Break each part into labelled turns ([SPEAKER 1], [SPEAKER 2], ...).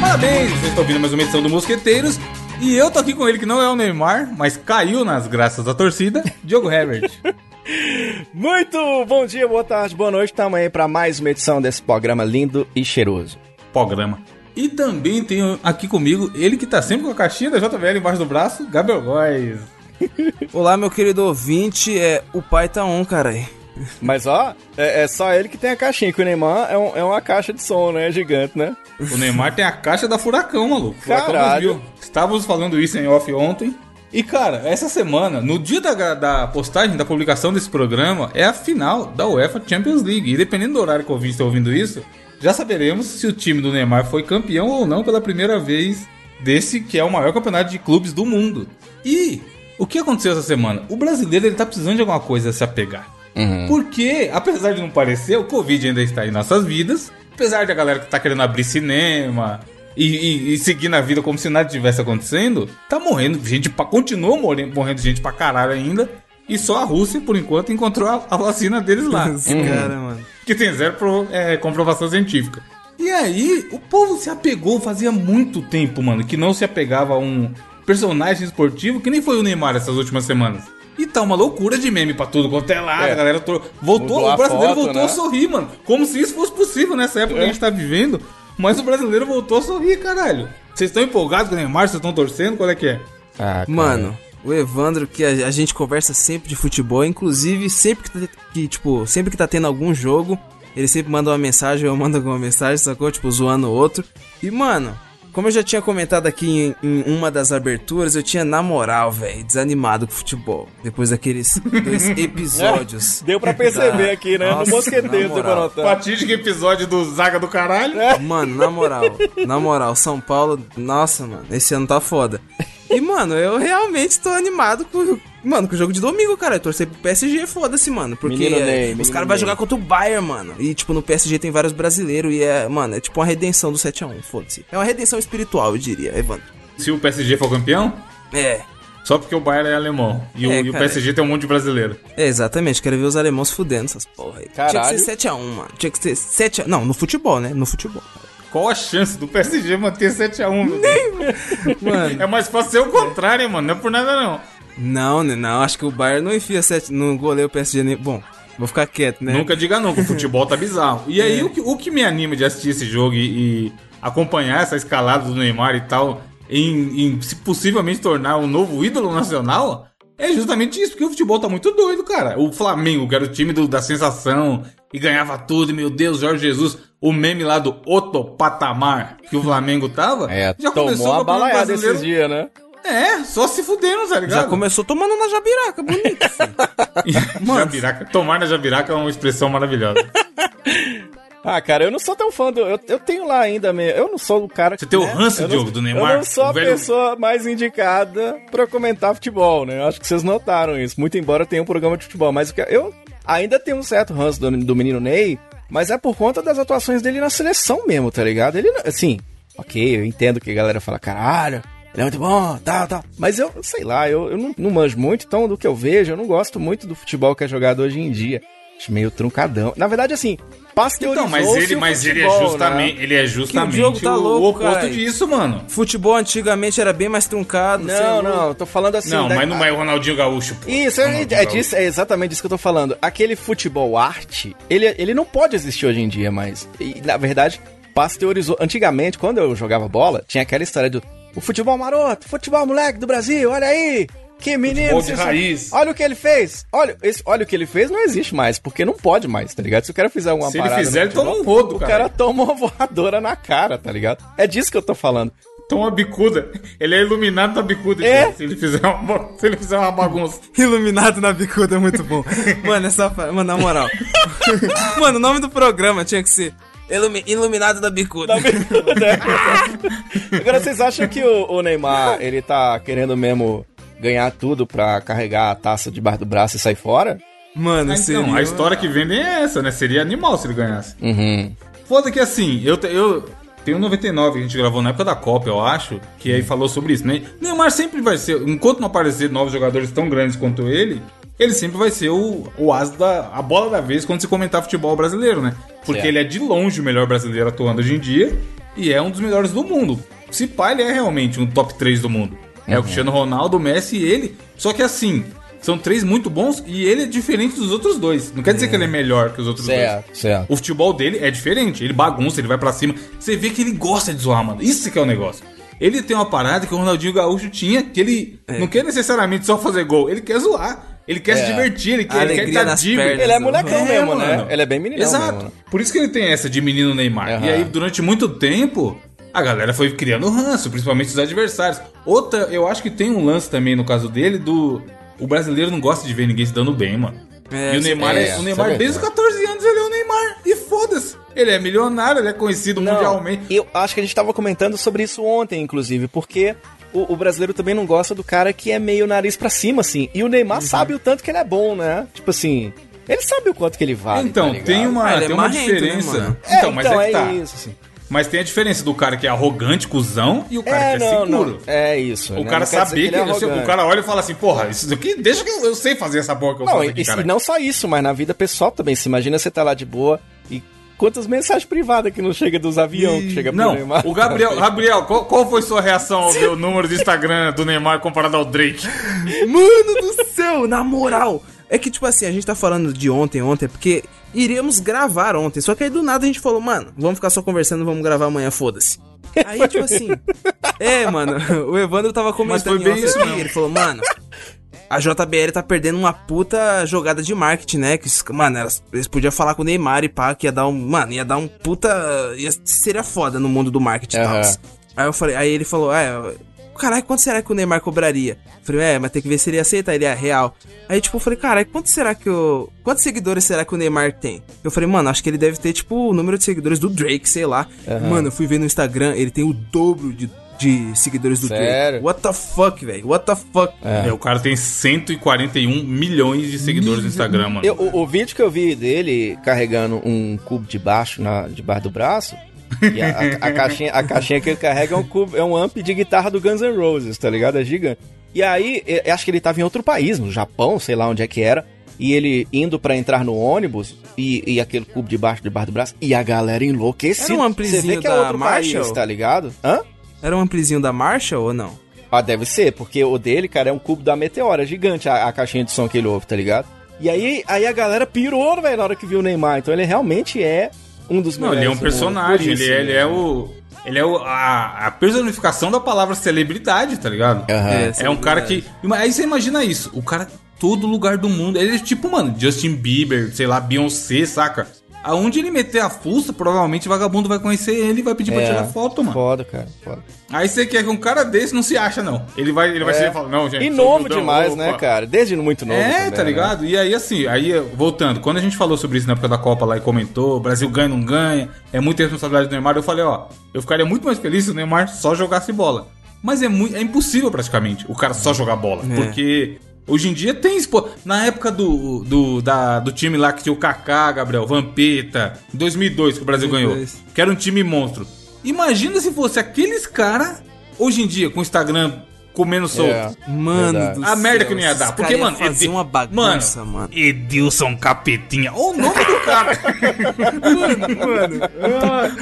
[SPEAKER 1] Parabéns! Vocês estão ouvindo mais uma edição do Mosqueteiros. E eu tô aqui com ele, que não é o Neymar, mas caiu nas graças da torcida, Diogo Herbert.
[SPEAKER 2] Muito bom dia, boa tarde, boa noite. Tamo aí pra mais uma edição desse programa lindo e cheiroso.
[SPEAKER 1] Programa. E também tenho aqui comigo ele que tá sempre com a caixinha da JBL embaixo do braço, Gabriel Góes.
[SPEAKER 3] Olá, meu querido ouvinte. É, o pai tá on, carai.
[SPEAKER 2] Mas ó, é, é só ele que tem a caixinha, que o Neymar é, um- é uma caixa de som, né? Gigante, né?
[SPEAKER 1] O Neymar tem a caixa da Furacão, maluco. Furacão
[SPEAKER 2] Caralho.
[SPEAKER 1] 2000. Estávamos falando isso em off ontem. E, cara, essa semana, no dia da, gra- da postagem, da publicação desse programa, é a final da UEFA Champions League. E dependendo do horário que eu está ouvindo isso, já saberemos se o time do Neymar foi campeão ou não pela primeira vez desse que é o maior campeonato de clubes do mundo. E o que aconteceu essa semana? O brasileiro ele tá precisando de alguma coisa a se apegar. Porque, apesar de não parecer, o Covid ainda está em nossas vidas. Apesar da galera que tá querendo abrir cinema e, e- e seguir na vida como se nada tivesse acontecendo, tá morrendo gente pra. Continua morrendo, morrendo gente pra caralho ainda. E só a Rússia, por enquanto, encontrou a, a vacina deles lá.
[SPEAKER 3] Os cara, mano.
[SPEAKER 1] que tem zero pro- é, comprovação científica. E aí, o povo se apegou, fazia muito tempo, mano, que não se apegava a um personagem esportivo que nem foi o Neymar essas últimas semanas. E tá uma loucura de meme pra tudo quanto é lado,
[SPEAKER 2] É.
[SPEAKER 1] a galera tro- voltou,
[SPEAKER 2] Mudou
[SPEAKER 1] o
[SPEAKER 2] a
[SPEAKER 1] brasileiro
[SPEAKER 2] foto,
[SPEAKER 1] voltou
[SPEAKER 2] né? É.
[SPEAKER 1] a sorrir, mano. Como se isso fosse possível nessa época que a gente tá vivendo, mas o brasileiro voltou a sorrir, caralho. Vocês estão empolgados com o Neymar, vocês estão torcendo, qual é que é?
[SPEAKER 2] Ah,
[SPEAKER 3] Mano, o Evandro, que a, a gente conversa sempre de futebol, inclusive sempre que, tá- que, tipo, sempre que tá tendo algum jogo, ele sempre manda uma mensagem, eu mando alguma mensagem, sacou? Tipo, zoando o outro. E, mano, como eu já tinha comentado aqui em, em uma das aberturas, eu tinha, na moral, velho, desanimado com o futebol. Depois daqueles dois episódios.
[SPEAKER 2] Deu pra perceber aqui, né?
[SPEAKER 3] Nossa,
[SPEAKER 2] no mosqueteiro,
[SPEAKER 3] na
[SPEAKER 2] deu pra
[SPEAKER 3] moral.
[SPEAKER 2] notar.
[SPEAKER 1] Fatídico episódio do Zaga do Caralho.
[SPEAKER 2] É.
[SPEAKER 3] Mano, na moral, na moral, São Paulo, nossa, mano, esse ano tá foda. E, mano, eu realmente tô animado com, mano, com o jogo de domingo, cara. Eu torcer pro PSG, foda-se, mano. Porque
[SPEAKER 2] Menino
[SPEAKER 3] é,
[SPEAKER 2] Ney,
[SPEAKER 3] os
[SPEAKER 2] menino
[SPEAKER 3] caras vão
[SPEAKER 2] Ney.
[SPEAKER 3] jogar contra o Bayern, mano. E, tipo, no PSG tem vários brasileiros e é, mano, é tipo uma redenção do 7x1, foda-se. É uma redenção espiritual, eu diria, Evandro.
[SPEAKER 1] Se o PSG for campeão,
[SPEAKER 3] É,
[SPEAKER 1] só porque o Bayern é alemão e, o-
[SPEAKER 3] É,
[SPEAKER 1] e o
[SPEAKER 3] cara.
[SPEAKER 1] PSG tem um monte de brasileiro.
[SPEAKER 3] é, exatamente. Quero ver os alemãos fudendo essas porra aí.
[SPEAKER 2] Caralho.
[SPEAKER 3] Tinha que ser 7x1, mano. Tinha que ser 7x1. Não, no futebol, né? No futebol.
[SPEAKER 1] Qual a chance do PSG manter 7x1? meu Deus?
[SPEAKER 3] Mano.
[SPEAKER 1] É mais fácil ser o contrário, hein, mano. Não é por nada, não.
[SPEAKER 3] Não, né, não, acho que o Bayern não enfia sete, não goleia o PSG nem. Bom, vou ficar quieto,
[SPEAKER 2] É.
[SPEAKER 3] né?
[SPEAKER 1] Nunca diga não, que o futebol tá bizarro. E aí, o, que, o que me anima de assistir esse jogo e, e acompanhar essa escalada do Neymar e tal, em, em se possivelmente tornar um novo ídolo nacional, é justamente isso, porque o futebol tá muito doido, cara. O Flamengo, que era o time do- da sensação e ganhava tudo, e, meu Deus, Jorge Jesus, o meme lá do outro patamar que o Flamengo tava,
[SPEAKER 2] É,
[SPEAKER 1] o
[SPEAKER 2] tomou uma
[SPEAKER 1] Campeonato
[SPEAKER 2] balaiada
[SPEAKER 1] Brasileiro
[SPEAKER 2] esses dias, né?
[SPEAKER 1] É, só se fuderam, tá ligado?
[SPEAKER 3] Já começou tomando na jabiraca, bonito. Mano.
[SPEAKER 1] Jabiraca. Tomar na jabiraca é uma expressão maravilhosa.
[SPEAKER 2] Ah, cara, eu não sou tão fã do. Eu, eu tenho lá ainda mesmo. Eu não sou o cara que.
[SPEAKER 1] Você tem o
[SPEAKER 2] né?
[SPEAKER 1] ranço,
[SPEAKER 2] Eu não-
[SPEAKER 1] Diogo, do Neymar?
[SPEAKER 2] Eu não sou a
[SPEAKER 1] O velho-
[SPEAKER 2] pessoa mais indicada pra comentar futebol, né? Eu acho que vocês notaram isso. Muito embora eu tenha um programa de futebol. Mas o que- eu ainda tenho um certo ranço do, do menino Ney, mas é por conta das atuações dele na seleção mesmo, tá ligado? Ele, não- assim, ok, eu entendo que a galera fala, caralho. Ele é muito bom, tal, tal. Mas eu, sei lá, eu, eu não, não manjo muito, então do que eu vejo, eu não gosto muito do futebol que é jogado hoje em dia. Acho meio truncadão. Na verdade, assim, pasteurizou
[SPEAKER 1] Então, mas ele, mas ele é
[SPEAKER 2] né?
[SPEAKER 1] justamente, ele é justamente
[SPEAKER 3] Diogo tá
[SPEAKER 1] o-
[SPEAKER 3] louco,
[SPEAKER 1] o oposto
[SPEAKER 3] carai.
[SPEAKER 1] disso, mano.
[SPEAKER 3] Futebol antigamente era bem mais truncado. é
[SPEAKER 2] Não, não, eu tô falando assim.
[SPEAKER 1] é não,
[SPEAKER 2] da-
[SPEAKER 1] mas não é o Ronaldinho Gaúcho, pô.
[SPEAKER 2] Isso, é,
[SPEAKER 1] Ronaldinho
[SPEAKER 2] é
[SPEAKER 1] Gaúcho.
[SPEAKER 2] disso- é exatamente isso que eu tô falando. Aquele futebol arte, ele, ele não pode existir hoje em dia mais. E, na verdade, pasteurizou. Antigamente, quando eu jogava bola, tinha aquela história do o futebol maroto, futebol moleque do Brasil, olha aí! Que menino!
[SPEAKER 1] Futebol de
[SPEAKER 2] isso-
[SPEAKER 1] raiz.
[SPEAKER 2] Olha o que ele fez! Olha, esse, olha o que ele fez, não existe mais, porque não pode mais, tá ligado? Se o cara fizer uma
[SPEAKER 1] Se ele
[SPEAKER 2] parada. no
[SPEAKER 1] fizer, ele
[SPEAKER 2] futebol,
[SPEAKER 1] toma um rodo,
[SPEAKER 2] O
[SPEAKER 1] cara.
[SPEAKER 2] cara toma uma voadora na cara, tá ligado? É disso que eu tô falando.
[SPEAKER 1] Toma Então, bicuda. Ele é iluminado da bicuda.
[SPEAKER 2] É?
[SPEAKER 1] Se ele fizer uma, se ele fizer uma bagunça.
[SPEAKER 3] Iluminado na bicuda é muito bom. Mano, essa. fa- Mano, na moral. mano, o nome do programa tinha que ser. Ilumi- Iluminado da bicuda.
[SPEAKER 2] Né? Agora vocês acham que o, o Neymar, ele tá querendo mesmo ganhar tudo pra carregar a taça debaixo do braço e sair fora?
[SPEAKER 3] Mano,
[SPEAKER 1] Ah,
[SPEAKER 3] seria.
[SPEAKER 1] Então, a história que vendem é essa, né? Seria animal se ele ganhasse.
[SPEAKER 2] Uhum.
[SPEAKER 1] Foda que assim, eu, te- eu tenho um 99 que a gente gravou na época da Copa, eu acho, que aí falou sobre isso, né? Neymar sempre vai ser, enquanto não aparecer novos jogadores tão grandes quanto ele, ele sempre vai ser o, o as da a bola da vez quando se comentar futebol brasileiro, né? Porque
[SPEAKER 2] Certo.
[SPEAKER 1] ele é de longe o melhor brasileiro atuando hoje em dia. e é um dos melhores do mundo. Se pá, ele é realmente um top 3 do mundo.
[SPEAKER 2] Uhum.
[SPEAKER 1] É o Cristiano Ronaldo, o Messi e ele. Só que assim, são três muito bons e ele é diferente dos outros dois. Não quer dizer que ele é melhor que os outros dois.
[SPEAKER 2] Certo, certo.
[SPEAKER 1] O futebol dele é diferente. Ele bagunça, ele vai pra cima. Você vê que ele gosta de zoar, mano. Isso que é o negócio. Ele tem uma parada que o Ronaldinho Gaúcho tinha, que ele
[SPEAKER 3] É.
[SPEAKER 1] não quer necessariamente só fazer gol. Ele quer zoar. Ele quer se divertir, ele quer, tá ele quer
[SPEAKER 3] Alegria
[SPEAKER 1] dar
[SPEAKER 3] nas
[SPEAKER 1] dívida.
[SPEAKER 3] pernas.
[SPEAKER 2] Ele é molecão
[SPEAKER 1] É,
[SPEAKER 2] mesmo,
[SPEAKER 1] mano.
[SPEAKER 2] né? Ele é bem meninão
[SPEAKER 1] Exato.
[SPEAKER 2] mesmo, né?
[SPEAKER 1] Por isso que ele tem essa de menino Neymar.
[SPEAKER 2] Aham.
[SPEAKER 1] E aí, durante muito tempo, a galera foi criando ranço, principalmente os adversários. Outra, eu acho que tem um lance também no caso dele do. O brasileiro não gosta de ver ninguém se dando bem, mano.
[SPEAKER 3] É,
[SPEAKER 1] e o Neymar,
[SPEAKER 2] é,
[SPEAKER 1] é- o
[SPEAKER 2] isso
[SPEAKER 1] Neymar
[SPEAKER 2] é
[SPEAKER 1] desde os 14 anos, ele é o Neymar. E foda-se. Ele é milionário, ele é conhecido
[SPEAKER 2] Não,
[SPEAKER 1] mundialmente.
[SPEAKER 2] Eu acho que a gente tava comentando sobre isso ontem, inclusive, porque o, o brasileiro também não gosta do cara que é meio nariz pra cima, assim. E o Neymar
[SPEAKER 1] Uhum.
[SPEAKER 2] sabe o tanto que ele é bom, né? Tipo assim, ele sabe o quanto que ele vale.
[SPEAKER 1] então,
[SPEAKER 2] tá ligado?
[SPEAKER 1] tem uma,
[SPEAKER 3] Ah, ele é
[SPEAKER 1] tem uma
[SPEAKER 3] marrento, né,
[SPEAKER 1] diferença.
[SPEAKER 3] mano?
[SPEAKER 2] É, então,
[SPEAKER 1] mas é que
[SPEAKER 2] é,
[SPEAKER 1] tá.
[SPEAKER 2] isso, assim.
[SPEAKER 1] Mas tem a diferença do cara que é arrogante, cuzão, e o cara
[SPEAKER 2] É,
[SPEAKER 1] que é
[SPEAKER 2] não,
[SPEAKER 1] seguro.
[SPEAKER 2] não. É isso.
[SPEAKER 1] O
[SPEAKER 2] né?
[SPEAKER 1] cara
[SPEAKER 2] Não quer dizer
[SPEAKER 1] saber que,
[SPEAKER 2] ele é
[SPEAKER 1] eu sei- o
[SPEAKER 2] arrogante.
[SPEAKER 1] cara olha e fala assim, porra, isso daqui, deixa que eu, eu sei fazer essa porra que eu
[SPEAKER 2] Não,
[SPEAKER 1] faço
[SPEAKER 2] e,
[SPEAKER 1] aqui,
[SPEAKER 2] e
[SPEAKER 1] cara.
[SPEAKER 2] não só isso, mas na vida pessoal também. Se imagina você tá lá de boa e quantas mensagens privadas que não chega dos aviões que chega pro
[SPEAKER 1] Não,
[SPEAKER 2] é Neymar.
[SPEAKER 1] o Gabriel, Gabriel, qual, qual foi sua reação ao ver o número do Instagram do Neymar comparado ao Drake?
[SPEAKER 3] Mano do céu, na moral. É que, tipo assim, a gente tá falando de ontem, ontem, é porque iríamos gravar ontem. Só que aí do nada a gente falou, mano, vamos ficar só conversando, vamos gravar amanhã, foda-se. Aí, tipo assim. É, mano, o Evandro tava comentando
[SPEAKER 1] foi bem
[SPEAKER 3] off
[SPEAKER 1] isso
[SPEAKER 3] aqui,
[SPEAKER 1] mesmo.
[SPEAKER 3] ele falou, mano. A JBL tá perdendo uma puta jogada de marketing, né? Que, os- mano, elas- eles podiam falar com o Neymar e pá, que ia dar um. Mano, ia dar um puta. Ia, seria foda no mundo do marketing e
[SPEAKER 2] Aham.
[SPEAKER 3] tal. Aí eu falei, aí ele falou, ah, eu- caralho, quanto será que o Neymar cobraria? Eu Falei, é, mas tem que ver se ele aceitaria a real. Aí, tipo, eu falei, caralho, quanto será que eu. Quantos seguidores será que o Neymar tem? Eu falei, mano, acho que ele deve ter, tipo, o número de seguidores do Drake, sei lá. Mano, eu fui ver no Instagram, ele tem o dobro de, de seguidores do
[SPEAKER 2] Sério?
[SPEAKER 3] Drake. What the fuck, velho? What the fuck?
[SPEAKER 1] É, o cara tem 141 milhões de seguidores no Instagram, mano.
[SPEAKER 2] Eu- o, o vídeo que eu vi dele carregando um cubo debaixo na, debaixo do braço. E a, a- a caixinha, a caixinha que ele carrega é um cubo, é um amp de guitarra do Guns N' Roses, tá ligado? É gigante. E aí, eu acho que ele tava em outro país, no Japão, sei lá onde é que era. E ele indo pra entrar no ônibus e, e aquele cubo debaixo, debaixo do braço, e a galera enlouquecida.
[SPEAKER 3] Era um amplizinho
[SPEAKER 2] Você vê que é
[SPEAKER 3] da
[SPEAKER 2] outro país,
[SPEAKER 3] Marshall?
[SPEAKER 2] tá ligado? Hã?
[SPEAKER 3] Era um amplizinho da Marshall ou não?
[SPEAKER 2] Ah, deve ser, porque o dele, cara, é um cubo da meteora, é gigante a, a caixinha de som que ele ouve, tá ligado? E aí, aí a galera pirou, velho, na hora que viu o Neymar. Então ele realmente é um dos
[SPEAKER 1] Não, ele é um
[SPEAKER 2] melhores do mundo,
[SPEAKER 1] personagem,
[SPEAKER 2] por isso
[SPEAKER 1] ele, é-
[SPEAKER 2] né?
[SPEAKER 1] ele é
[SPEAKER 2] mesmo.
[SPEAKER 1] o... Ele é o- a, a personificação da palavra celebridade, tá ligado?
[SPEAKER 2] Aham.
[SPEAKER 1] É um cara que. ima- Aí você imagina isso. O cara, todo lugar do mundo. Ele é tipo, mano, Justin Bieber, sei lá, Beyoncé, saca? Aonde ele meter a fuça, provavelmente vagabundo vai conhecer ele e vai pedir pra
[SPEAKER 2] É.
[SPEAKER 1] tirar tipo foto, mano.
[SPEAKER 2] Foda, cara, foda.
[SPEAKER 1] Aí você quer que um cara desse não se acha, não. Ele vai, ele vai
[SPEAKER 2] É.
[SPEAKER 1] ser falar, não, gente.
[SPEAKER 2] E
[SPEAKER 1] sou
[SPEAKER 2] novo
[SPEAKER 1] humildão,
[SPEAKER 2] demais,
[SPEAKER 1] opa.
[SPEAKER 2] né, cara? Desde muito novo.
[SPEAKER 1] É,
[SPEAKER 2] também,
[SPEAKER 1] tá
[SPEAKER 2] né?
[SPEAKER 1] ligado? E aí, assim, aí, voltando, quando a gente falou sobre isso na época da Copa lá e comentou, Brasil ganha ou não ganha, é muita responsabilidade do Neymar, eu falei, ó, eu ficaria muito mais feliz se o Neymar só jogasse bola. Mas é, muito, é impossível praticamente o cara só jogar bola.
[SPEAKER 3] É.
[SPEAKER 1] Porque hoje em dia tem expo... Na época do, do, da- do time lá que tinha o Kaká, Gabriel, Vampeta, em 2002 que o Brasil ganhou,
[SPEAKER 3] 2002.
[SPEAKER 1] que era um time monstro. Imagina se fosse aqueles cara hoje em dia com o Instagram comendo solto.
[SPEAKER 2] É.
[SPEAKER 3] Mano,
[SPEAKER 2] Verdade.
[SPEAKER 3] do
[SPEAKER 1] A merda que não ia
[SPEAKER 3] esses
[SPEAKER 1] dar.
[SPEAKER 3] cara
[SPEAKER 1] Porque,
[SPEAKER 3] ia
[SPEAKER 1] mano,
[SPEAKER 3] fazer
[SPEAKER 1] Edi-
[SPEAKER 3] uma bagunça, mano.
[SPEAKER 1] Edilson Capetinha. Olha o nome do cara.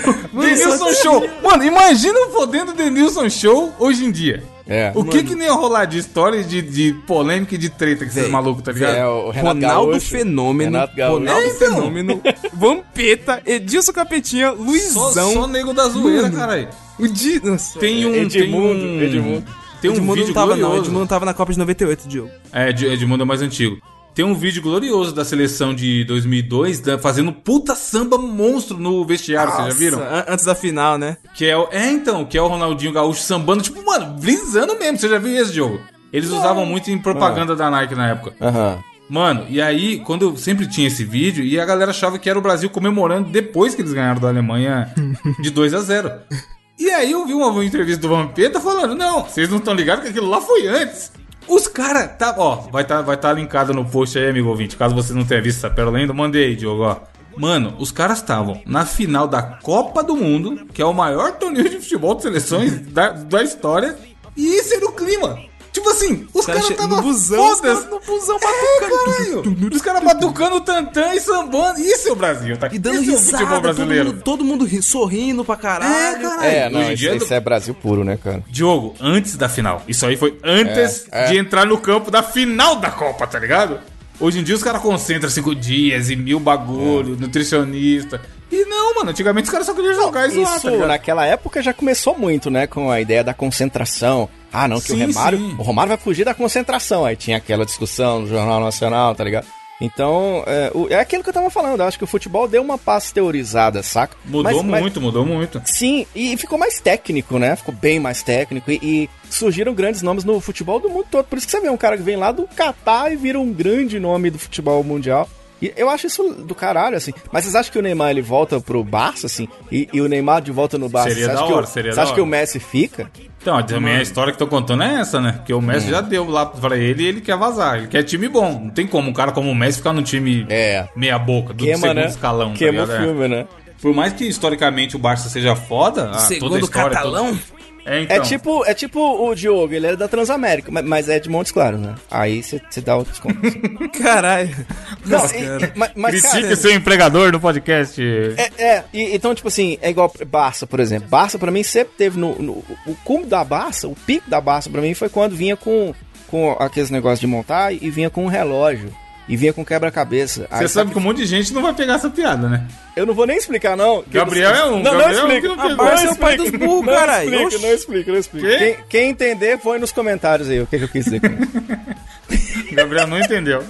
[SPEAKER 3] é
[SPEAKER 1] Denilson Show. Mano, imagina o poder do Denilson Show hoje em dia.
[SPEAKER 2] É.
[SPEAKER 1] O que que nem ia rolar de história, de, de polêmica e de treta que esses
[SPEAKER 3] Véi,
[SPEAKER 1] malucos, tá ligado?
[SPEAKER 2] É, o Renato
[SPEAKER 3] Ronaldo
[SPEAKER 2] Gaúcho.
[SPEAKER 3] Fenômeno,
[SPEAKER 2] Renato Gaúcho.
[SPEAKER 3] Ronaldo
[SPEAKER 1] É, então.
[SPEAKER 3] Fenômeno, Vampeta, Edilson Capetinha,
[SPEAKER 1] só,
[SPEAKER 3] Luizão,
[SPEAKER 1] só nego da zoeira,
[SPEAKER 3] Mano.
[SPEAKER 1] caralho.
[SPEAKER 3] o Di... Nossa.
[SPEAKER 1] Tem um...
[SPEAKER 2] Edmundo,
[SPEAKER 1] tem um,
[SPEAKER 2] Edmundo.
[SPEAKER 1] Tem um
[SPEAKER 3] Edmundo
[SPEAKER 1] vídeo
[SPEAKER 3] não tava não,
[SPEAKER 1] glorioso.
[SPEAKER 3] Edmundo não tava na Copa de 98, Diogo.
[SPEAKER 1] É, Ed- Edmundo é mais antigo. Tem um vídeo glorioso da seleção de 2002 da- fazendo puta samba monstro no vestiário, vocês já viram?
[SPEAKER 3] Nossa, an- Antes da final, né?
[SPEAKER 1] Que é, o- é, então, que é o Ronaldinho Gaúcho sambando, tipo, mano, brisando mesmo. Você já viu esse jogo? Eles usavam muito em propaganda da Nike na época.
[SPEAKER 2] Aham.
[SPEAKER 1] Mano, e aí, quando eu sempre tinha esse vídeo, e a galera achava que era o Brasil comemorando depois que eles ganharam da Alemanha de 2 a 0 E aí eu vi uma entrevista do Vampeta falando: não, vocês não estão ligados que aquilo lá foi antes. Os caras, tá, ó, vai tá, vai tá linkado no post aí, amigo ouvinte. Caso você não tenha visto essa pérola ainda, mandei, Diogo, ó. Mano, os caras estavam na final da Copa do Mundo, que é o maior torneio de futebol de seleções da, da história, e isso era o clima. Tipo assim, os
[SPEAKER 3] caras
[SPEAKER 1] caras
[SPEAKER 3] che-
[SPEAKER 1] estavam
[SPEAKER 3] no busão, os
[SPEAKER 1] fodas.
[SPEAKER 3] caras no busão
[SPEAKER 1] É,
[SPEAKER 3] batucando.
[SPEAKER 1] caralho. Os caras batucando o tantã e sambando. Isso é o Brasil, tá?
[SPEAKER 3] E dando
[SPEAKER 1] Isso é o futebol
[SPEAKER 3] risada, todo
[SPEAKER 1] brasileiro.
[SPEAKER 3] mundo, todo mundo ri- sorrindo pra
[SPEAKER 1] É,
[SPEAKER 3] caralho.
[SPEAKER 1] caralho.
[SPEAKER 2] É, não,
[SPEAKER 1] Hoje em
[SPEAKER 2] isso,
[SPEAKER 1] dia,
[SPEAKER 2] isso é Brasil puro, né, cara?
[SPEAKER 1] Diogo, antes da final. Isso aí foi antes
[SPEAKER 2] É, é.
[SPEAKER 1] de entrar no campo da final da Copa, tá ligado? Hoje em dia os caras concentram cinco dias e mil
[SPEAKER 3] É.
[SPEAKER 1] bagulho, nutricionista. E não, mano, antigamente os caras só queriam jogar e zoar, tá
[SPEAKER 2] Isso
[SPEAKER 1] ligado?
[SPEAKER 2] naquela época já começou muito, né? Com a ideia da concentração. Ah, não, que
[SPEAKER 1] Sim,
[SPEAKER 2] o Romário.
[SPEAKER 1] sim.
[SPEAKER 2] O Romário vai fugir da concentração. Aí tinha aquela discussão no Jornal Nacional, tá ligado? Então, é, o- é aquilo que eu tava falando. Eu acho que o futebol deu uma pasteurizada, saca?
[SPEAKER 1] Mudou
[SPEAKER 2] Mas- mas-
[SPEAKER 1] muito, mudou muito.
[SPEAKER 2] Sim, e ficou mais técnico, né? Ficou bem mais técnico. E, e surgiram grandes nomes no futebol do mundo todo. Por isso que você vê um cara que vem lá do Catar e vira um grande nome do futebol mundial. E eu acho isso do caralho, assim. Mas vocês acham que o Neymar ele volta pro Barça, assim? E, e o Neymar de volta no Barça?
[SPEAKER 1] Seria
[SPEAKER 2] você acha
[SPEAKER 1] da
[SPEAKER 2] que o-
[SPEAKER 1] hora, seria
[SPEAKER 2] Você
[SPEAKER 1] da
[SPEAKER 2] acha que
[SPEAKER 1] hora.
[SPEAKER 2] o Messi fica?
[SPEAKER 1] Então, também a história que tô contando é essa, né? Porque o Messi já deu lá pra ele e ele quer vazar. Ele quer time bom. Não tem como um cara como o Messi ficar num time
[SPEAKER 2] É.
[SPEAKER 1] meia boca, do
[SPEAKER 2] Queima,
[SPEAKER 1] segundo
[SPEAKER 2] né?
[SPEAKER 1] escalão, tá
[SPEAKER 2] Queima
[SPEAKER 1] ligado? É.
[SPEAKER 2] o filme, né?
[SPEAKER 1] Por mais que historicamente o Barça seja foda, ah, toda a
[SPEAKER 3] Segundo o
[SPEAKER 1] história,
[SPEAKER 3] catalão.
[SPEAKER 1] toda- É, então.
[SPEAKER 2] É, tipo, é tipo o Diogo, ele era da Transamérica, ma- mas é de Montes Claros, né? Aí você você dá outros contos.
[SPEAKER 3] Caralho.
[SPEAKER 2] Não,
[SPEAKER 3] Mas,
[SPEAKER 2] e-
[SPEAKER 3] cara,
[SPEAKER 2] e- mas, mas cara,
[SPEAKER 1] Critique seu empregador no podcast.
[SPEAKER 2] É, é. E- então, tipo assim, é igual Barça, por exemplo. Barça, pra mim, sempre teve no, no- O cume da Barça, o pico da Barça, pra mim, foi quando vinha com, com aqueles negócios de montar e vinha com um relógio. E vinha com quebra-cabeça.
[SPEAKER 1] Você
[SPEAKER 2] Aí,
[SPEAKER 1] sabe que um monte de gente não vai pegar essa piada, né?
[SPEAKER 2] Eu não vou nem explicar, não. que eu
[SPEAKER 1] Gabriel
[SPEAKER 2] não-
[SPEAKER 1] é um,
[SPEAKER 2] Não,
[SPEAKER 1] Gabriel é um
[SPEAKER 2] não explica.
[SPEAKER 1] que não
[SPEAKER 2] Ah,
[SPEAKER 1] pegou.
[SPEAKER 2] Barça
[SPEAKER 3] é o pai dos burros,
[SPEAKER 2] não
[SPEAKER 3] caralho.
[SPEAKER 2] Explica,
[SPEAKER 3] Oxi.
[SPEAKER 2] não explica, não explica.
[SPEAKER 1] Quê?
[SPEAKER 2] Quem, quem entender, põe nos comentários aí o que, que eu quis dizer com isso.
[SPEAKER 1] Gabriel não entendeu.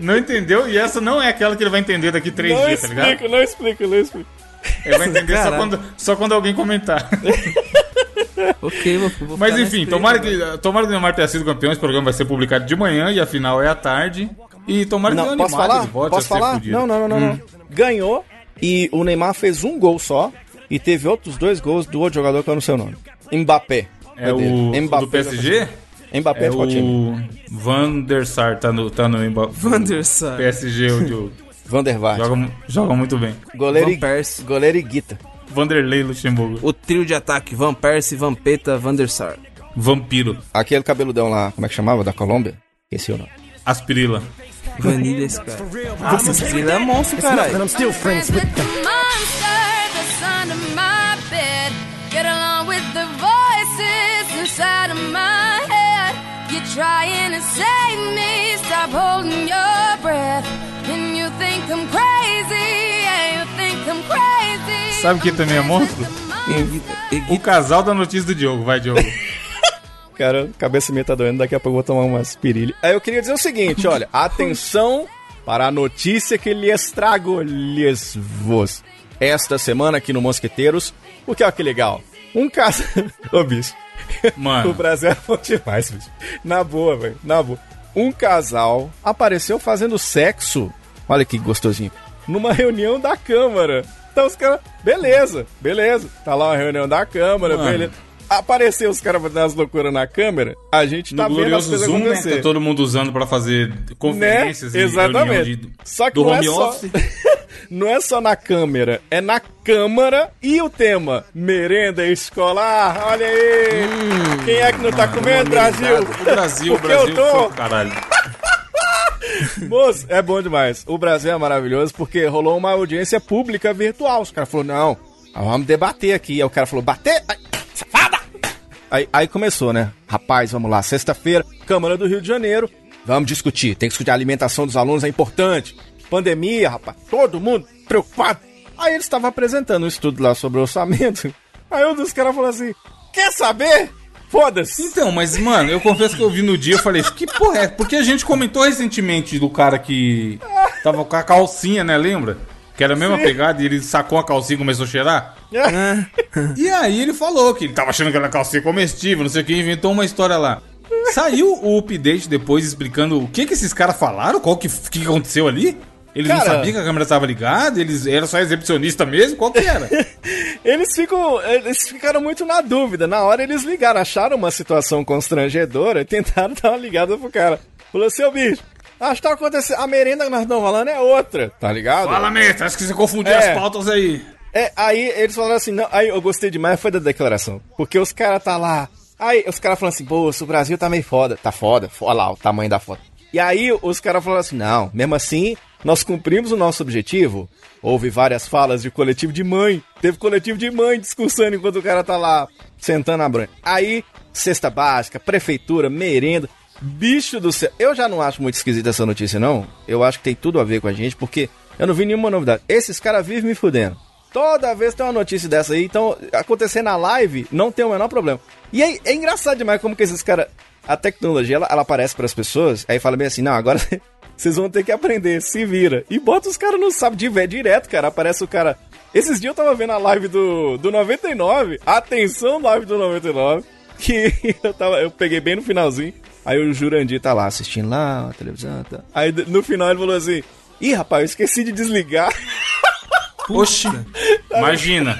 [SPEAKER 1] Não entendeu, e essa não é aquela que ele vai entender daqui três
[SPEAKER 2] assim? Não
[SPEAKER 1] dias, tá ligado?
[SPEAKER 2] explico, não explico, não explico.
[SPEAKER 1] Ele vai entender só
[SPEAKER 3] Caralho.
[SPEAKER 1] quando, só quando alguém comentar.
[SPEAKER 3] ok, vou,
[SPEAKER 1] Mas
[SPEAKER 3] vou ficar tá na
[SPEAKER 1] enfim,
[SPEAKER 3] espreita, né?
[SPEAKER 1] tomara
[SPEAKER 3] mano.
[SPEAKER 1] que, tomara que o Neymar tenha sido campeão. Esse programa vai ser publicado de manhã e a final é à tarde. E tomara que o
[SPEAKER 2] Não,
[SPEAKER 1] Neymar
[SPEAKER 2] posso falar?
[SPEAKER 1] volte
[SPEAKER 2] Posso
[SPEAKER 1] a ser
[SPEAKER 2] falar?
[SPEAKER 1] fudido. Hum.
[SPEAKER 2] Não, não, não, não, não. Ganhou e o Neymar fez um gol só e teve outros dois gols do outro jogador que eu não sei o nome. Mbappé.
[SPEAKER 1] É o
[SPEAKER 2] Mbappé
[SPEAKER 1] do PSG?
[SPEAKER 2] Mbappé
[SPEAKER 1] É
[SPEAKER 2] de qual time?
[SPEAKER 1] o Van der Sar, tá no, tá no Mba-
[SPEAKER 3] né? Van der Sar.
[SPEAKER 1] PSG, o Diogo.
[SPEAKER 2] Van der Vaart.
[SPEAKER 1] Joga, mu- joga muito bem.
[SPEAKER 2] Goleiro,
[SPEAKER 3] Van
[SPEAKER 2] e,
[SPEAKER 3] Persie.
[SPEAKER 2] goleiro e guita.
[SPEAKER 1] Vanderlei Luxemburgo.
[SPEAKER 3] O trio de ataque, Van Persie, Vampeta, Van der Sar.
[SPEAKER 1] Vampiro.
[SPEAKER 2] Aquele cabeludão lá, como é que chamava? Da Colômbia? Esqueci o nome.
[SPEAKER 1] Aspirila.
[SPEAKER 3] Vanilla esse cara. Nossa, esse cara é monstro, caralho.
[SPEAKER 4] I'm still friends with
[SPEAKER 5] the monster that's under my bed. Get along with the voices inside of my head. You're trying to save me, stop holding your breath. And you think I'm crazy, yeah, you think I'm crazy.
[SPEAKER 1] Sabe quem também é monstro?
[SPEAKER 3] E- e-
[SPEAKER 1] O casal da notícia do Diogo, vai, Diogo.
[SPEAKER 2] Cara, a cabeça minha tá doendo, daqui a pouco eu vou tomar uma aspirilha. Aí eu queria dizer o seguinte, olha, atenção para a notícia que lhes trago, lhes vos. Esta semana aqui no Mosqueteiros, o que é que legal? Um caso... Ô, bicho.
[SPEAKER 1] Mano.
[SPEAKER 2] o Brasil é bom demais, bicho. Na boa, velho, na boa. Um casal apareceu fazendo sexo, olha que gostosinho, numa reunião da Câmara. Então os caras, beleza, beleza. Tá lá uma reunião da Câmara,
[SPEAKER 1] Mano.
[SPEAKER 2] beleza. Apareceu os caras fazendo as loucuras na câmera, a gente
[SPEAKER 1] No
[SPEAKER 2] tá vendo as
[SPEAKER 1] glorioso
[SPEAKER 2] coisas
[SPEAKER 1] Zoom, né?
[SPEAKER 2] acontecer.
[SPEAKER 1] Tá todo mundo usando pra fazer
[SPEAKER 2] né?
[SPEAKER 1] conferências e reunião
[SPEAKER 2] Exatamente.
[SPEAKER 1] de-
[SPEAKER 2] Só que
[SPEAKER 1] do
[SPEAKER 2] não,
[SPEAKER 1] home
[SPEAKER 2] é só,
[SPEAKER 1] office.
[SPEAKER 2] não é só na câmera, é na câmara e o tema: merenda escolar. Olha aí!
[SPEAKER 1] Hum.
[SPEAKER 2] Quem é que não
[SPEAKER 1] Ah,
[SPEAKER 2] tá comendo, Brasil?
[SPEAKER 1] O Brasil, o
[SPEAKER 2] Porque eu
[SPEAKER 1] Brasil
[SPEAKER 2] tô-
[SPEAKER 1] foi pro caralho.
[SPEAKER 2] Moço, é bom demais. O Brasil é maravilhoso porque rolou uma audiência pública virtual. Os caras falaram, não, vamos debater aqui. Aí o cara falou, bater? Ai, safada! Aí, aí começou, né? Rapaz, vamos lá, sexta-feira, Câmara do Rio de Janeiro. Vamos discutir. Tem que discutir a alimentação dos alunos, é importante. Pandemia, rapaz, todo mundo preocupado. Aí eles estavam apresentando um estudo lá sobre orçamento. Aí um dos caras falou assim: quer saber? Foda-se!
[SPEAKER 1] Então, mas, mano, eu confesso que eu vi no dia e falei, que porra é? Porque a gente comentou recentemente do cara que tava com a calcinha, né? Lembra? Que era a mesma pegada e ele sacou a calcinha e começou a cheirar.
[SPEAKER 2] É.
[SPEAKER 1] E aí ele falou que ele tava achando que era calcinha comestível, não sei o que, inventou uma história lá. Saiu o update depois explicando o que que esses caras falaram, qual que, que aconteceu ali. Eles não
[SPEAKER 2] Cara-
[SPEAKER 1] sabiam que a câmera tava ligada, eles eram só exibicionista mesmo, qual que era?
[SPEAKER 2] Eles ficam. Eles ficaram muito na dúvida. Na hora eles ligaram, acharam uma situação constrangedora e tentaram dar uma ligada pro cara. Falou, seu bicho, acho que tá acontecendo. A merenda que nós estamos falando é outra, tá ligado?
[SPEAKER 1] Fala, mestre, acho que você confundiu
[SPEAKER 2] É.
[SPEAKER 1] as pautas aí.
[SPEAKER 2] É, aí eles falaram assim, não, aí eu gostei demais, foi da declaração. Porque os caras tá lá. Aí os caras falam assim, pô, se o Brasil tá meio foda. Tá foda, olha lá o tamanho da foto. E aí os caras falaram assim, não, mesmo assim, nós cumprimos o nosso objetivo. Houve várias falas de coletivo de mãe. Teve coletivo de mãe discursando enquanto o cara tá lá sentando na branca. Aí, cesta básica, prefeitura, merenda. Bicho do céu. Eu já não acho muito esquisita essa notícia, não. Eu acho que tem tudo a ver com a gente, porque eu não vi nenhuma novidade. Esses caras vivem me fudendo. Toda vez tem uma notícia dessa aí, então acontecer na live não tem o menor problema. E aí, é engraçado demais como que esses caras. A tecnologia, ela, ela aparece para as pessoas, aí fala bem assim: não, agora vocês vão ter que aprender, se vira. E bota os caras no sabe de vé direto, cara. Aparece o cara. Esses dias eu tava vendo a live do, do 99, atenção, live do 99, que eu, tava, eu peguei bem no finalzinho. Aí o Jurandir tá lá assistindo lá, a televisão. Tá. Aí no final ele falou assim: ih, rapaz, eu esqueci de desligar.
[SPEAKER 3] Poxa.
[SPEAKER 1] Imagina.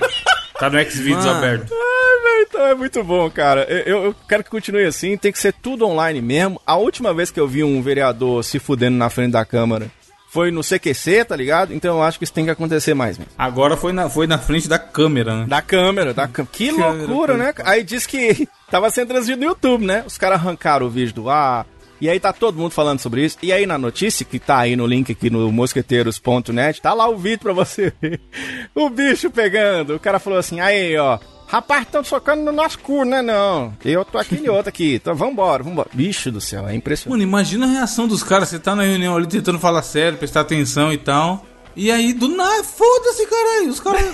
[SPEAKER 1] Tá no Xvideos
[SPEAKER 3] Mano.
[SPEAKER 1] aberto.
[SPEAKER 2] Ai, velho, então é muito bom, cara. Eu, eu- eu quero que continue assim, tem que ser tudo online mesmo. A última vez que eu vi um vereador se fudendo na frente da Câmara foi no CQC, tá ligado? Então eu acho que isso tem que acontecer mais mesmo.
[SPEAKER 1] Agora foi na, foi na frente da câmera, né?
[SPEAKER 2] Da câmera, da câmera. Que
[SPEAKER 3] Câmera,
[SPEAKER 2] loucura, né? cara? Aí diz que tava sendo transmitido no YouTube, né? Os caras arrancaram o vídeo do ar. E aí tá todo mundo falando sobre isso. E aí na notícia, que tá aí no link aqui no mosqueteiros.net, tá lá o vídeo pra você ver. O bicho pegando. O cara falou assim, aí, ó. Rapaz, tão socando no nosso cu, né? Não. Eu tô aqui e outro aqui. Então vambora, vambora. Bicho do céu, é impressionante.
[SPEAKER 1] Mano, imagina a reação dos caras. Você tá na reunião ali tentando falar sério, prestar atenção e tal. E aí, do nada, foda-se, caralho. Os caras.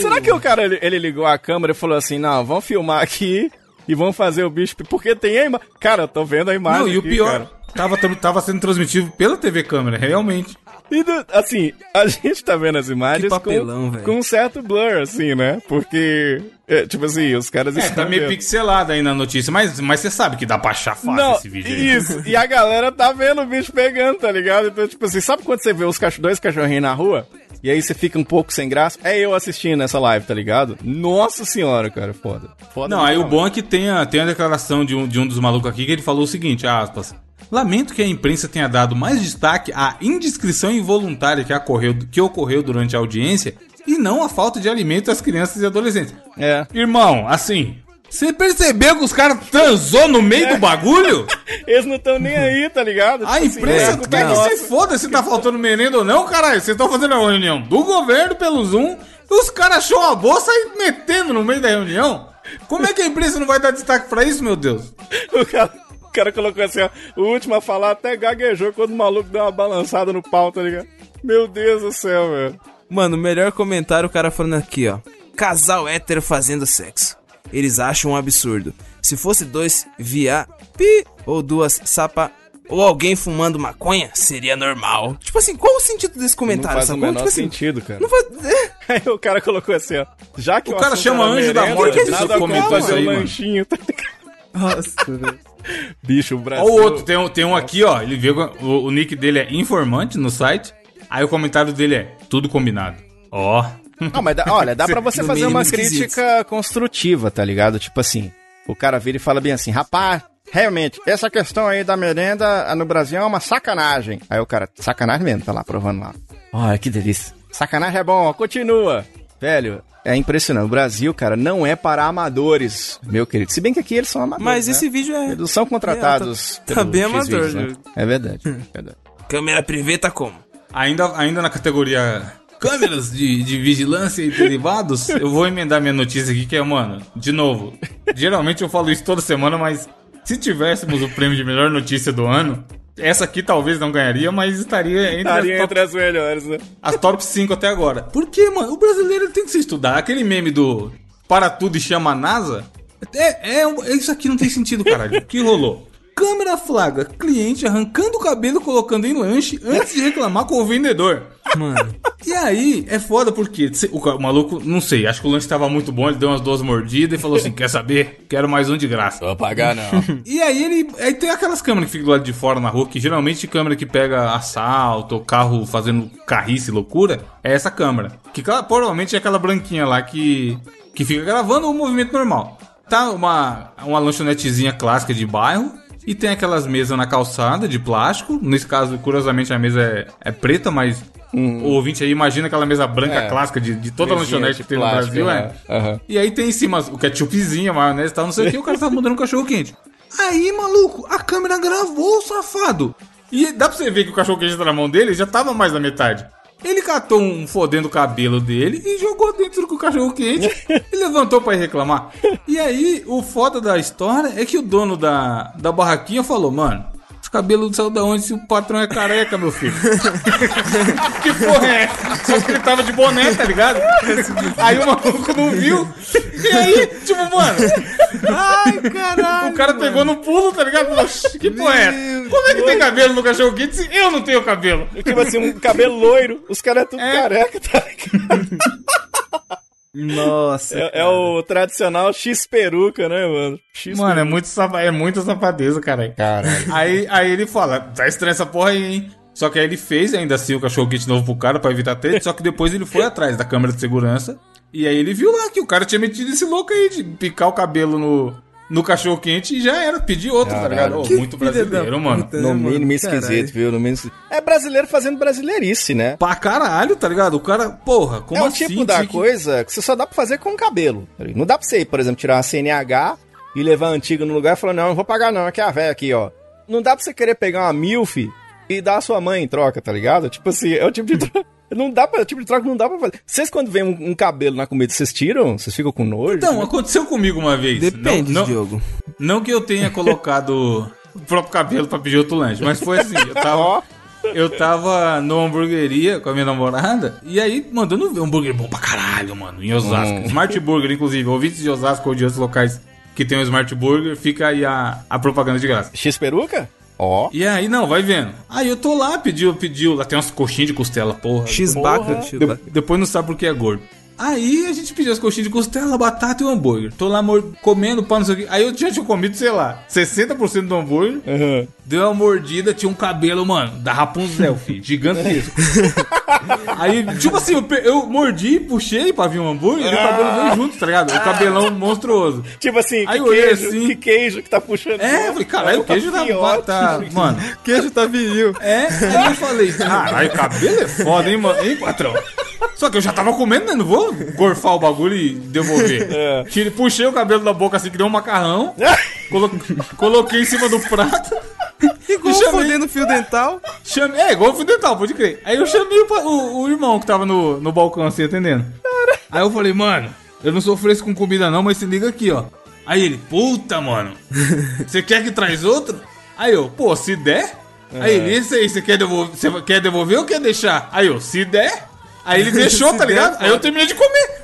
[SPEAKER 2] Será que o cara ele, ele ligou a câmera e falou assim: não, vamos filmar aqui e vamos fazer o bicho. Porque tem a imagem. Cara, eu tô vendo a imagem.
[SPEAKER 1] Não, e o
[SPEAKER 2] aqui,
[SPEAKER 1] pior.
[SPEAKER 2] cara.
[SPEAKER 1] Tava, tam- tava sendo transmitido pela TV câmera, realmente.
[SPEAKER 2] E do- assim, a gente tá vendo as imagens
[SPEAKER 3] Que papelão,
[SPEAKER 2] com,
[SPEAKER 3] velho.
[SPEAKER 2] com um certo blur, assim, né? Porque, é, tipo assim, os caras
[SPEAKER 1] É, tá meio
[SPEAKER 2] vendo.
[SPEAKER 1] pixelado aí na notícia, mas, mas você sabe que dá pra achar fácil
[SPEAKER 2] Não,
[SPEAKER 1] esse vídeo aí.
[SPEAKER 2] isso. E a galera tá vendo o bicho pegando, tá ligado? Então, tipo assim, sabe quando você vê os cach dois cachorrinhos na rua? E aí você fica um pouco sem graça? É eu assistindo essa live, tá ligado? Nossa senhora, cara, foda. Foda
[SPEAKER 1] Não, aí o
[SPEAKER 2] mesmo.
[SPEAKER 1] bom é que tem a, tem a declaração de um, de um dos malucos aqui que ele falou o seguinte, ah, aspas. Lamento que a imprensa tenha dado mais destaque à indiscrição involuntária que ocorreu, que ocorreu durante a audiência e não à falta de alimento às crianças e adolescentes.
[SPEAKER 2] É.
[SPEAKER 1] Irmão, assim, você percebeu que os caras transou no meio do bagulho?
[SPEAKER 2] Eles não estão nem aí, tá ligado?
[SPEAKER 1] A
[SPEAKER 2] Tipo assim,
[SPEAKER 1] imprensa
[SPEAKER 2] é,
[SPEAKER 1] quer
[SPEAKER 2] tá
[SPEAKER 1] que
[SPEAKER 2] nossa.
[SPEAKER 1] se foda se tá faltando merenda ou não, caralho. Vocês estão fazendo a reunião do governo pelo Zoom, os caras achou a bolsa e metendo no meio da reunião. Como é que a imprensa não vai dar destaque pra isso, meu Deus?
[SPEAKER 2] O cara, o cara colocou assim, ó. O último a falar até gaguejou quando o maluco deu uma balançada no pau, tá ligado? Meu Deus do céu, velho.
[SPEAKER 3] Mano, o melhor comentário o cara falando aqui, ó. Casal hétero fazendo sexo. Eles acham um absurdo. Se fosse dois via pi ou duas sapa ou alguém fumando maconha, seria normal. Tipo assim, qual o sentido desse comentário?
[SPEAKER 2] faz o
[SPEAKER 3] sacou?
[SPEAKER 2] menor
[SPEAKER 3] tipo assim,
[SPEAKER 2] sentido, cara.
[SPEAKER 3] Não faz... é.
[SPEAKER 2] Aí o cara colocou assim, ó. Já que
[SPEAKER 1] O cara
[SPEAKER 2] assunto
[SPEAKER 1] chama
[SPEAKER 2] era
[SPEAKER 1] anjo da
[SPEAKER 2] merenda,
[SPEAKER 1] morte,
[SPEAKER 2] nada
[SPEAKER 1] esse
[SPEAKER 2] contra
[SPEAKER 1] comentário
[SPEAKER 2] fazer
[SPEAKER 1] aí,
[SPEAKER 2] um
[SPEAKER 1] mano.
[SPEAKER 2] lanchinho, tá ligado? Bicho, o Brasil...
[SPEAKER 1] Ó o outro, tem um, tem um aqui, ó. Ele viu. O, o nick dele é informante no site. Aí o comentário dele é tudo combinado. Ó.
[SPEAKER 2] Não, mas dá- olha, dá pra você
[SPEAKER 3] No
[SPEAKER 2] fazer
[SPEAKER 3] mínimo
[SPEAKER 2] uma
[SPEAKER 3] esquisito.
[SPEAKER 2] crítica construtiva, tá ligado? Tipo assim, o cara vira e fala bem assim, rapaz, realmente, essa questão aí da merenda ah, no Brasil é uma sacanagem. Aí o cara, sacanagem mesmo, tá lá provando lá. Olha, que delícia. Sacanagem é bom, ó, continua. Velho, é impressionante. O Brasil, cara, não é para amadores, meu querido. Se bem que aqui eles são amadores.
[SPEAKER 3] Mas
[SPEAKER 2] né?
[SPEAKER 3] esse vídeo é.
[SPEAKER 2] Eles são contratados.
[SPEAKER 3] É, tá- tá
[SPEAKER 2] pelo
[SPEAKER 3] bem
[SPEAKER 2] X-Videos,
[SPEAKER 3] amador,
[SPEAKER 2] né?
[SPEAKER 3] né?
[SPEAKER 2] É verdade, é verdade.
[SPEAKER 3] Câmera privê tá como?
[SPEAKER 1] Ainda, ainda na categoria câmeras de, de vigilância e derivados, eu vou emendar minha notícia aqui, que é, mano, de novo. Geralmente eu falo isso toda semana, mas se tivéssemos o prêmio de melhor notícia do ano, essa aqui talvez não ganharia, mas estaria entre
[SPEAKER 3] Tá
[SPEAKER 2] Estaria
[SPEAKER 1] as top
[SPEAKER 2] entre as melhores, né?
[SPEAKER 1] As top 5 até agora. Por que, mano? O brasileiro tem que se estudar. Aquele meme do para tudo e chama a NASA. É, é, um- isso aqui não tem sentido, caralho. O que rolou? Câmera flagra, cliente arrancando o cabelo e colocando em lanche antes de reclamar com o vendedor.
[SPEAKER 3] Mano.
[SPEAKER 1] E aí, é foda porque se- o, ca- o maluco, não sei, acho que o lanche tava muito bom, ele deu umas duas mordidas e falou assim: quer saber? Quero mais um de graça.
[SPEAKER 2] Vou pagar, não.
[SPEAKER 1] E aí ele. Aí tem aquelas câmeras que ficam do lado de fora na rua, que geralmente câmera que pega assalto, ou carro fazendo carrice, loucura, é essa câmera. Que cla- provavelmente é aquela branquinha lá que. que fica gravando o movimento normal. Tá uma, uma lanchonetezinha clássica de bairro. E tem aquelas mesas na calçada de plástico. Nesse caso, curiosamente, a mesa é, é preta, mas O ouvinte aí imagina aquela mesa branca
[SPEAKER 2] Hum. É.
[SPEAKER 1] clássica de, de toda
[SPEAKER 2] Mesinha
[SPEAKER 1] lanchonete
[SPEAKER 2] de
[SPEAKER 1] que tem no
[SPEAKER 2] plástico,
[SPEAKER 1] Brasil, é.
[SPEAKER 2] né? Aham.
[SPEAKER 1] E aí tem em cima o ketchupzinho, a maionese e tal, não sei o que, o cara tava mandando um cachorro quente. Aí, maluco, a câmera gravou, safado. E dá pra você ver que o cachorro quente tá na mão dele já tava mais da metade. Ele catou um fodendo cabelo dele e jogou dentro do cachorro quente e levantou pra ir reclamar. E aí, o foda da história é que o dono da, da barraquinha falou, mano, esse cabelo saiu da onde se o patrão é careca, meu filho? que porra é essa? Só que ele tava de boné, tá ligado? Aí o maluco não viu. E aí, tipo, mano. Ai, caralho. O cara pegou no pulo, tá ligado? Falou, "Oxi, Que porra é essa? Como é que tem cabelo no cachorro quente se eu não tenho cabelo?
[SPEAKER 2] Tipo assim, um cabelo loiro, os caras é tudo careca, tá ligado?
[SPEAKER 3] Nossa.
[SPEAKER 2] É, é o tradicional X-peruca, né, mano? X
[SPEAKER 1] Mano, é muito sapa- é muita safadeza, cara. Caralho. Aí, aí ele fala, tá estranha essa porra aí, hein? Só que aí ele fez ainda assim o cachorro quente novo pro cara pra evitar treta, só que depois ele foi atrás da câmera de segurança. E aí ele viu lá que o cara tinha metido esse louco aí de picar o cabelo no, no cachorro quente e já era, pedir outro, tá ligado?
[SPEAKER 2] Caralho.
[SPEAKER 1] Ô,
[SPEAKER 3] Que
[SPEAKER 1] muito
[SPEAKER 3] filha da
[SPEAKER 1] brasileiro, mano.
[SPEAKER 3] puta, né,
[SPEAKER 2] No
[SPEAKER 3] mano?
[SPEAKER 2] mínimo
[SPEAKER 3] Caralho.
[SPEAKER 2] esquisito, viu? No mínimo esquisito. É brasileiro fazendo brasileirice, né?
[SPEAKER 1] Pra caralho, tá ligado? O cara, porra, como
[SPEAKER 2] é um
[SPEAKER 1] assim?
[SPEAKER 2] tipo da
[SPEAKER 1] tinha que-
[SPEAKER 2] coisa que você só dá pra fazer com o cabelo. tá Não dá pra você, por exemplo, tirar uma CNH e levar a antiga no lugar e falar, não, não vou pagar não, aqui é a velha aqui, ó. Não dá pra você querer pegar uma MILF e dar a sua mãe em troca, tá ligado? Tipo assim, é o tipo de troca... Não dá pra, é o tipo de troca que não dá pra fazer. Vocês quando vem um, um cabelo na comida, vocês tiram? Vocês ficam com nojo?
[SPEAKER 1] Então, aconteceu comigo uma vez.
[SPEAKER 3] Depende,
[SPEAKER 1] não, não,
[SPEAKER 3] Diogo.
[SPEAKER 1] não que eu tenha colocado o próprio cabelo pra pedir outro lanche, mas foi assim, eu tava...
[SPEAKER 2] Ó,
[SPEAKER 1] Eu tava numa hamburgueria com a minha namorada e aí mandando ver um hambúrguer bom pra caralho, mano, em Osasco. Smart Burger, inclusive, ouvintes de Osasco ou de outros locais que tem o Smart Burger, fica aí a, a propaganda de graça.
[SPEAKER 2] X-peruca? Ó.
[SPEAKER 1] E aí, não, vai vendo. Aí eu tô lá, pediu, pediu, lá tem umas coxinhas de costela, porra.
[SPEAKER 3] X-Baca.
[SPEAKER 1] De- depois não sabe por que é gordo. Aí a gente pediu as coxinhas de costela, batata e o hambúrguer. Tô lá mor- comendo pão, não sei o que. Aí eu já tinha comido, sei lá, 60% do hambúrguer.
[SPEAKER 2] Aham.
[SPEAKER 1] Deu uma mordida, tinha um cabelo, mano, da Rapunzel, filho, gigantesco. Aí, tipo assim, eu, pe- eu mordi, puxei pra vir um hambúrguer e o cabelo veio junto, tá ligado? O cabelão monstruoso.
[SPEAKER 2] Tipo assim,
[SPEAKER 1] Aí
[SPEAKER 2] que
[SPEAKER 1] eu olhei
[SPEAKER 2] queijo,
[SPEAKER 1] assim.
[SPEAKER 2] que queijo que tá puxando.
[SPEAKER 1] É, eu falei, caralho,
[SPEAKER 2] Tá
[SPEAKER 1] o queijo da
[SPEAKER 2] Tapioca.
[SPEAKER 1] tá, mano.
[SPEAKER 3] Queijo tá viril.
[SPEAKER 1] É, aí eu falei, caralho, cabelo é foda, hein, mano, hein, patrão? Só que eu já tava comendo, né? Não vou gorfar o bagulho e devolver.
[SPEAKER 2] É.
[SPEAKER 1] Tirei- Puxei o cabelo da boca assim, que deu um macarrão, colo- coloquei em cima do prato.
[SPEAKER 3] Igual
[SPEAKER 1] Deixa eu ver.
[SPEAKER 3] fodendo um fio dental.
[SPEAKER 1] Chamei, é, igual o fio dental, pode crer. Aí eu chamei o, pa- o- o irmão que tava no, no balcão assim atendendo. Aí eu falei, mano, eu não sou fresco com comida não, mas se liga aqui, ó. Aí ele, puta, mano, você quer que traz outro? Aí eu, pô, se der. Aí ele, esse aí, você quer devolver, você quer devolver ou quer deixar? Aí eu, se der. Aí ele deixou,
[SPEAKER 3] Se
[SPEAKER 1] tá
[SPEAKER 3] der,
[SPEAKER 1] ligado? Aí eu
[SPEAKER 3] foda.
[SPEAKER 1] terminei de comer.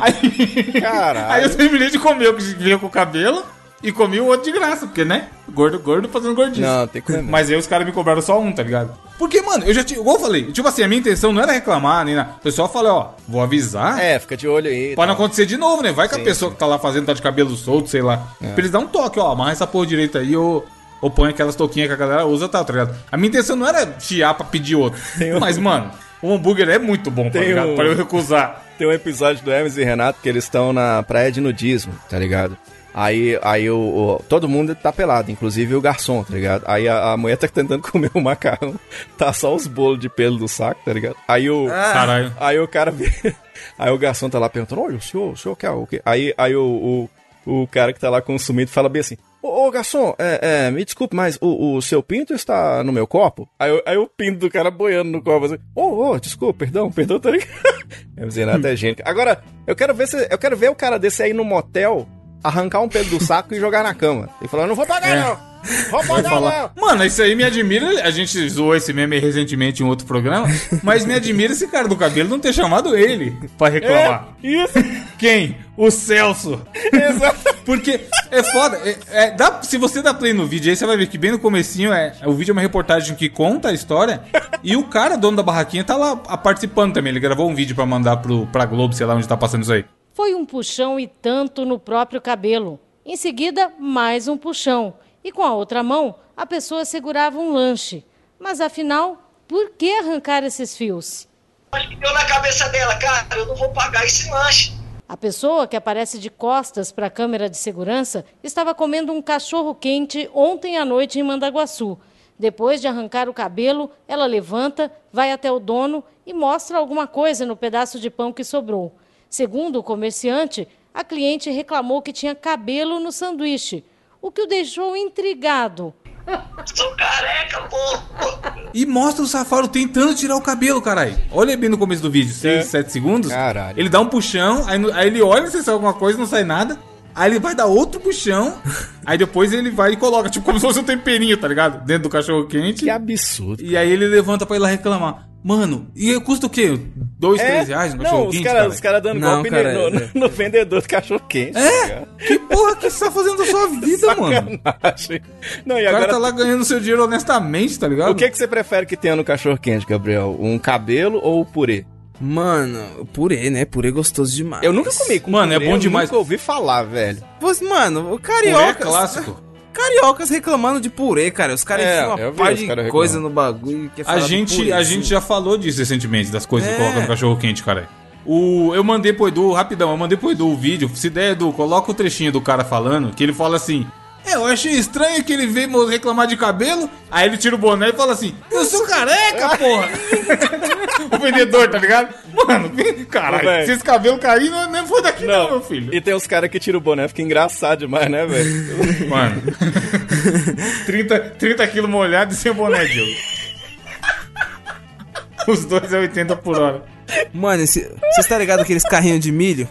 [SPEAKER 1] Aí,
[SPEAKER 2] Caralho.
[SPEAKER 1] aí eu terminei de comer o que vinha com o cabelo e comi o outro de graça, porque, né? Gordo, gordo fazendo gordinho.
[SPEAKER 2] Não, tem que comer.
[SPEAKER 1] Mas aí os caras me cobraram só um, tá ligado? Porque, mano, eu já tinha. Igual eu falei, tipo assim, a minha intenção não era reclamar, nem nada. Eu só falei, ó, vou avisar.
[SPEAKER 2] É, fica de olho aí.
[SPEAKER 1] Pra não acontecer de novo, né? Vai que a pessoa que tá lá fazendo tá de cabelo solto, sei lá.
[SPEAKER 2] É.
[SPEAKER 1] Pra eles dar um toque, ó, amarra essa porra direita aí ou, ou põe aquelas touquinhas que a galera usa e tal, tá ligado? A minha intenção não era chiar pra pedir outro. Mas, mano, o hambúrguer é muito bom, tá
[SPEAKER 2] um- Tem
[SPEAKER 1] ligado?
[SPEAKER 2] um-
[SPEAKER 1] Pra eu recusar.
[SPEAKER 2] Tem um episódio do Hermes e Renato que eles estão na praia de nudismo, tá ligado? Aí, aí o, o- todo mundo tá pelado, inclusive o garçom, tá ligado? Aí a, a mulher tá tentando comer o macarrão, tá só os bolos de pelo do saco, tá ligado? Aí o,
[SPEAKER 1] Caralho.
[SPEAKER 2] aí o cara. vê- Aí o garçom tá lá perguntando: Olha, o senhor, o senhor quer o quê? Aí, aí o, o, o cara que tá lá consumindo fala bem assim: Ô, ô garçom, é, é, me desculpe, mas o, o seu pinto está no meu copo? Aí, o- aí o pinto do cara boiando no copo assim: Ô, ô, desculpa, perdão, perdão, tá ligado? É o Zenato é gênio. Agora, eu quero ver se, eu quero ver o cara desse aí no motel arrancar um pelo do saco e jogar na cama. E falar: Não vou pagar, não! Vou pagar, não!
[SPEAKER 1] falar. Mano, isso aí me admira. A gente zoou esse meme recentemente em outro programa, mas me admira esse cara do cabelo não ter chamado ele pra reclamar.
[SPEAKER 2] Isso,
[SPEAKER 1] Quem? O Celso.
[SPEAKER 2] exato.
[SPEAKER 1] Porque é foda. é- é- dá- se você dá play no vídeo aí, você vai ver que bem no comecinho é, o vídeo é uma reportagem que conta a história. E o cara, dono da barraquinha, tá lá a- participando também. Ele gravou um vídeo pra mandar pro, pra Globo, sei lá onde tá passando isso aí.
[SPEAKER 4] Foi um puxão e tanto no próprio cabelo. Em seguida, mais um puxão. E com a outra mão, a pessoa segurava um lanche. Mas afinal, por que arrancar esses fios?
[SPEAKER 6] Acho que deu na cabeça dela, cara, eu não vou pagar esse lanche.
[SPEAKER 4] A pessoa que aparece de costas para a câmera de segurança estava comendo um cachorro quente ontem à noite em Mandaguaçu. Depois de arrancar o cabelo, ela levanta, vai até o dono e mostra alguma coisa no pedaço de pão que sobrou. Segundo o comerciante, a cliente reclamou que tinha cabelo no sanduíche, o que o deixou intrigado.
[SPEAKER 6] Sou careca, pô.
[SPEAKER 1] E mostra o Safaro tentando tirar o cabelo, caralho. Olha bem no começo do vídeo, 6,
[SPEAKER 2] É.
[SPEAKER 1] 7 segundos.
[SPEAKER 2] Caralho.
[SPEAKER 1] Ele dá um puxão, aí, no- aí ele olha se sai alguma coisa, não sai nada. Aí ele vai dar outro puxão, aí depois ele vai e coloca, tipo como se fosse um temperinho, tá ligado? Dentro do cachorro quente.
[SPEAKER 2] Que absurdo.
[SPEAKER 1] E aí ele levanta pra ir lá reclamar. Mano, e custa o quê? Dois, três reais no
[SPEAKER 2] É? não,
[SPEAKER 1] cachorro
[SPEAKER 2] os
[SPEAKER 1] quente,
[SPEAKER 2] caras os cara dando
[SPEAKER 3] Não,
[SPEAKER 2] golpe
[SPEAKER 3] cara,
[SPEAKER 2] no, no-
[SPEAKER 3] é.
[SPEAKER 2] no vendedor do cachorro quente.
[SPEAKER 1] É? Que porra que você tá fazendo da sua vida, mano?
[SPEAKER 2] Não, e
[SPEAKER 1] O cara
[SPEAKER 2] agora
[SPEAKER 1] tá lá ganhando seu dinheiro honestamente, tá ligado?
[SPEAKER 2] O que, é que você prefere que tenha no cachorro quente, Gabriel? Um cabelo ou o purê?
[SPEAKER 3] Mano, purê, né? Purê gostoso demais.
[SPEAKER 2] Eu nunca comi com
[SPEAKER 1] Mano, é
[SPEAKER 2] purê,
[SPEAKER 1] bom
[SPEAKER 2] eu
[SPEAKER 1] demais.
[SPEAKER 2] nunca ouvi falar, velho.
[SPEAKER 3] Você- Mano,
[SPEAKER 1] Purê
[SPEAKER 3] o
[SPEAKER 1] é
[SPEAKER 3] carioca.
[SPEAKER 1] clássico.
[SPEAKER 3] Cariocas reclamando de purê, cara. Os caras
[SPEAKER 2] É,
[SPEAKER 3] enfiam
[SPEAKER 2] eu vi
[SPEAKER 3] uma par
[SPEAKER 2] os caras
[SPEAKER 3] de
[SPEAKER 2] reclamando.
[SPEAKER 3] coisa no bagulho. e Quer falar
[SPEAKER 1] A
[SPEAKER 3] do
[SPEAKER 1] gente, a
[SPEAKER 3] purêzinho.
[SPEAKER 1] gente já falou disso recentemente, das coisas
[SPEAKER 3] né? É.
[SPEAKER 1] que coloca no cachorro quente, cara. O, eu mandei pro Edu, rapidão, eu mandei pro Edu o vídeo. Se der, Edu, coloca o trechinho do cara falando, que ele fala assim. É, eu achei estranho que ele veio mo- reclamar de cabelo, aí ele tira o boné e fala assim, eu sou careca, porra! o vendedor, tá ligado? Mano,
[SPEAKER 2] Ô,
[SPEAKER 1] caralho,
[SPEAKER 2] velho.
[SPEAKER 1] se esse cabelo cair, não, é não foi daqui não, meu filho.
[SPEAKER 2] E tem uns caras que tiram o boné, fica engraçado demais, né, velho?
[SPEAKER 1] Mano, 30, 30 quilos molhado e sem boné, Diogo. Os dois é 80 por hora.
[SPEAKER 3] Mano, esse- você está ligado aqueles carrinhos de milho?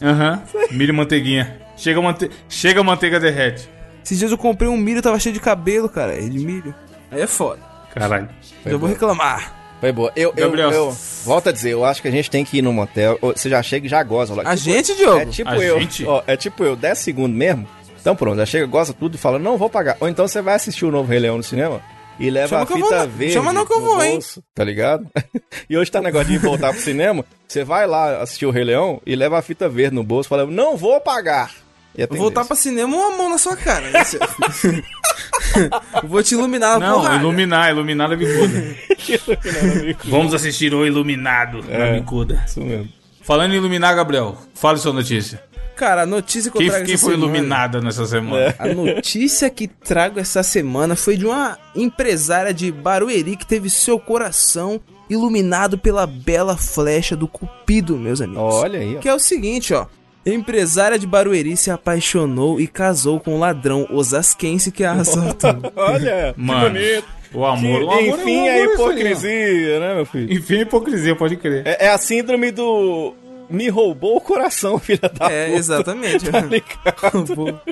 [SPEAKER 1] Aham. Milho e manteiguinha. Chega a, mante... Chega a manteiga derrete.
[SPEAKER 3] Esses dias eu comprei um milho, tava cheio de cabelo, cara. É de milho. Aí é foda.
[SPEAKER 1] Caralho.
[SPEAKER 2] Tá
[SPEAKER 3] eu vou reclamar. Ah,
[SPEAKER 2] Foi boa. Eu, eu,
[SPEAKER 1] Gabriel.
[SPEAKER 2] eu- volto a dizer, eu acho que a gente tem que ir num motel. Ou Você já chega e já goza lá.
[SPEAKER 3] A
[SPEAKER 2] Tipo,
[SPEAKER 3] gente,
[SPEAKER 2] É
[SPEAKER 3] Diogo?
[SPEAKER 2] tipo
[SPEAKER 1] A
[SPEAKER 2] eu.
[SPEAKER 1] gente?
[SPEAKER 2] Ó, é tipo eu, 10 segundos mesmo. Então pronto, já chega, goza tudo e fala, não vou pagar. Ou então você vai assistir o novo Rei Leão no cinema e leva
[SPEAKER 3] Chama
[SPEAKER 2] a
[SPEAKER 3] que eu
[SPEAKER 2] fita
[SPEAKER 3] vou, não.
[SPEAKER 2] verde.
[SPEAKER 3] Chama não que eu
[SPEAKER 2] no
[SPEAKER 3] vou, hein?
[SPEAKER 2] bolso, Tá ligado? e hoje tá negócio de voltar pro cinema. Você vai lá assistir o Rei Leão e leva a fita verde no bolso e fala, não vou pagar. E a
[SPEAKER 3] Vou tá voltar pra
[SPEAKER 2] tendência.
[SPEAKER 3] cinema uma mão na sua cara. né, seu- Eu vou te iluminar na
[SPEAKER 1] Não,
[SPEAKER 3] porrada.
[SPEAKER 1] iluminar, iluminar é bicuda.
[SPEAKER 2] é
[SPEAKER 1] Vamos assistir o Iluminado na bicuda.
[SPEAKER 2] Isso mesmo.
[SPEAKER 1] Falando em iluminar, Gabriel, fale sua notícia.
[SPEAKER 3] Cara, a notícia que eu
[SPEAKER 1] Quem,
[SPEAKER 3] trago
[SPEAKER 1] quem
[SPEAKER 3] essa
[SPEAKER 1] foi
[SPEAKER 3] semana-
[SPEAKER 1] iluminada nessa
[SPEAKER 2] É.
[SPEAKER 1] semana?
[SPEAKER 3] A notícia que trago essa semana foi de uma empresária de Barueri que teve seu coração iluminado pela bela flecha do Cupido, meus amigos.
[SPEAKER 2] Olha aí, ó.
[SPEAKER 3] Que é o seguinte, ó. Empresária de Barueri se apaixonou e casou com um ladrão osasquense que a assaltou.
[SPEAKER 2] Olha,
[SPEAKER 1] Mano,
[SPEAKER 2] que bonito.
[SPEAKER 1] o amor,
[SPEAKER 2] Que-
[SPEAKER 1] o amor é-
[SPEAKER 2] enfim,
[SPEAKER 1] o amor é isso
[SPEAKER 2] a
[SPEAKER 1] aí,
[SPEAKER 2] hipocrisia, né, meu filho?
[SPEAKER 1] Enfim, é hipocrisia, pode crer.
[SPEAKER 2] É, é a síndrome do... Me roubou o coração, filha da
[SPEAKER 3] É,
[SPEAKER 2] puta.
[SPEAKER 3] exatamente.
[SPEAKER 2] Tá ligado?
[SPEAKER 3] Boa.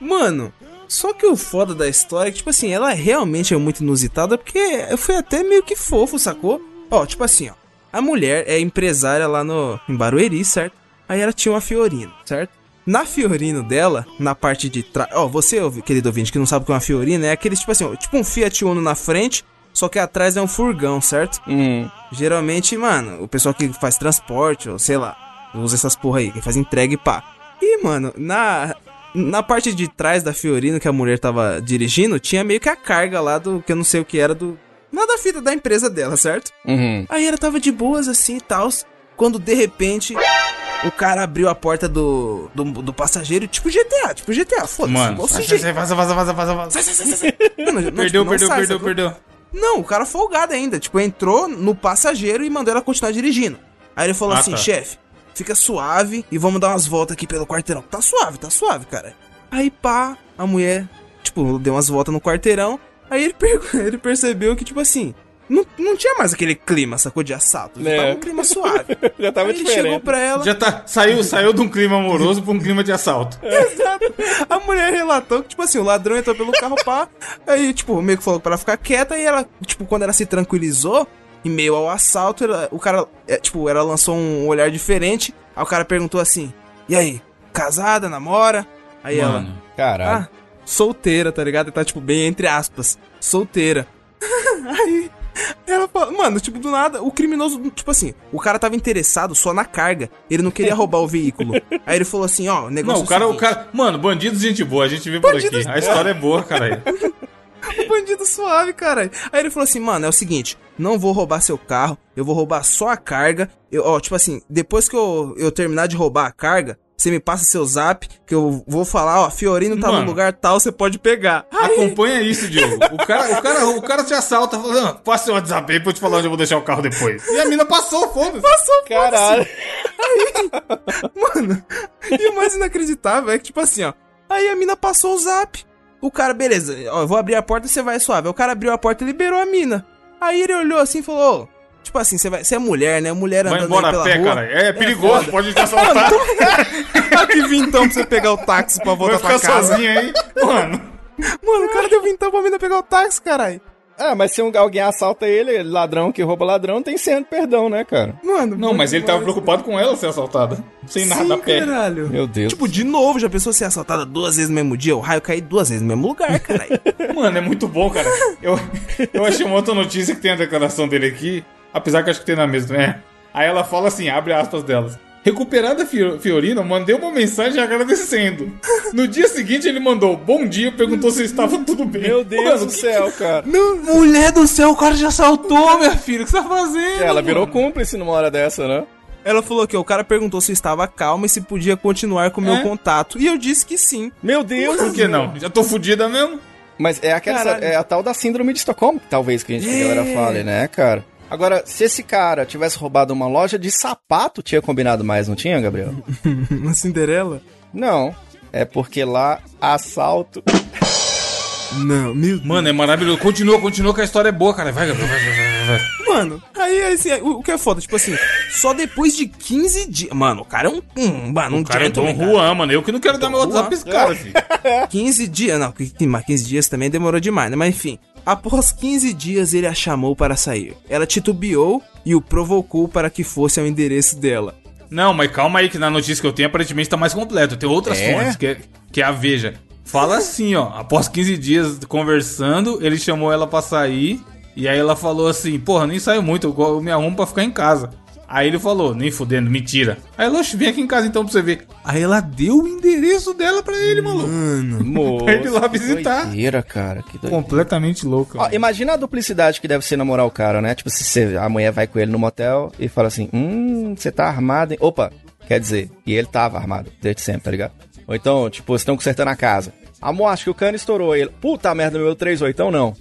[SPEAKER 3] Mano, só que o foda da história é que, tipo assim, ela realmente é muito inusitada porque foi até meio que fofo, sacou? Ó, tipo assim, ó. A mulher é empresária lá no em Barueri, certo? Aí ela tinha uma Fiorino, certo? Na Fiorino dela, na parte de trás. Ó, você, ouvi- querido ouvinte, que não sabe o que é uma Fiorino, é aquele, tipo assim, ó, tipo um Fiat Uno na frente, só que atrás é um furgão, certo?
[SPEAKER 2] Hum.
[SPEAKER 3] Geralmente, mano, o pessoal que faz transporte, ou sei lá, usa essas porra aí, que faz entrega e pá. E, mano, na, na parte de trás da Fiorino que a mulher tava dirigindo, tinha meio que a carga lá do que eu não sei o que era do. Lá da fita da empresa dela, certo?
[SPEAKER 2] Uhum.
[SPEAKER 3] Aí ela tava de boas assim e tal. Quando de repente o cara abriu a porta do, do, do passageiro, tipo GTA, tipo GTA, foda-se.
[SPEAKER 1] Mano,
[SPEAKER 3] igual
[SPEAKER 1] sai,
[SPEAKER 3] sujeito.
[SPEAKER 1] sai, vaza, vaza, vaza, vaza, vaza.
[SPEAKER 3] Sai, sai, sai, sai, sai. Mano, não, tipo,
[SPEAKER 1] Perdeu,
[SPEAKER 3] não
[SPEAKER 1] perdeu,
[SPEAKER 3] sai,
[SPEAKER 1] perdeu,
[SPEAKER 3] sacou?
[SPEAKER 1] perdeu.
[SPEAKER 3] Não, o cara folgado ainda. Tipo, entrou no passageiro e mandou ela continuar dirigindo. Aí ele falou
[SPEAKER 1] Ah,
[SPEAKER 3] assim,
[SPEAKER 1] tá.
[SPEAKER 3] chefe, fica suave e vamos dar umas voltas aqui pelo quarteirão. Tá suave, tá suave, cara. Aí pá, a mulher, tipo, deu umas voltas no quarteirão. Aí ele, per- ele percebeu que, tipo assim, não, não tinha mais aquele clima, sacou, de assalto. Já
[SPEAKER 2] É.
[SPEAKER 3] Tava um clima suave.
[SPEAKER 2] Já tava
[SPEAKER 3] Aí ele chegou
[SPEAKER 2] diferente.
[SPEAKER 3] pra ela,
[SPEAKER 1] Já tá, saiu, saiu de um clima amoroso pra um clima de assalto.
[SPEAKER 3] A mulher relatou que, tipo assim, o ladrão entrou pelo carro, pá. Aí, tipo, meio que falou pra ela ficar quieta. E ela, tipo, quando ela se tranquilizou, em meio ao assalto, ela- o cara, é, tipo, ela lançou um olhar diferente. Aí o cara perguntou assim: E aí, casada, namora? Aí ela,
[SPEAKER 1] Mano,
[SPEAKER 2] Caralho.
[SPEAKER 3] ah, solteira, tá ligado? Tá, tipo, bem entre aspas, solteira. aí. Ela falou, mano, tipo, do nada, o criminoso, tipo assim, o cara tava interessado só na carga. Ele não queria roubar o veículo. Aí ele falou assim, ó, o negócio.
[SPEAKER 1] Não, o cara,
[SPEAKER 3] é
[SPEAKER 1] o
[SPEAKER 3] seguinte.
[SPEAKER 1] cara. Mano, bandido gente boa, a gente vê por
[SPEAKER 3] Bandido-
[SPEAKER 1] aqui. A história é boa, caralho.
[SPEAKER 3] Um bandido suave, cara. Aí ele falou assim, mano, é o seguinte, não vou roubar seu carro, eu vou roubar só a carga. Eu, ó, tipo assim, depois que eu, eu terminar de roubar a carga, Você me passa seu zap, que eu vou falar, ó, Fiorino tá
[SPEAKER 1] Mano.
[SPEAKER 3] no lugar tal, você pode pegar.
[SPEAKER 1] Acompanha isso, Diogo. O cara, o cara, o cara te assalta falando, "Ah, passa seu WhatsApp aí pra eu te falar onde eu vou deixar o carro depois. E a mina passou, foda-se.
[SPEAKER 3] Passou,
[SPEAKER 2] Caralho.
[SPEAKER 3] Mano, e o mais inacreditável é que, tipo assim, ó. Aí a mina passou o zap. O cara, beleza, ó, eu vou abrir a porta você vai suave. O cara abriu a porta e liberou a mina. Aí ele olhou assim e falou: ô, Tipo assim, você vai- você é mulher, né? Mulher andando
[SPEAKER 1] Vai
[SPEAKER 3] aí
[SPEAKER 1] embora
[SPEAKER 3] pela
[SPEAKER 1] a pé,
[SPEAKER 3] rua.
[SPEAKER 1] cara. É perigoso,
[SPEAKER 3] foda.
[SPEAKER 1] pode
[SPEAKER 3] então
[SPEAKER 1] te assaltar.
[SPEAKER 3] é Aqui vim então pra você pegar o táxi pra voltar
[SPEAKER 1] Vai
[SPEAKER 3] pra
[SPEAKER 1] ficar
[SPEAKER 3] casa.
[SPEAKER 1] sozinho aí. Mano,
[SPEAKER 3] Mano, o cara deu vintão pra mina pegar o táxi, caralho.
[SPEAKER 2] Ah, mas se um- alguém assalta ele, ladrão que rouba ladrão, tem sendo perdão, né, cara?
[SPEAKER 3] Mano,
[SPEAKER 1] não, mas ele tava preocupado com ela ser assaltada. Sem nada a
[SPEAKER 3] Sim,
[SPEAKER 1] pé.
[SPEAKER 3] caralho.
[SPEAKER 2] Meu Deus.
[SPEAKER 3] Tipo, de novo, já pensou ser assaltada duas vezes no mesmo dia? O raio cair duas vezes no mesmo lugar, caralho.
[SPEAKER 1] Mano, é muito bom, cara. Eu, eu achei uma outra notícia que tem a declaração dele aqui, apesar que eu acho que tem na mesma, né? Aí ela fala assim, abre aspas delas. Recuperada Fio- Fiorina, mandei uma mensagem agradecendo. No dia seguinte ele mandou bom dia, perguntou se estava tudo bem.
[SPEAKER 2] Meu Deus
[SPEAKER 1] Mano,
[SPEAKER 2] do céu, cara.
[SPEAKER 3] Não, mulher do céu, o cara já saltou, minha filha. O que você tá fazendo?
[SPEAKER 2] Ela virou
[SPEAKER 3] mano?
[SPEAKER 2] cúmplice numa hora dessa, né?
[SPEAKER 3] Ela falou que o cara perguntou se eu estava calma e se podia continuar com o meu
[SPEAKER 1] É?
[SPEAKER 3] contato. E eu disse que sim.
[SPEAKER 2] Meu Deus.
[SPEAKER 1] Por que não? Já tô fudida mesmo?
[SPEAKER 2] Mas é, aquela,
[SPEAKER 3] Caralho.
[SPEAKER 2] é a tal da síndrome de Estocolmo, que talvez que a gente que a galera
[SPEAKER 3] É.
[SPEAKER 2] fale, né, cara? Agora, se esse cara tivesse roubado uma loja de sapato, tinha combinado mais, não tinha, Gabriel?
[SPEAKER 3] Uma Cinderela?
[SPEAKER 2] Não. É porque lá, assalto.
[SPEAKER 3] Não, meu Deus.
[SPEAKER 1] Mano, é maravilhoso. Continua, continua que a história é boa, cara. Vai, Gabriel, vai, vai, vai, vai, vai.
[SPEAKER 3] Mano, aí assim, o, o que é foda, tipo assim, só depois de 15 dias. Mano, o cara é um. um mano, um
[SPEAKER 1] O cara é Dom
[SPEAKER 3] gentleman, cara.
[SPEAKER 1] Juan, mano. Eu É. que não quero dar meu
[SPEAKER 3] Juan.
[SPEAKER 1] WhatsApp pra esse cara, filho.
[SPEAKER 3] 15 dias, não, que- que- mas 15 dias também demorou demais, né? Mas enfim, após 15 dias ele a chamou para sair. Ela titubeou e o provocou para que fosse ao endereço dela.
[SPEAKER 1] Não, mas calma aí, que na notícia que eu tenho aparentemente tá mais completo. Tem outras
[SPEAKER 2] É?
[SPEAKER 1] fontes, que é, que é a Veja. Fala assim, ó. Após 15 dias conversando, ele chamou ela pra sair. E aí ela falou assim: Porra, nem saio muito, eu go- eu me arrumo pra ficar em casa. Aí ele falou: Nem fudendo, mentira. Aí ela, "Oxe, vem aqui em casa então pra você ver. Aí ela deu o endereço dela pra ele, maluco.
[SPEAKER 2] Moço,
[SPEAKER 1] Pra ele lá
[SPEAKER 2] Hum. que
[SPEAKER 1] visitar.
[SPEAKER 2] Doideira, cara. Que doideira.
[SPEAKER 1] Completamente louco. né?
[SPEAKER 2] Ó,
[SPEAKER 1] mano.
[SPEAKER 2] imagina a duplicidade que deve ser namorar o cara, né? Tipo, se você- a mulher vai com ele no motel e fala assim: Hum, você tá armado, hein? Opa, quer dizer, e ele tava armado desde sempre, tá ligado? Ou então, tipo, vocês estão consertando a casa. Amor, acho que o cano estourou. Ele, puta merda, meu 38 não.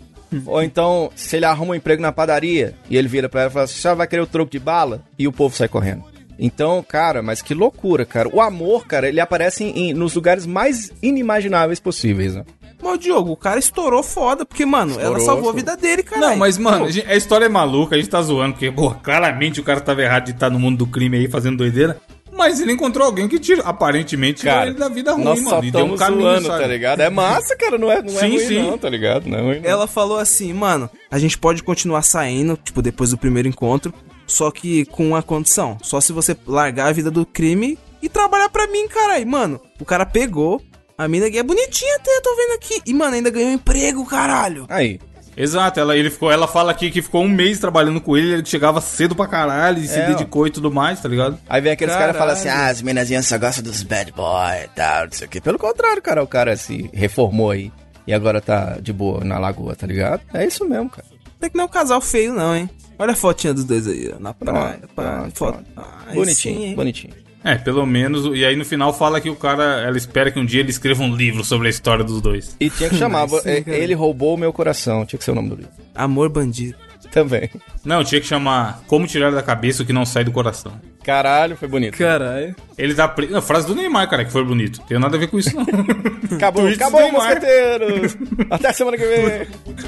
[SPEAKER 2] Ou então, se ele arruma um emprego na padaria e ele vira pra ela e fala assim: Você vai querer o troco de bala? E o povo sai correndo. Então, cara, mas que loucura, cara. O amor, cara, ele aparece em- em- nos lugares mais inimagináveis possíveis, né?
[SPEAKER 3] Mas, Diogo, o cara estourou foda, porque, mano, ela
[SPEAKER 2] Estourou,
[SPEAKER 3] salvou a
[SPEAKER 2] estourou.
[SPEAKER 3] vida dele, cara.
[SPEAKER 1] Não, mas, mano, a gente- a história é maluca, a gente tá zoando, porque, pô, claramente o cara tava errado de estar no mundo do crime aí fazendo doideira. Mas ele encontrou alguém que tirou, aparentemente, tirou
[SPEAKER 2] Cara,
[SPEAKER 1] ele da vida ruim,
[SPEAKER 2] Nós
[SPEAKER 1] mano.
[SPEAKER 2] só
[SPEAKER 1] e deu um
[SPEAKER 2] estamos
[SPEAKER 1] caminho,
[SPEAKER 2] zoando,
[SPEAKER 1] sabe?
[SPEAKER 2] tá ligado? É massa, cara, não é, não é
[SPEAKER 1] Sim,
[SPEAKER 2] ruim
[SPEAKER 1] sim.
[SPEAKER 2] não, tá ligado? Não é ruim não.
[SPEAKER 3] Ela falou assim, mano, a gente pode continuar saindo, tipo, depois do primeiro encontro, só que com uma condição. Só se você largar a vida do crime e trabalhar pra mim, caralho. Mano, o cara pegou, a mina é bonitinha até, tô vendo aqui. E, mano, ainda ganhou emprego, caralho.
[SPEAKER 2] Aí,
[SPEAKER 1] Exato, ela, ele ficou, ela fala aqui que ficou um mês trabalhando com ele, ele chegava cedo pra caralho e se
[SPEAKER 2] É, ó.
[SPEAKER 1] dedicou e tudo mais, tá ligado?
[SPEAKER 2] aí vem aqueles caras
[SPEAKER 3] Caralho.
[SPEAKER 2] que falam assim, ah, as menazinhas só gostam dos bad boy e tal, não sei o quê. Pelo contrário, cara, o cara se reformou aí e agora tá de boa na lagoa, tá ligado? É isso mesmo, cara.
[SPEAKER 3] Até que não é um casal feio, não, hein? Olha a fotinha dos dois aí, ó, na praia.
[SPEAKER 2] Pronto,
[SPEAKER 3] pá,
[SPEAKER 2] pronto,
[SPEAKER 3] foto.
[SPEAKER 2] pronto.
[SPEAKER 3] Ah,
[SPEAKER 2] bonitinho,
[SPEAKER 3] sim, hein?
[SPEAKER 2] bonitinho.
[SPEAKER 1] É, pelo menos. E aí no final fala que o cara, ela espera que um dia ele escreva um livro sobre a história dos dois.
[SPEAKER 2] E tinha que chamar,
[SPEAKER 3] Sim,
[SPEAKER 2] é,
[SPEAKER 3] cara.
[SPEAKER 2] ele roubou o meu coração, tinha que ser o nome do livro.
[SPEAKER 3] Amor bandido.
[SPEAKER 2] Também.
[SPEAKER 1] Não, tinha que chamar Como Tirar da Cabeça o que não sai do coração.
[SPEAKER 2] Caralho, foi bonito.
[SPEAKER 3] Caralho.
[SPEAKER 1] Ele tá preso. Não, frase do Neymar, cara, que foi bonito. Tem nada a ver com isso, não.
[SPEAKER 2] Acabou,
[SPEAKER 1] Tweets do
[SPEAKER 2] acabou,
[SPEAKER 1] Neymar.
[SPEAKER 2] mosqueteiros. Até semana que vem.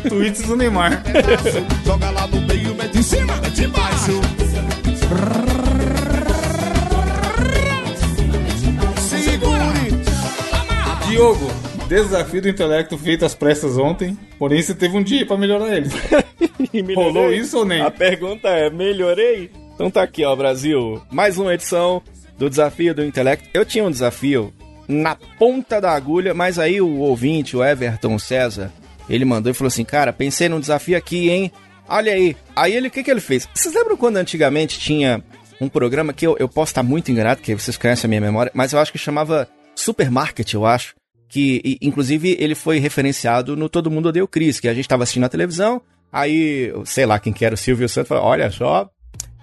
[SPEAKER 1] Tweets do Neymar.
[SPEAKER 7] Joga lá no meio, mete em cima, mete embaixo. Segura.
[SPEAKER 1] Diogo, desafio do intelecto feito às pressas ontem, porém você teve um dia aí pra melhorar ele.
[SPEAKER 2] E me
[SPEAKER 1] Rolou
[SPEAKER 2] lembrei.
[SPEAKER 1] isso ou nem?
[SPEAKER 2] A pergunta é: melhorei? Então tá aqui, ó, Brasil. Mais uma edição do Desafio do Intelecto. Eu tinha um desafio na ponta da agulha, mas aí o ouvinte, o Everton César, ele mandou e falou assim: Cara, pensei num desafio aqui, hein? Olha aí. Aí ele, o que, que ele fez? Vocês lembram quando antigamente tinha um programa que eu, eu posso estar muito enganado, porque vocês conhecem a minha memória, mas eu acho que chamava Supermarket, eu acho. Que, e, inclusive, ele foi referenciado no Todo Mundo Odeia o Cris, que a gente tava assistindo na televisão, Aí, sei lá quem que era, o Silvio Santos, falou: Olha só,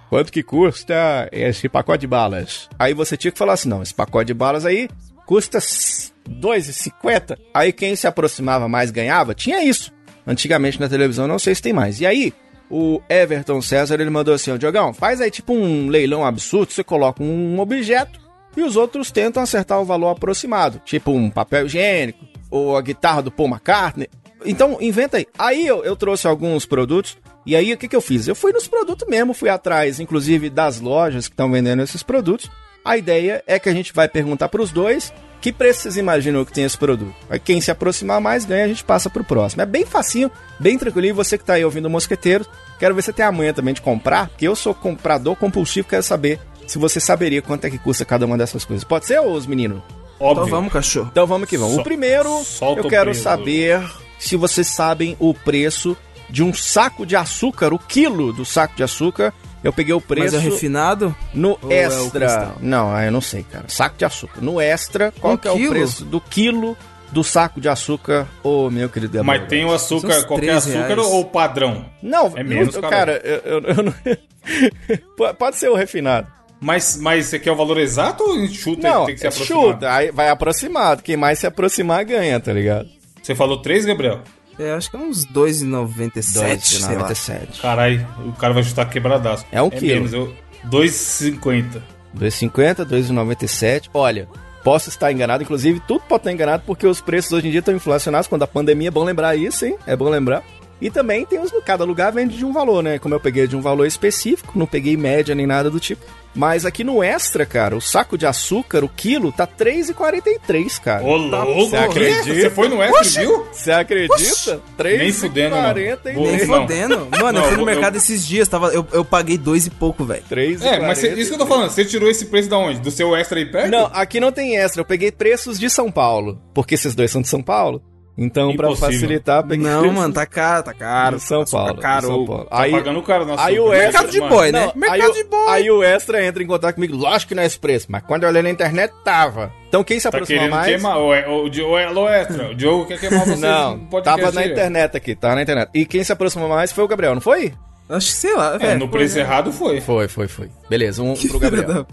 [SPEAKER 2] Quanto que custa esse pacote de balas? Aí você tinha que falar assim, não, esse pacote de balas aí custa s- 2,50. Aí quem se aproximava mais ganhava, tinha isso. Antigamente na televisão, não sei se tem mais. E aí, o Everton César, ele mandou assim, ó, Diogão, faz aí tipo um leilão absurdo, você coloca um objeto e os outros tentam acertar o valor aproximado, tipo um papel higiênico ou a guitarra do Paul McCartney. Então, inventa aí. Aí eu, eu trouxe alguns produtos e aí o que, que eu fiz? Eu fui nos produtos mesmo, fui atrás, inclusive, das lojas que estão vendendo esses produtos. A ideia é que a gente vai perguntar para os dois que preço vocês imaginam que tem esse produto. Aí quem se aproximar mais ganha, a gente passa pro próximo. É bem facinho, bem tranquilo. E você que tá aí ouvindo o Mosqueteiro, quero ver se tem amanhã também de comprar, porque eu sou comprador compulsivo, quero saber se você saberia quanto é que custa cada uma dessas coisas. Pode ser, os meninos?
[SPEAKER 1] Óbvio.
[SPEAKER 3] Então vamos, cachorro.
[SPEAKER 2] Então vamos que vamos.
[SPEAKER 1] Sol-
[SPEAKER 2] o primeiro,
[SPEAKER 1] solta
[SPEAKER 2] eu
[SPEAKER 1] o
[SPEAKER 2] quero
[SPEAKER 1] preço.
[SPEAKER 2] saber se vocês sabem o preço de um saco de açúcar, o quilo do saco de açúcar. Eu peguei o
[SPEAKER 3] Mas
[SPEAKER 2] preço
[SPEAKER 3] é o refinado?
[SPEAKER 2] no
[SPEAKER 3] ou é o
[SPEAKER 2] extra.
[SPEAKER 3] cristal?
[SPEAKER 2] não, ah, eu não sei, cara. Saco de açúcar. No extra, qual
[SPEAKER 3] Um
[SPEAKER 2] que é o
[SPEAKER 3] quilo?
[SPEAKER 2] preço do quilo do saco de açúcar? Ô, meu querido é Gabriel.
[SPEAKER 1] Mas tem o açúcar,
[SPEAKER 3] São uns
[SPEAKER 1] qualquer
[SPEAKER 3] 13
[SPEAKER 1] açúcar
[SPEAKER 3] reais.
[SPEAKER 1] ou padrão?
[SPEAKER 2] Não,
[SPEAKER 1] É menos,
[SPEAKER 2] não-
[SPEAKER 1] cara.
[SPEAKER 2] cara. eu, eu- eu não- Po- Pode ser o refinado.
[SPEAKER 1] Mas, mas você quer o valor exato ou chuta e
[SPEAKER 2] não,
[SPEAKER 1] tem que se
[SPEAKER 2] é
[SPEAKER 1] aproximar?
[SPEAKER 2] chuta. Aí vai aproximado. Quem mais se aproximar ganha, tá ligado?
[SPEAKER 1] Você falou 3, Gabriel?
[SPEAKER 3] É, acho que é uns 2,97, sei lá.
[SPEAKER 2] 2,97.
[SPEAKER 1] Caralho, o cara vai chutar quebradaço.
[SPEAKER 2] É um quilo.
[SPEAKER 1] menos, eu... 2,50.
[SPEAKER 2] 2,50, 2,97. Olha, posso estar enganado, inclusive tudo pode estar enganado, porque os preços hoje em dia estão inflacionados quando a pandemia. É bom lembrar isso, hein? É bom lembrar. E também tem os. Cada lugar vende de um valor, né? Como eu peguei de um valor específico, não peguei média nem nada do tipo. Mas aqui no extra, cara, o saco de açúcar, o quilo, tá 3,43, cara.
[SPEAKER 1] Ô, louco!
[SPEAKER 2] Você tá
[SPEAKER 1] acredita?
[SPEAKER 2] acredita?
[SPEAKER 1] Você foi no West, viu?
[SPEAKER 2] Você acredita?
[SPEAKER 1] Nem fudendo, mano.
[SPEAKER 2] 3,43.
[SPEAKER 1] Vou- Não.
[SPEAKER 3] Nem fodendo. Mano,
[SPEAKER 1] Não,
[SPEAKER 3] eu fui no
[SPEAKER 1] eu-
[SPEAKER 3] mercado esses dias, tava, eu, eu paguei dois e pouco, velho.
[SPEAKER 2] 3,43.
[SPEAKER 1] É, mas cê- isso que eu tô falando, você tirou esse preço da onde? Do seu extra aí perto?
[SPEAKER 2] Não, aqui não tem extra. Eu peguei preços de São Paulo. Porque esses dois são de São Paulo. Então, pra
[SPEAKER 1] Impossível.
[SPEAKER 2] facilitar, eu peguei
[SPEAKER 3] Não,
[SPEAKER 2] preços
[SPEAKER 3] mano, tá caro, tá caro.
[SPEAKER 2] de São
[SPEAKER 3] Tá super
[SPEAKER 2] Paulo. de
[SPEAKER 3] Caro.
[SPEAKER 2] São Paulo.
[SPEAKER 1] Tá
[SPEAKER 2] Aí,
[SPEAKER 1] pagando o cara na
[SPEAKER 2] aí
[SPEAKER 1] sua-
[SPEAKER 2] o extra-
[SPEAKER 1] Mano,
[SPEAKER 3] Mercado de boi, né?
[SPEAKER 2] não, aí,
[SPEAKER 3] Mercado de
[SPEAKER 2] o,
[SPEAKER 3] boi.
[SPEAKER 2] aí o extra entra em contato comigo. Lógico que não é esse preço, mas quando eu olhei na internet, tava. Então quem se
[SPEAKER 1] Tá
[SPEAKER 2] aproxima
[SPEAKER 1] querendo
[SPEAKER 2] mais.
[SPEAKER 1] queimar. O, o, é, o, o, alô, extra. O Diogo quer queimar vocês.
[SPEAKER 2] Não, tava na internet aqui, tava na internet. E quem se aproximou mais foi o Gabriel, não foi?
[SPEAKER 3] Acho que sei lá,
[SPEAKER 1] É,
[SPEAKER 3] velho.
[SPEAKER 1] no preço errado foi.
[SPEAKER 2] Foi, foi, foi. Beleza, um pro Gabriel.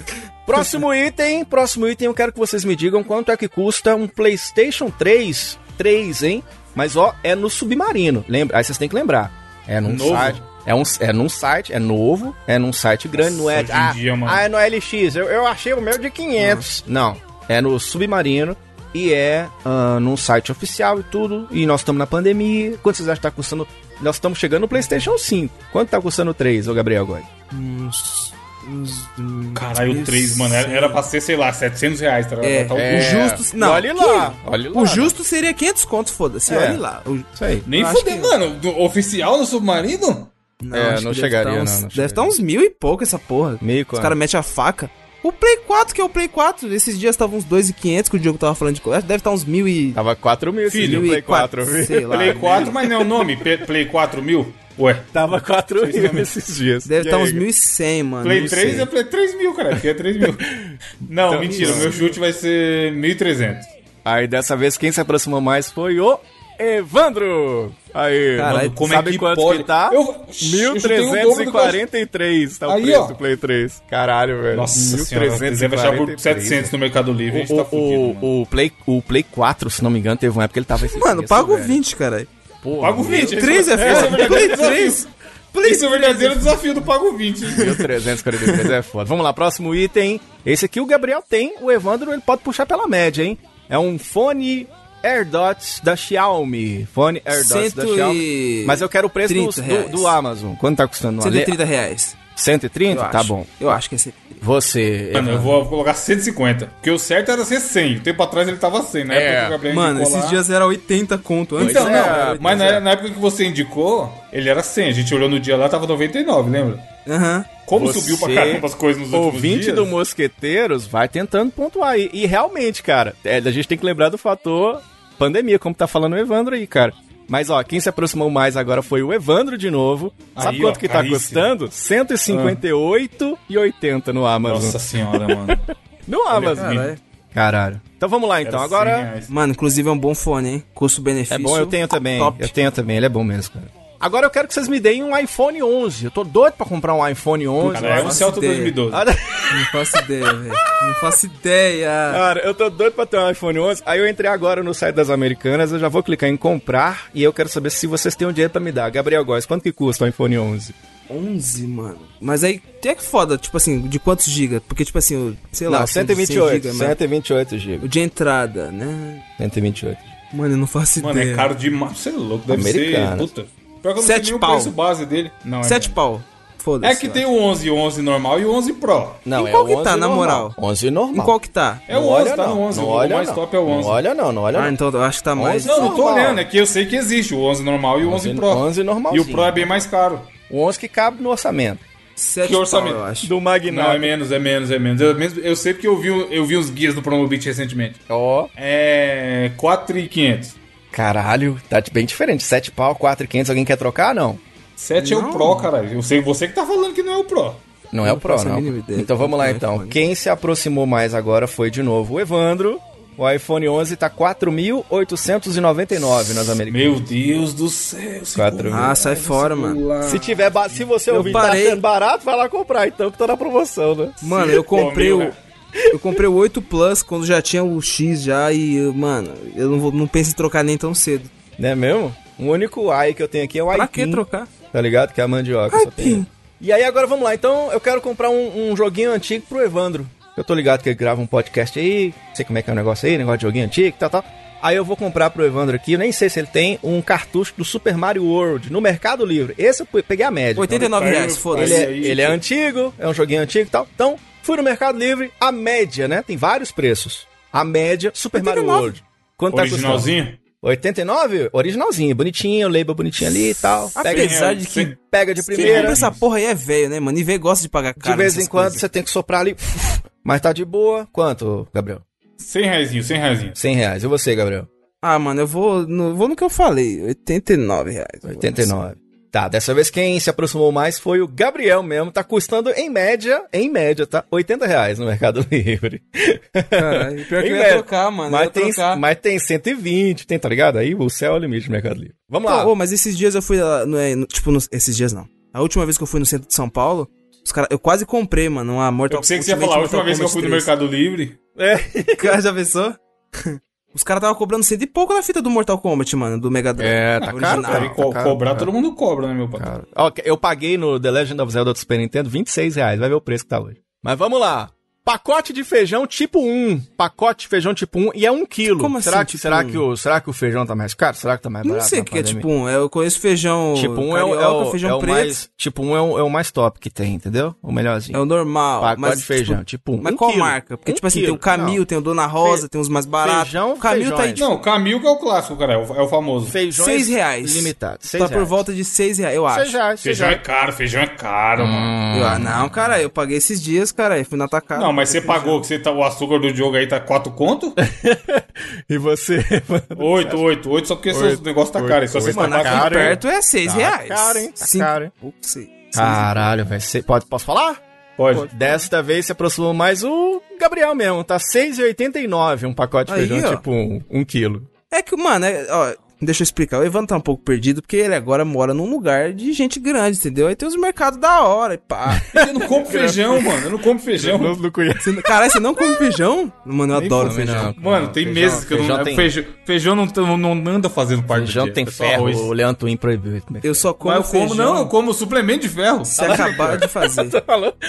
[SPEAKER 2] Próximo item, próximo item, eu quero que vocês me digam quanto é que custa um PlayStation 3, 3, hein? Mas ó, é no submarino. Lembra? Aí vocês têm que lembrar. É num
[SPEAKER 1] Novo?
[SPEAKER 2] site, é um é num site, é novo, é num site grande, não é
[SPEAKER 1] hoje em
[SPEAKER 2] ah,
[SPEAKER 1] dia, mano.
[SPEAKER 2] ah, é no LX. Eu, eu achei o meu de 500. Não, é no submarino e é ah, num site oficial e tudo. E nós estamos na pandemia. Quanto vocês acham que tá custando? Nós estamos chegando no PlayStation 5. Quanto tá custando o 3, ô Gabriel agora?
[SPEAKER 3] Uns- uns- hum,
[SPEAKER 1] Caralho, o 3, mano. Era, era pra ser, sei lá, 700 reais. Tá,
[SPEAKER 3] É,
[SPEAKER 1] tá um-
[SPEAKER 3] é. justo- não,
[SPEAKER 2] olha lá. Olha lá. né?
[SPEAKER 3] O justo seria 500 conto, foda-se.
[SPEAKER 2] É.
[SPEAKER 3] Olha lá. O-
[SPEAKER 2] Isso aí.
[SPEAKER 1] Nem
[SPEAKER 3] Eu acho
[SPEAKER 1] fudeu,
[SPEAKER 3] que-
[SPEAKER 1] mano. Do oficial no submarino?
[SPEAKER 3] Não,
[SPEAKER 2] É,
[SPEAKER 3] acho
[SPEAKER 2] não
[SPEAKER 3] que deve
[SPEAKER 2] chegaria,
[SPEAKER 3] tá
[SPEAKER 2] não,
[SPEAKER 3] uns,
[SPEAKER 2] não
[SPEAKER 3] Deve
[SPEAKER 2] chegaria.
[SPEAKER 3] estar uns mil e pouco essa porra.
[SPEAKER 2] Meio
[SPEAKER 3] Os caras metem a faca. O Play 4, que é o Play 4, esses dias tava uns 2,500 que o Diogo tava falando de colégio. Deve estar uns mil e.
[SPEAKER 2] Tava 4 mil esse
[SPEAKER 1] Filho,
[SPEAKER 2] dia, Play 4,
[SPEAKER 3] sei
[SPEAKER 2] viu?
[SPEAKER 3] lá.
[SPEAKER 1] Play 4, mas não é o nome. Pe- Play 4 mil? Ué.
[SPEAKER 2] Tava 4 mil esses dias.
[SPEAKER 3] Deve
[SPEAKER 2] E
[SPEAKER 3] estar
[SPEAKER 2] aí,
[SPEAKER 3] uns 1.100, mano.
[SPEAKER 1] Play
[SPEAKER 3] não
[SPEAKER 1] 3
[SPEAKER 3] sei.
[SPEAKER 1] é Play 3 mil, cara. Porque é 3 mil. Não, mentira. Meu chute vai ser 1.300.
[SPEAKER 2] Aí dessa vez quem se aproximou mais foi o Evandro. Aí,
[SPEAKER 3] Caralho,
[SPEAKER 2] mano,
[SPEAKER 1] como é
[SPEAKER 2] sabe
[SPEAKER 1] que
[SPEAKER 2] quanto
[SPEAKER 1] pode?
[SPEAKER 2] que tá?
[SPEAKER 1] Eu- eu chutei o dobro do que eu
[SPEAKER 2] 1343 tá o
[SPEAKER 1] Aí,
[SPEAKER 2] preço
[SPEAKER 1] ó.
[SPEAKER 2] do Play 3. Caralho, velho.
[SPEAKER 1] Nossa senhora. Se quiser fechar por 700 no Mercado Livre, a gente
[SPEAKER 2] O,
[SPEAKER 1] tá fudido, mano.
[SPEAKER 2] o, o, Play, o Play 4, se não me engano, teve uma época que ele tava esse
[SPEAKER 3] Mano,
[SPEAKER 2] preço,
[SPEAKER 3] paga o
[SPEAKER 2] velho.
[SPEAKER 3] 20, caralho.
[SPEAKER 2] Porra,
[SPEAKER 1] Pago 20.
[SPEAKER 3] 3 é
[SPEAKER 1] esse o
[SPEAKER 3] foda.
[SPEAKER 1] verdadeiro
[SPEAKER 3] Play
[SPEAKER 1] desafio.
[SPEAKER 3] 3.
[SPEAKER 1] Esse é o verdadeiro desafio do Pago 20. hein?
[SPEAKER 2] 1343 é foda. Vamos lá, próximo item. Esse aqui o Gabriel tem, o Evandro ele pode puxar pela média, hein? É um fone AirDots da Xiaomi. Fone AirDots da
[SPEAKER 3] Cento e-
[SPEAKER 2] Xiaomi. Mas eu quero o preço do,
[SPEAKER 3] 30
[SPEAKER 2] do- do Amazon. Quanto tá custando? no Ale-
[SPEAKER 3] 130 reais.
[SPEAKER 2] 130?
[SPEAKER 3] eu
[SPEAKER 2] Tá
[SPEAKER 3] acho.
[SPEAKER 2] bom.
[SPEAKER 3] Eu acho que é 130.
[SPEAKER 2] Você.
[SPEAKER 1] Mano, eu
[SPEAKER 2] Evandro.
[SPEAKER 1] vou colocar 150. Porque o certo era ser 100. O tempo atrás ele tava 100. Na
[SPEAKER 2] É.
[SPEAKER 1] época que o Gabriel
[SPEAKER 3] Mano,
[SPEAKER 1] indicou
[SPEAKER 3] esses
[SPEAKER 1] lá-
[SPEAKER 3] dias era 80 conto antes.
[SPEAKER 1] Então,
[SPEAKER 2] Pois
[SPEAKER 1] não.
[SPEAKER 2] é, era
[SPEAKER 1] mas na, na época que você indicou, ele era 100. A gente olhou no dia lá, tava 99, lembra?
[SPEAKER 3] Aham.
[SPEAKER 1] Como subiu pra caramba as coisas nos últimos
[SPEAKER 2] ouvinte
[SPEAKER 1] dias.
[SPEAKER 2] do Mosqueteiros vai tentando pontuar aí. E realmente, cara, é, a gente tem que lembrar do fator pandemia, como tá falando o Evandro aí, cara. Mas, ó, quem se aproximou mais agora foi o Evandro de novo. Sabe
[SPEAKER 1] Aí,
[SPEAKER 2] quanto
[SPEAKER 1] ó,
[SPEAKER 2] que tá
[SPEAKER 1] caríssimo.
[SPEAKER 2] custando? 158,80 no Amazon.
[SPEAKER 1] Nossa senhora, mano.
[SPEAKER 2] No Amazon.
[SPEAKER 3] Caralho.
[SPEAKER 2] Caralho. Então vamos lá, então.
[SPEAKER 1] Era
[SPEAKER 2] Agora
[SPEAKER 1] 100 reais.
[SPEAKER 3] Mano, inclusive é um bom fone, hein?
[SPEAKER 2] é
[SPEAKER 3] Custo-benefício.
[SPEAKER 2] bom, eu tenho também.
[SPEAKER 3] Top.
[SPEAKER 2] Eu tenho também, ele é bom mesmo, cara. Agora eu quero que vocês me deem um iPhone 11. Eu tô doido pra comprar um iPhone 11.
[SPEAKER 1] Cara, é um
[SPEAKER 3] Nossa,
[SPEAKER 1] Celta
[SPEAKER 3] ideia.
[SPEAKER 1] 2012.
[SPEAKER 2] Olha-
[SPEAKER 3] Não faço ideia, velho. Não faço ideia.
[SPEAKER 2] Cara, eu tô doido pra ter um iPhone 11. Aí eu entrei agora no site das Americanas, eu já vou clicar em comprar e eu quero saber se vocês têm um dinheiro pra me dar. Gabriel Góes, quanto que custa um iPhone 11?
[SPEAKER 3] 11, mano. Mas aí, tem que foda, tipo assim, de quantos gigas? Porque, tipo assim, o- sei lá,
[SPEAKER 2] Não, 128.
[SPEAKER 3] 100 giga, mas-
[SPEAKER 2] 128 GB.
[SPEAKER 3] O de entrada, né?
[SPEAKER 2] 128.
[SPEAKER 3] Mano, eu não faço
[SPEAKER 1] Mano,
[SPEAKER 3] ideia.
[SPEAKER 1] é caro demais. Você é louco, deve
[SPEAKER 2] Americano.
[SPEAKER 1] ser. Puta. Pior que eu não
[SPEAKER 3] Sete
[SPEAKER 1] sei nem o
[SPEAKER 3] pau.
[SPEAKER 1] preço base dele. Não, é
[SPEAKER 3] 7
[SPEAKER 1] mesmo.
[SPEAKER 3] pau. Foda-se.
[SPEAKER 1] É que
[SPEAKER 3] eu
[SPEAKER 1] tem o 11 11 normal e o 11 Pro.
[SPEAKER 2] Não,
[SPEAKER 3] Em qual que tá,
[SPEAKER 2] 11
[SPEAKER 3] na
[SPEAKER 2] normal.
[SPEAKER 3] moral?
[SPEAKER 2] 11
[SPEAKER 3] acho.
[SPEAKER 2] normal.
[SPEAKER 3] Em qual que tá?
[SPEAKER 1] É o 11, tá no 11.
[SPEAKER 2] Não
[SPEAKER 1] o
[SPEAKER 2] olha,
[SPEAKER 1] mais
[SPEAKER 2] não.
[SPEAKER 1] top é o 11.
[SPEAKER 2] Não olha não, não olha
[SPEAKER 3] Ah,
[SPEAKER 2] não.
[SPEAKER 3] então eu acho que tá mais.
[SPEAKER 1] Não, não tô
[SPEAKER 2] Normal.
[SPEAKER 1] olhando, é que eu sei que existe o 11 normal e o 11 Pro.
[SPEAKER 2] 11
[SPEAKER 1] E
[SPEAKER 2] normalzinho.
[SPEAKER 1] o Pro é bem mais caro.
[SPEAKER 2] O 11 que cabe no orçamento.
[SPEAKER 3] 7
[SPEAKER 1] que orçamento?
[SPEAKER 3] É pau, eu acho.
[SPEAKER 2] Do
[SPEAKER 1] Não, é
[SPEAKER 2] Magnata.
[SPEAKER 1] menos, é menos, é menos. Eu, mesmo, eu sei porque eu vi, eu vi uns guias do Promobit recentemente.
[SPEAKER 2] Ó,
[SPEAKER 1] É. 4,500.
[SPEAKER 2] caralho, tá bem diferente. 7 pau, 4,500, alguém quer trocar? Não.
[SPEAKER 1] 7 é o Pro, caralho. Eu sei você que tá falando que não é o Pro.
[SPEAKER 2] Não é o Pro,
[SPEAKER 3] faço a
[SPEAKER 2] não.
[SPEAKER 3] mínima ideia
[SPEAKER 2] Então
[SPEAKER 3] do
[SPEAKER 2] vamos
[SPEAKER 3] que
[SPEAKER 2] lá,
[SPEAKER 3] é o
[SPEAKER 2] então.
[SPEAKER 3] iPhone.
[SPEAKER 2] Quem se aproximou mais agora foi de novo o Evandro. O iPhone 11 tá 4.899 nas americanas.
[SPEAKER 1] Meu Deus do céu. esse
[SPEAKER 2] 4
[SPEAKER 1] celular.
[SPEAKER 3] Ah, sai fora, mano.
[SPEAKER 2] Se tiver, ba- se você
[SPEAKER 3] Eu
[SPEAKER 2] ouvir
[SPEAKER 3] parei.
[SPEAKER 2] tá sendo barato, vai lá comprar, então que tá na promoção, né?
[SPEAKER 3] Mano, eu comprei
[SPEAKER 1] Pô,
[SPEAKER 3] o.
[SPEAKER 1] meu, é
[SPEAKER 3] Eu comprei o 8 Plus quando já tinha o X já e, mano, eu não, vou, não penso em trocar nem tão cedo.
[SPEAKER 2] Não é mesmo? O único ai que eu tenho aqui é o
[SPEAKER 3] Pra que
[SPEAKER 2] iPhone.
[SPEAKER 3] trocar?
[SPEAKER 2] Tá ligado? Que é a mandioca. Só tem.
[SPEAKER 3] Aipim.
[SPEAKER 2] E aí agora vamos lá. Então eu quero comprar um, um joguinho antigo pro Evandro. Eu tô ligado que ele grava um podcast aí, não sei como é que é o negócio aí, negócio de joguinho antigo e tal, tal. Aí eu vou comprar pro Evandro aqui, eu nem sei se ele tem, um cartucho do Super Mario World no Mercado Livre. Esse eu pe- peguei a média. então.
[SPEAKER 3] 89 reais,
[SPEAKER 1] Aí,
[SPEAKER 3] foda-se.
[SPEAKER 2] Ele é,
[SPEAKER 1] aí,
[SPEAKER 2] ele é antigo, é um joguinho antigo e tal. Então, fui no Mercado Livre, a média, né? Tem vários preços. A média, Super Mario
[SPEAKER 3] 89.
[SPEAKER 2] World. Quanto tá custando?
[SPEAKER 1] Originalzinho?
[SPEAKER 2] 89? Originalzinho, bonitinho, label bonitinho ali e tal.
[SPEAKER 3] Apesar de
[SPEAKER 1] Sim.
[SPEAKER 3] que
[SPEAKER 2] Pega de
[SPEAKER 3] quem compra
[SPEAKER 2] primeira.
[SPEAKER 3] essa porra aí é velho, né, mano? E velho gosta de pagar caro.
[SPEAKER 2] De vez em
[SPEAKER 3] nessas
[SPEAKER 2] quando
[SPEAKER 3] coisas.
[SPEAKER 2] você tem que soprar ali. Mas tá de boa. Quanto, Gabriel?
[SPEAKER 1] 100 reaisinho, 100 reaisinho.
[SPEAKER 2] 100 reais. E você, Gabriel?
[SPEAKER 3] Ah, mano, eu vou no, vou no que eu falei. 89 reais.
[SPEAKER 2] 89. Tá, dessa vez quem se aproximou mais foi o Gabriel mesmo. Tá custando, em média, em média, tá? 80 reais no Mercado Livre.
[SPEAKER 3] Caralho, pior que
[SPEAKER 2] Em
[SPEAKER 3] eu ia
[SPEAKER 2] média.
[SPEAKER 3] trocar, mano. eu
[SPEAKER 2] Mas
[SPEAKER 3] ia
[SPEAKER 2] tem,
[SPEAKER 3] trocar.
[SPEAKER 2] mas tem 120, tem, tá ligado? Aí o céu é o limite do Mercado Livre. Vamos lá.
[SPEAKER 3] Então, ô, mas esses dias eu fui lá, não é, no- tipo, no- esses dias não. A última vez que eu fui no centro de São Paulo, os cara, eu quase comprei, mano, uma Mortal
[SPEAKER 1] Eu pensei que você ia falar a última vez que eu fui no Mercado Livre.
[SPEAKER 2] É.
[SPEAKER 3] Cara, já pensou? Os caras estavam cobrando cento e pouco na fita do Mortal Kombat, mano, do Mega Drive.
[SPEAKER 2] É, tá
[SPEAKER 3] Original.
[SPEAKER 2] caro,
[SPEAKER 1] Cara,
[SPEAKER 2] cara.
[SPEAKER 1] e co-
[SPEAKER 2] Tá caro,
[SPEAKER 1] cobrar,
[SPEAKER 2] tá
[SPEAKER 1] todo mundo cobra, né, meu patrão?
[SPEAKER 2] Cara, ó, eu paguei no The Legend of Zelda do Super Nintendo 26 reais. Vai ver o preço que tá hoje. Mas vamos lá. Pacote de feijão tipo 1. Pacote de feijão tipo 1 e é 1 quilo.
[SPEAKER 3] Como
[SPEAKER 2] será
[SPEAKER 3] assim,
[SPEAKER 2] que,
[SPEAKER 3] tipo
[SPEAKER 2] será,
[SPEAKER 3] um?
[SPEAKER 2] que o, será que o feijão tá mais caro? Será que tá mais
[SPEAKER 3] Não
[SPEAKER 2] barato?
[SPEAKER 3] sei o
[SPEAKER 2] na
[SPEAKER 3] que é
[SPEAKER 2] pandemia?
[SPEAKER 3] tipo um. é, Eu conheço feijão.
[SPEAKER 2] Tipo 1 é o,
[SPEAKER 3] carioca,
[SPEAKER 2] é o,
[SPEAKER 3] feijão
[SPEAKER 2] é o
[SPEAKER 3] preto.
[SPEAKER 2] mais. Tipo 1 é o, é o mais top que tem, entendeu? O melhorzinho.
[SPEAKER 3] É o normal.
[SPEAKER 2] Pacote
[SPEAKER 3] mas,
[SPEAKER 2] de feijão, tipo um
[SPEAKER 3] Mas qual
[SPEAKER 2] quilo.
[SPEAKER 3] marca? Porque,
[SPEAKER 2] Um
[SPEAKER 3] tipo assim, tem
[SPEAKER 2] quilo.
[SPEAKER 3] o Camil,
[SPEAKER 2] Não.
[SPEAKER 3] tem o Dona Rosa,
[SPEAKER 2] Fe-
[SPEAKER 3] tem os mais baratos.
[SPEAKER 2] feijão,
[SPEAKER 3] o Camil tá aí,
[SPEAKER 2] feijões.
[SPEAKER 3] tipo,
[SPEAKER 1] Não, o Camil que é o clássico, cara. É o, é o famoso.
[SPEAKER 2] Feijões
[SPEAKER 3] 6 reais.
[SPEAKER 2] Limitados.
[SPEAKER 3] tá por volta de 6 reais, eu acho.
[SPEAKER 2] 6 reais. seis
[SPEAKER 1] Feijão é
[SPEAKER 2] reais.
[SPEAKER 1] caro, feijão é caro, mano.
[SPEAKER 3] Eu, ah, não, cara, eu paguei esses dias, cara, eu fui na
[SPEAKER 2] Hum.
[SPEAKER 3] atacada.
[SPEAKER 1] Não, mas você pagou, que você tá, o açúcar do Diogo aí tá 4 conto?
[SPEAKER 2] E você?
[SPEAKER 1] 8, 8, 8, só porque o
[SPEAKER 2] Oito,
[SPEAKER 1] negócio tá
[SPEAKER 2] oito,
[SPEAKER 1] caro. Só você
[SPEAKER 2] oito.
[SPEAKER 1] tá
[SPEAKER 3] Mano,
[SPEAKER 2] tá
[SPEAKER 3] aqui
[SPEAKER 1] pagando.
[SPEAKER 2] caro, hein?
[SPEAKER 3] perto é 6
[SPEAKER 2] Tá
[SPEAKER 3] reais.
[SPEAKER 2] caro, hein? Tá
[SPEAKER 3] Cinco-
[SPEAKER 2] caro, hein? Ah.
[SPEAKER 3] Pouco, seis- seis
[SPEAKER 2] Caralho, velho. você- Pode, posso falar?
[SPEAKER 1] Pode.
[SPEAKER 2] Desta vez se aproximou mais o Gabriel mesmo, tá 6,89 um pacote de
[SPEAKER 3] Aí,
[SPEAKER 2] feijão,
[SPEAKER 3] ó.
[SPEAKER 2] tipo um, um quilo.
[SPEAKER 3] É que, mano, é- ó, deixa eu explicar. O Evandro tá um pouco perdido porque ele agora mora num lugar de gente grande, entendeu? Aí tem os mercados da hora e pá.
[SPEAKER 1] Eu não compro feijão, mano. Eu não compro feijão.
[SPEAKER 2] Não, não conheço.
[SPEAKER 3] Você- Caralho, você não come feijão? Mano, eu adoro
[SPEAKER 2] come,
[SPEAKER 3] feijão.
[SPEAKER 2] não.
[SPEAKER 1] Mano, tem
[SPEAKER 2] Feijão-
[SPEAKER 1] meses que eu
[SPEAKER 2] feijão
[SPEAKER 1] não.
[SPEAKER 2] tem-
[SPEAKER 1] Feijão, feijão não, tá- não anda fazendo parte do
[SPEAKER 2] Feijão
[SPEAKER 1] dia,
[SPEAKER 2] tem
[SPEAKER 1] é só
[SPEAKER 2] ferro,
[SPEAKER 1] arroz.
[SPEAKER 2] o Leandro Twin proibiu. Como é que
[SPEAKER 3] Eu só como
[SPEAKER 1] Mas eu como,
[SPEAKER 3] feijão.
[SPEAKER 1] não, eu como suplemento de ferro.
[SPEAKER 3] Se
[SPEAKER 2] é
[SPEAKER 3] acabar de fazer.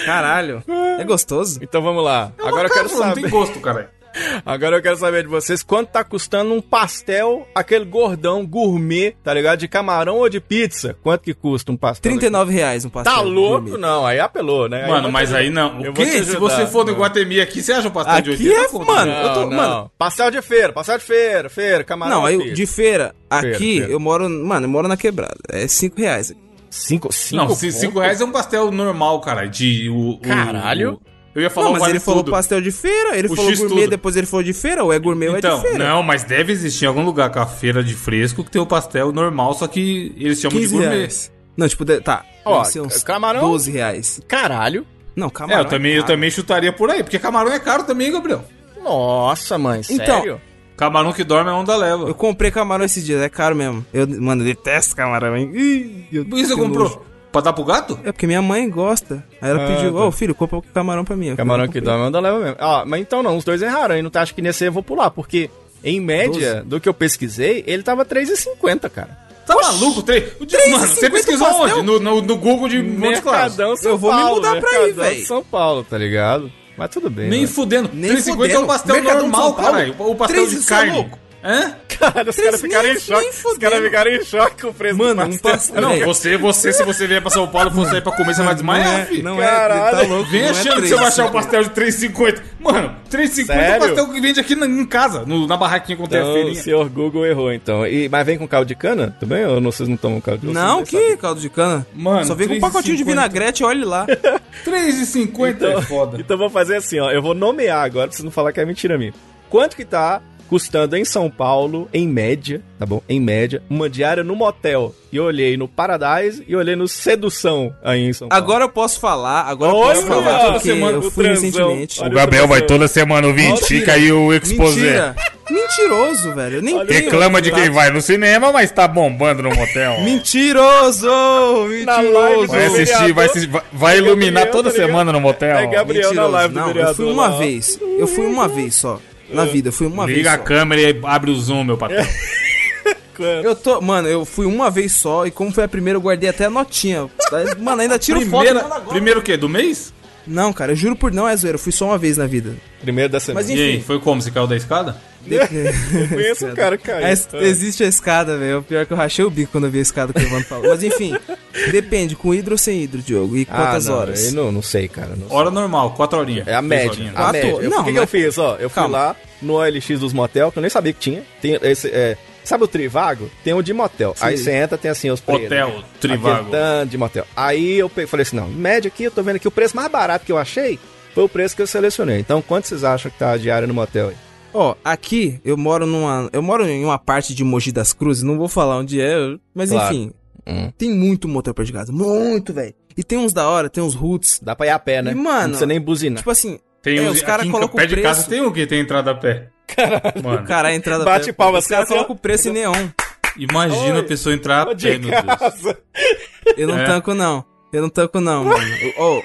[SPEAKER 3] Caralho. É gostoso?
[SPEAKER 2] Então vamos lá. Agora eu quero
[SPEAKER 1] Cara, Não tem
[SPEAKER 2] saber.
[SPEAKER 1] gosto, cara.
[SPEAKER 2] Agora eu quero saber de vocês quanto tá custando um pastel, aquele gordão gourmet, tá ligado? De camarão ou de pizza? Quanto que custa um pastel?
[SPEAKER 3] 39 reais um pastel.
[SPEAKER 2] Tá louco?
[SPEAKER 3] gourmet.
[SPEAKER 2] Não, aí apelou, né? eu
[SPEAKER 1] Mano,
[SPEAKER 2] vou
[SPEAKER 1] mas
[SPEAKER 2] te
[SPEAKER 1] aí
[SPEAKER 2] ajudar.
[SPEAKER 1] não.
[SPEAKER 2] Eu
[SPEAKER 1] O
[SPEAKER 2] vou
[SPEAKER 1] quê?
[SPEAKER 2] te
[SPEAKER 1] Se
[SPEAKER 2] ajudar.
[SPEAKER 1] você for no Guatemi aqui, você acha um pastel de
[SPEAKER 3] Aqui
[SPEAKER 1] 80
[SPEAKER 3] é,
[SPEAKER 1] conto?
[SPEAKER 3] mano,
[SPEAKER 2] Não,
[SPEAKER 3] eu tô,
[SPEAKER 2] não.
[SPEAKER 3] mano,
[SPEAKER 2] pastel de feira, pastel de feira, feira, camarão.
[SPEAKER 3] não,
[SPEAKER 2] pizza.
[SPEAKER 3] aí de feira,
[SPEAKER 2] Feira,
[SPEAKER 3] aqui
[SPEAKER 2] feira.
[SPEAKER 3] eu moro, mano, eu moro na quebrada. É 5 reais.
[SPEAKER 2] Cinco, cinco
[SPEAKER 1] Não, 5
[SPEAKER 2] conto?
[SPEAKER 1] reais é um pastel normal, cara. De o. o-
[SPEAKER 2] Caralho.
[SPEAKER 1] eu ia falar
[SPEAKER 3] Não,
[SPEAKER 1] o
[SPEAKER 3] mas
[SPEAKER 1] vale
[SPEAKER 3] ele falou
[SPEAKER 1] tudo.
[SPEAKER 3] pastel de feira, ele
[SPEAKER 1] O
[SPEAKER 3] falou
[SPEAKER 1] X
[SPEAKER 3] gourmet,
[SPEAKER 1] tudo.
[SPEAKER 3] depois ele falou de feira, ou é gourmet ou é
[SPEAKER 1] Então,
[SPEAKER 3] de feira.
[SPEAKER 1] não, mas deve existir em algum lugar com a feira de fresco que tem o pastel normal, só que eles chamam de
[SPEAKER 3] 15
[SPEAKER 1] gourmet.
[SPEAKER 3] reais. Não, tipo, de- tá.
[SPEAKER 2] Ó,
[SPEAKER 3] deve ser uns
[SPEAKER 2] camarão-
[SPEAKER 3] 12 reais.
[SPEAKER 2] Caralho.
[SPEAKER 3] Não,
[SPEAKER 1] É,
[SPEAKER 3] camarão.
[SPEAKER 1] eu também, eu
[SPEAKER 3] caro.
[SPEAKER 1] também chutaria por aí, porque camarão é caro também, Gabriel.
[SPEAKER 2] Nossa, mãe,
[SPEAKER 3] Então,
[SPEAKER 2] sério?
[SPEAKER 1] Camarão que dorme é onda
[SPEAKER 3] Eu
[SPEAKER 1] leva.
[SPEAKER 3] comprei camarão esses dias, é caro mesmo. Eu, mano, eu detesto camarão, hein? Ih, eu-
[SPEAKER 1] Por isso você
[SPEAKER 3] que
[SPEAKER 1] comprou?
[SPEAKER 3] nojo.
[SPEAKER 1] Pra dar pro gato?
[SPEAKER 3] É porque minha mãe gosta. Aí ela
[SPEAKER 2] Ah,
[SPEAKER 3] pediu,
[SPEAKER 2] tá.
[SPEAKER 3] ô filho, compra o camarão pra mim. Eu
[SPEAKER 2] Camarão que
[SPEAKER 3] comprei.
[SPEAKER 2] dorme anda leva mesmo. Ah, mas então não, os dois erraram, hein? Não tá, acho que nesse aí eu vou pular, porque em média do que eu pesquisei, ele tava 3,50, cara.
[SPEAKER 1] Tá maluco? Três. O dia- Mano, você
[SPEAKER 3] 3,50
[SPEAKER 1] pesquisou
[SPEAKER 3] pastel?
[SPEAKER 1] onde? No, no- no Google de Monte Claro.
[SPEAKER 2] São
[SPEAKER 3] Eu vou me
[SPEAKER 2] Paulo,
[SPEAKER 3] mudar pra aí,
[SPEAKER 2] Mercadão de
[SPEAKER 3] véi.
[SPEAKER 2] São Paulo, tá ligado? Mas tudo bem.
[SPEAKER 1] Nem
[SPEAKER 2] né?
[SPEAKER 1] fudendo.
[SPEAKER 3] Nem
[SPEAKER 1] 3,50 é o
[SPEAKER 3] fudendo.
[SPEAKER 1] pastel
[SPEAKER 3] Mercadão de
[SPEAKER 1] normal,
[SPEAKER 3] São Paulo.
[SPEAKER 1] caralho. O pastel
[SPEAKER 3] Três,
[SPEAKER 1] de
[SPEAKER 3] você é
[SPEAKER 1] carne.
[SPEAKER 3] louco?
[SPEAKER 1] Hã?
[SPEAKER 2] Cara, os caras
[SPEAKER 3] Três
[SPEAKER 2] ficaram em
[SPEAKER 3] nem-
[SPEAKER 2] choque.
[SPEAKER 3] nem
[SPEAKER 2] Os caras
[SPEAKER 3] fudendo.
[SPEAKER 2] ficaram em choque com o preço
[SPEAKER 3] Mano,
[SPEAKER 2] do
[SPEAKER 3] um pastel.
[SPEAKER 1] Não,
[SPEAKER 3] velho.
[SPEAKER 1] você, você, se você vier pra São Paulo e for sair pra comer, você vai desmaiar, filho.
[SPEAKER 3] Não
[SPEAKER 2] Caralho.
[SPEAKER 3] é, tá louco.
[SPEAKER 1] Vem
[SPEAKER 3] não é
[SPEAKER 1] achando que
[SPEAKER 3] três,
[SPEAKER 1] você vai achar
[SPEAKER 3] né?
[SPEAKER 1] o pastel de 3,50. Mano, 3,50 é o
[SPEAKER 2] Sério?
[SPEAKER 1] pastel que vende aqui na- em casa, no- na barraquinha quando tem a
[SPEAKER 2] Então, o
[SPEAKER 1] feirinha.
[SPEAKER 2] senhor Google errou, então. E, mas vem com caldo de cana também? Ou não, vocês não tomam caldo de vocês
[SPEAKER 3] Não,
[SPEAKER 2] nem
[SPEAKER 3] que
[SPEAKER 2] sabem?
[SPEAKER 3] caldo de cana.
[SPEAKER 1] Mano,
[SPEAKER 3] Só vem com um
[SPEAKER 1] 3,50.
[SPEAKER 3] pacotinho de vinagrete, olha lá.
[SPEAKER 1] 3,50 é foda.
[SPEAKER 2] Então vou fazer assim, ó. Eu vou nomear agora pra vocês não falar que é mentira minha. Quanto que tá custando em São Paulo, em média, tá bom? Em média, uma diária no motel. E eu olhei no Paradise e olhei no Sedução aí em São Paulo.
[SPEAKER 3] Agora eu posso falar, agora eu
[SPEAKER 2] Olha,
[SPEAKER 3] posso falar,
[SPEAKER 2] toda
[SPEAKER 3] porque
[SPEAKER 2] semana
[SPEAKER 3] eu
[SPEAKER 2] do
[SPEAKER 3] fui
[SPEAKER 2] transão.
[SPEAKER 3] recentemente.
[SPEAKER 2] Olha
[SPEAKER 8] O Gabriel vai
[SPEAKER 2] Mentira.
[SPEAKER 8] toda semana, ouvinte. Fica aí o exposé.
[SPEAKER 3] Mentira. Mentiroso, velho. Eu nem
[SPEAKER 2] Olha
[SPEAKER 3] tenho.
[SPEAKER 8] Reclama de
[SPEAKER 1] Tá.
[SPEAKER 8] quem
[SPEAKER 3] verdade.
[SPEAKER 8] vai no cinema, mas tá bombando no motel.
[SPEAKER 3] Mentiroso!
[SPEAKER 2] Na live
[SPEAKER 3] Mentiroso!
[SPEAKER 2] do
[SPEAKER 8] Vai assistir, vai, assistir- vai- vai iluminar
[SPEAKER 2] Gabriel,
[SPEAKER 8] toda
[SPEAKER 2] tá ligado?
[SPEAKER 8] semana no
[SPEAKER 2] É
[SPEAKER 8] motel.
[SPEAKER 2] Gabriel na
[SPEAKER 3] Mentiroso.
[SPEAKER 2] live do
[SPEAKER 3] Não, eu
[SPEAKER 2] vereador
[SPEAKER 3] fui uma
[SPEAKER 2] lá.
[SPEAKER 3] vez. Eu fui uma vez só. Na vida, eu fui uma
[SPEAKER 8] Liga a
[SPEAKER 3] vez. Só.
[SPEAKER 8] câmera e abre o zoom, meu patrão.
[SPEAKER 3] Eu tô, mano, eu fui uma vez só e como foi a primeira, eu guardei até a notinha. Daí, Mano, ainda tiro
[SPEAKER 1] Primeira,
[SPEAKER 3] foto.
[SPEAKER 1] primeiro o quê? Do mês?
[SPEAKER 3] Não, cara, eu juro por não é zoeira, eu fui só uma vez na vida.
[SPEAKER 2] Primeiro da semana.
[SPEAKER 3] Mas
[SPEAKER 1] E aí,
[SPEAKER 3] enfim.
[SPEAKER 1] foi como? Você caiu da escada?
[SPEAKER 2] Eu conheço um cara que caiu.
[SPEAKER 3] É, existe a escada, velho. É O Pior que eu rachei o bico quando eu vi a escada que o Evandro falou. Mas enfim, depende, com hidro ou sem hidro, Diogo. E quantas
[SPEAKER 2] Ah, não,
[SPEAKER 3] horas?
[SPEAKER 2] eu não, não sei, cara. não sei.
[SPEAKER 1] Hora normal, 4 horinhas.
[SPEAKER 2] É a
[SPEAKER 1] três
[SPEAKER 2] média.
[SPEAKER 1] horinhas.
[SPEAKER 2] A
[SPEAKER 3] Quatro-
[SPEAKER 2] média. Eu-
[SPEAKER 3] não,
[SPEAKER 2] o que, que
[SPEAKER 3] não é-
[SPEAKER 2] eu fiz? Ó, eu fui
[SPEAKER 3] Calma.
[SPEAKER 2] lá no OLX dos motel, que eu nem sabia que tinha. Tem esse, é, sabe o Trivago? Tem um de motel. Aí você entra, tem assim os preços.
[SPEAKER 1] Hotel,
[SPEAKER 2] Aquele
[SPEAKER 1] Trivago.
[SPEAKER 2] tanto de motel. Aí eu pe- falei assim, não, em média aqui, eu tô vendo aqui o preço mais barato que eu achei foi o preço que eu selecionei. Então, quanto vocês acham que tá a diária no motel aí?
[SPEAKER 3] Ó, aqui eu moro numa. Eu moro em uma parte de Mogi das Cruzes, não vou falar onde é, eu- mas
[SPEAKER 2] Claro.
[SPEAKER 3] enfim.
[SPEAKER 2] Hum.
[SPEAKER 3] Tem muito motel perto de casa. Muito, velho. E tem uns da hora, tem uns roots.
[SPEAKER 2] Dá pra ir a pé, né?
[SPEAKER 3] E, mano,
[SPEAKER 2] não precisa nem buzinar.
[SPEAKER 3] Tipo assim,
[SPEAKER 1] Tem
[SPEAKER 3] É,
[SPEAKER 1] uns-
[SPEAKER 3] os cara
[SPEAKER 1] aqui em
[SPEAKER 3] colocam
[SPEAKER 1] pé de
[SPEAKER 3] preço.
[SPEAKER 1] casa tem o quê? Tem entrada a pé. Mano,
[SPEAKER 3] cara, a entrada.
[SPEAKER 2] Bate assim,
[SPEAKER 3] perto,
[SPEAKER 2] palmas,
[SPEAKER 3] Os caras
[SPEAKER 2] cara.
[SPEAKER 3] colocam o preço em neon.
[SPEAKER 1] imagina
[SPEAKER 2] Oi.
[SPEAKER 1] a pessoa entrar a pé,
[SPEAKER 2] de
[SPEAKER 1] meu Deus.
[SPEAKER 2] casa.
[SPEAKER 3] Eu não
[SPEAKER 1] É.
[SPEAKER 3] tanco, não. Eu não tanco, não, mano. Ô.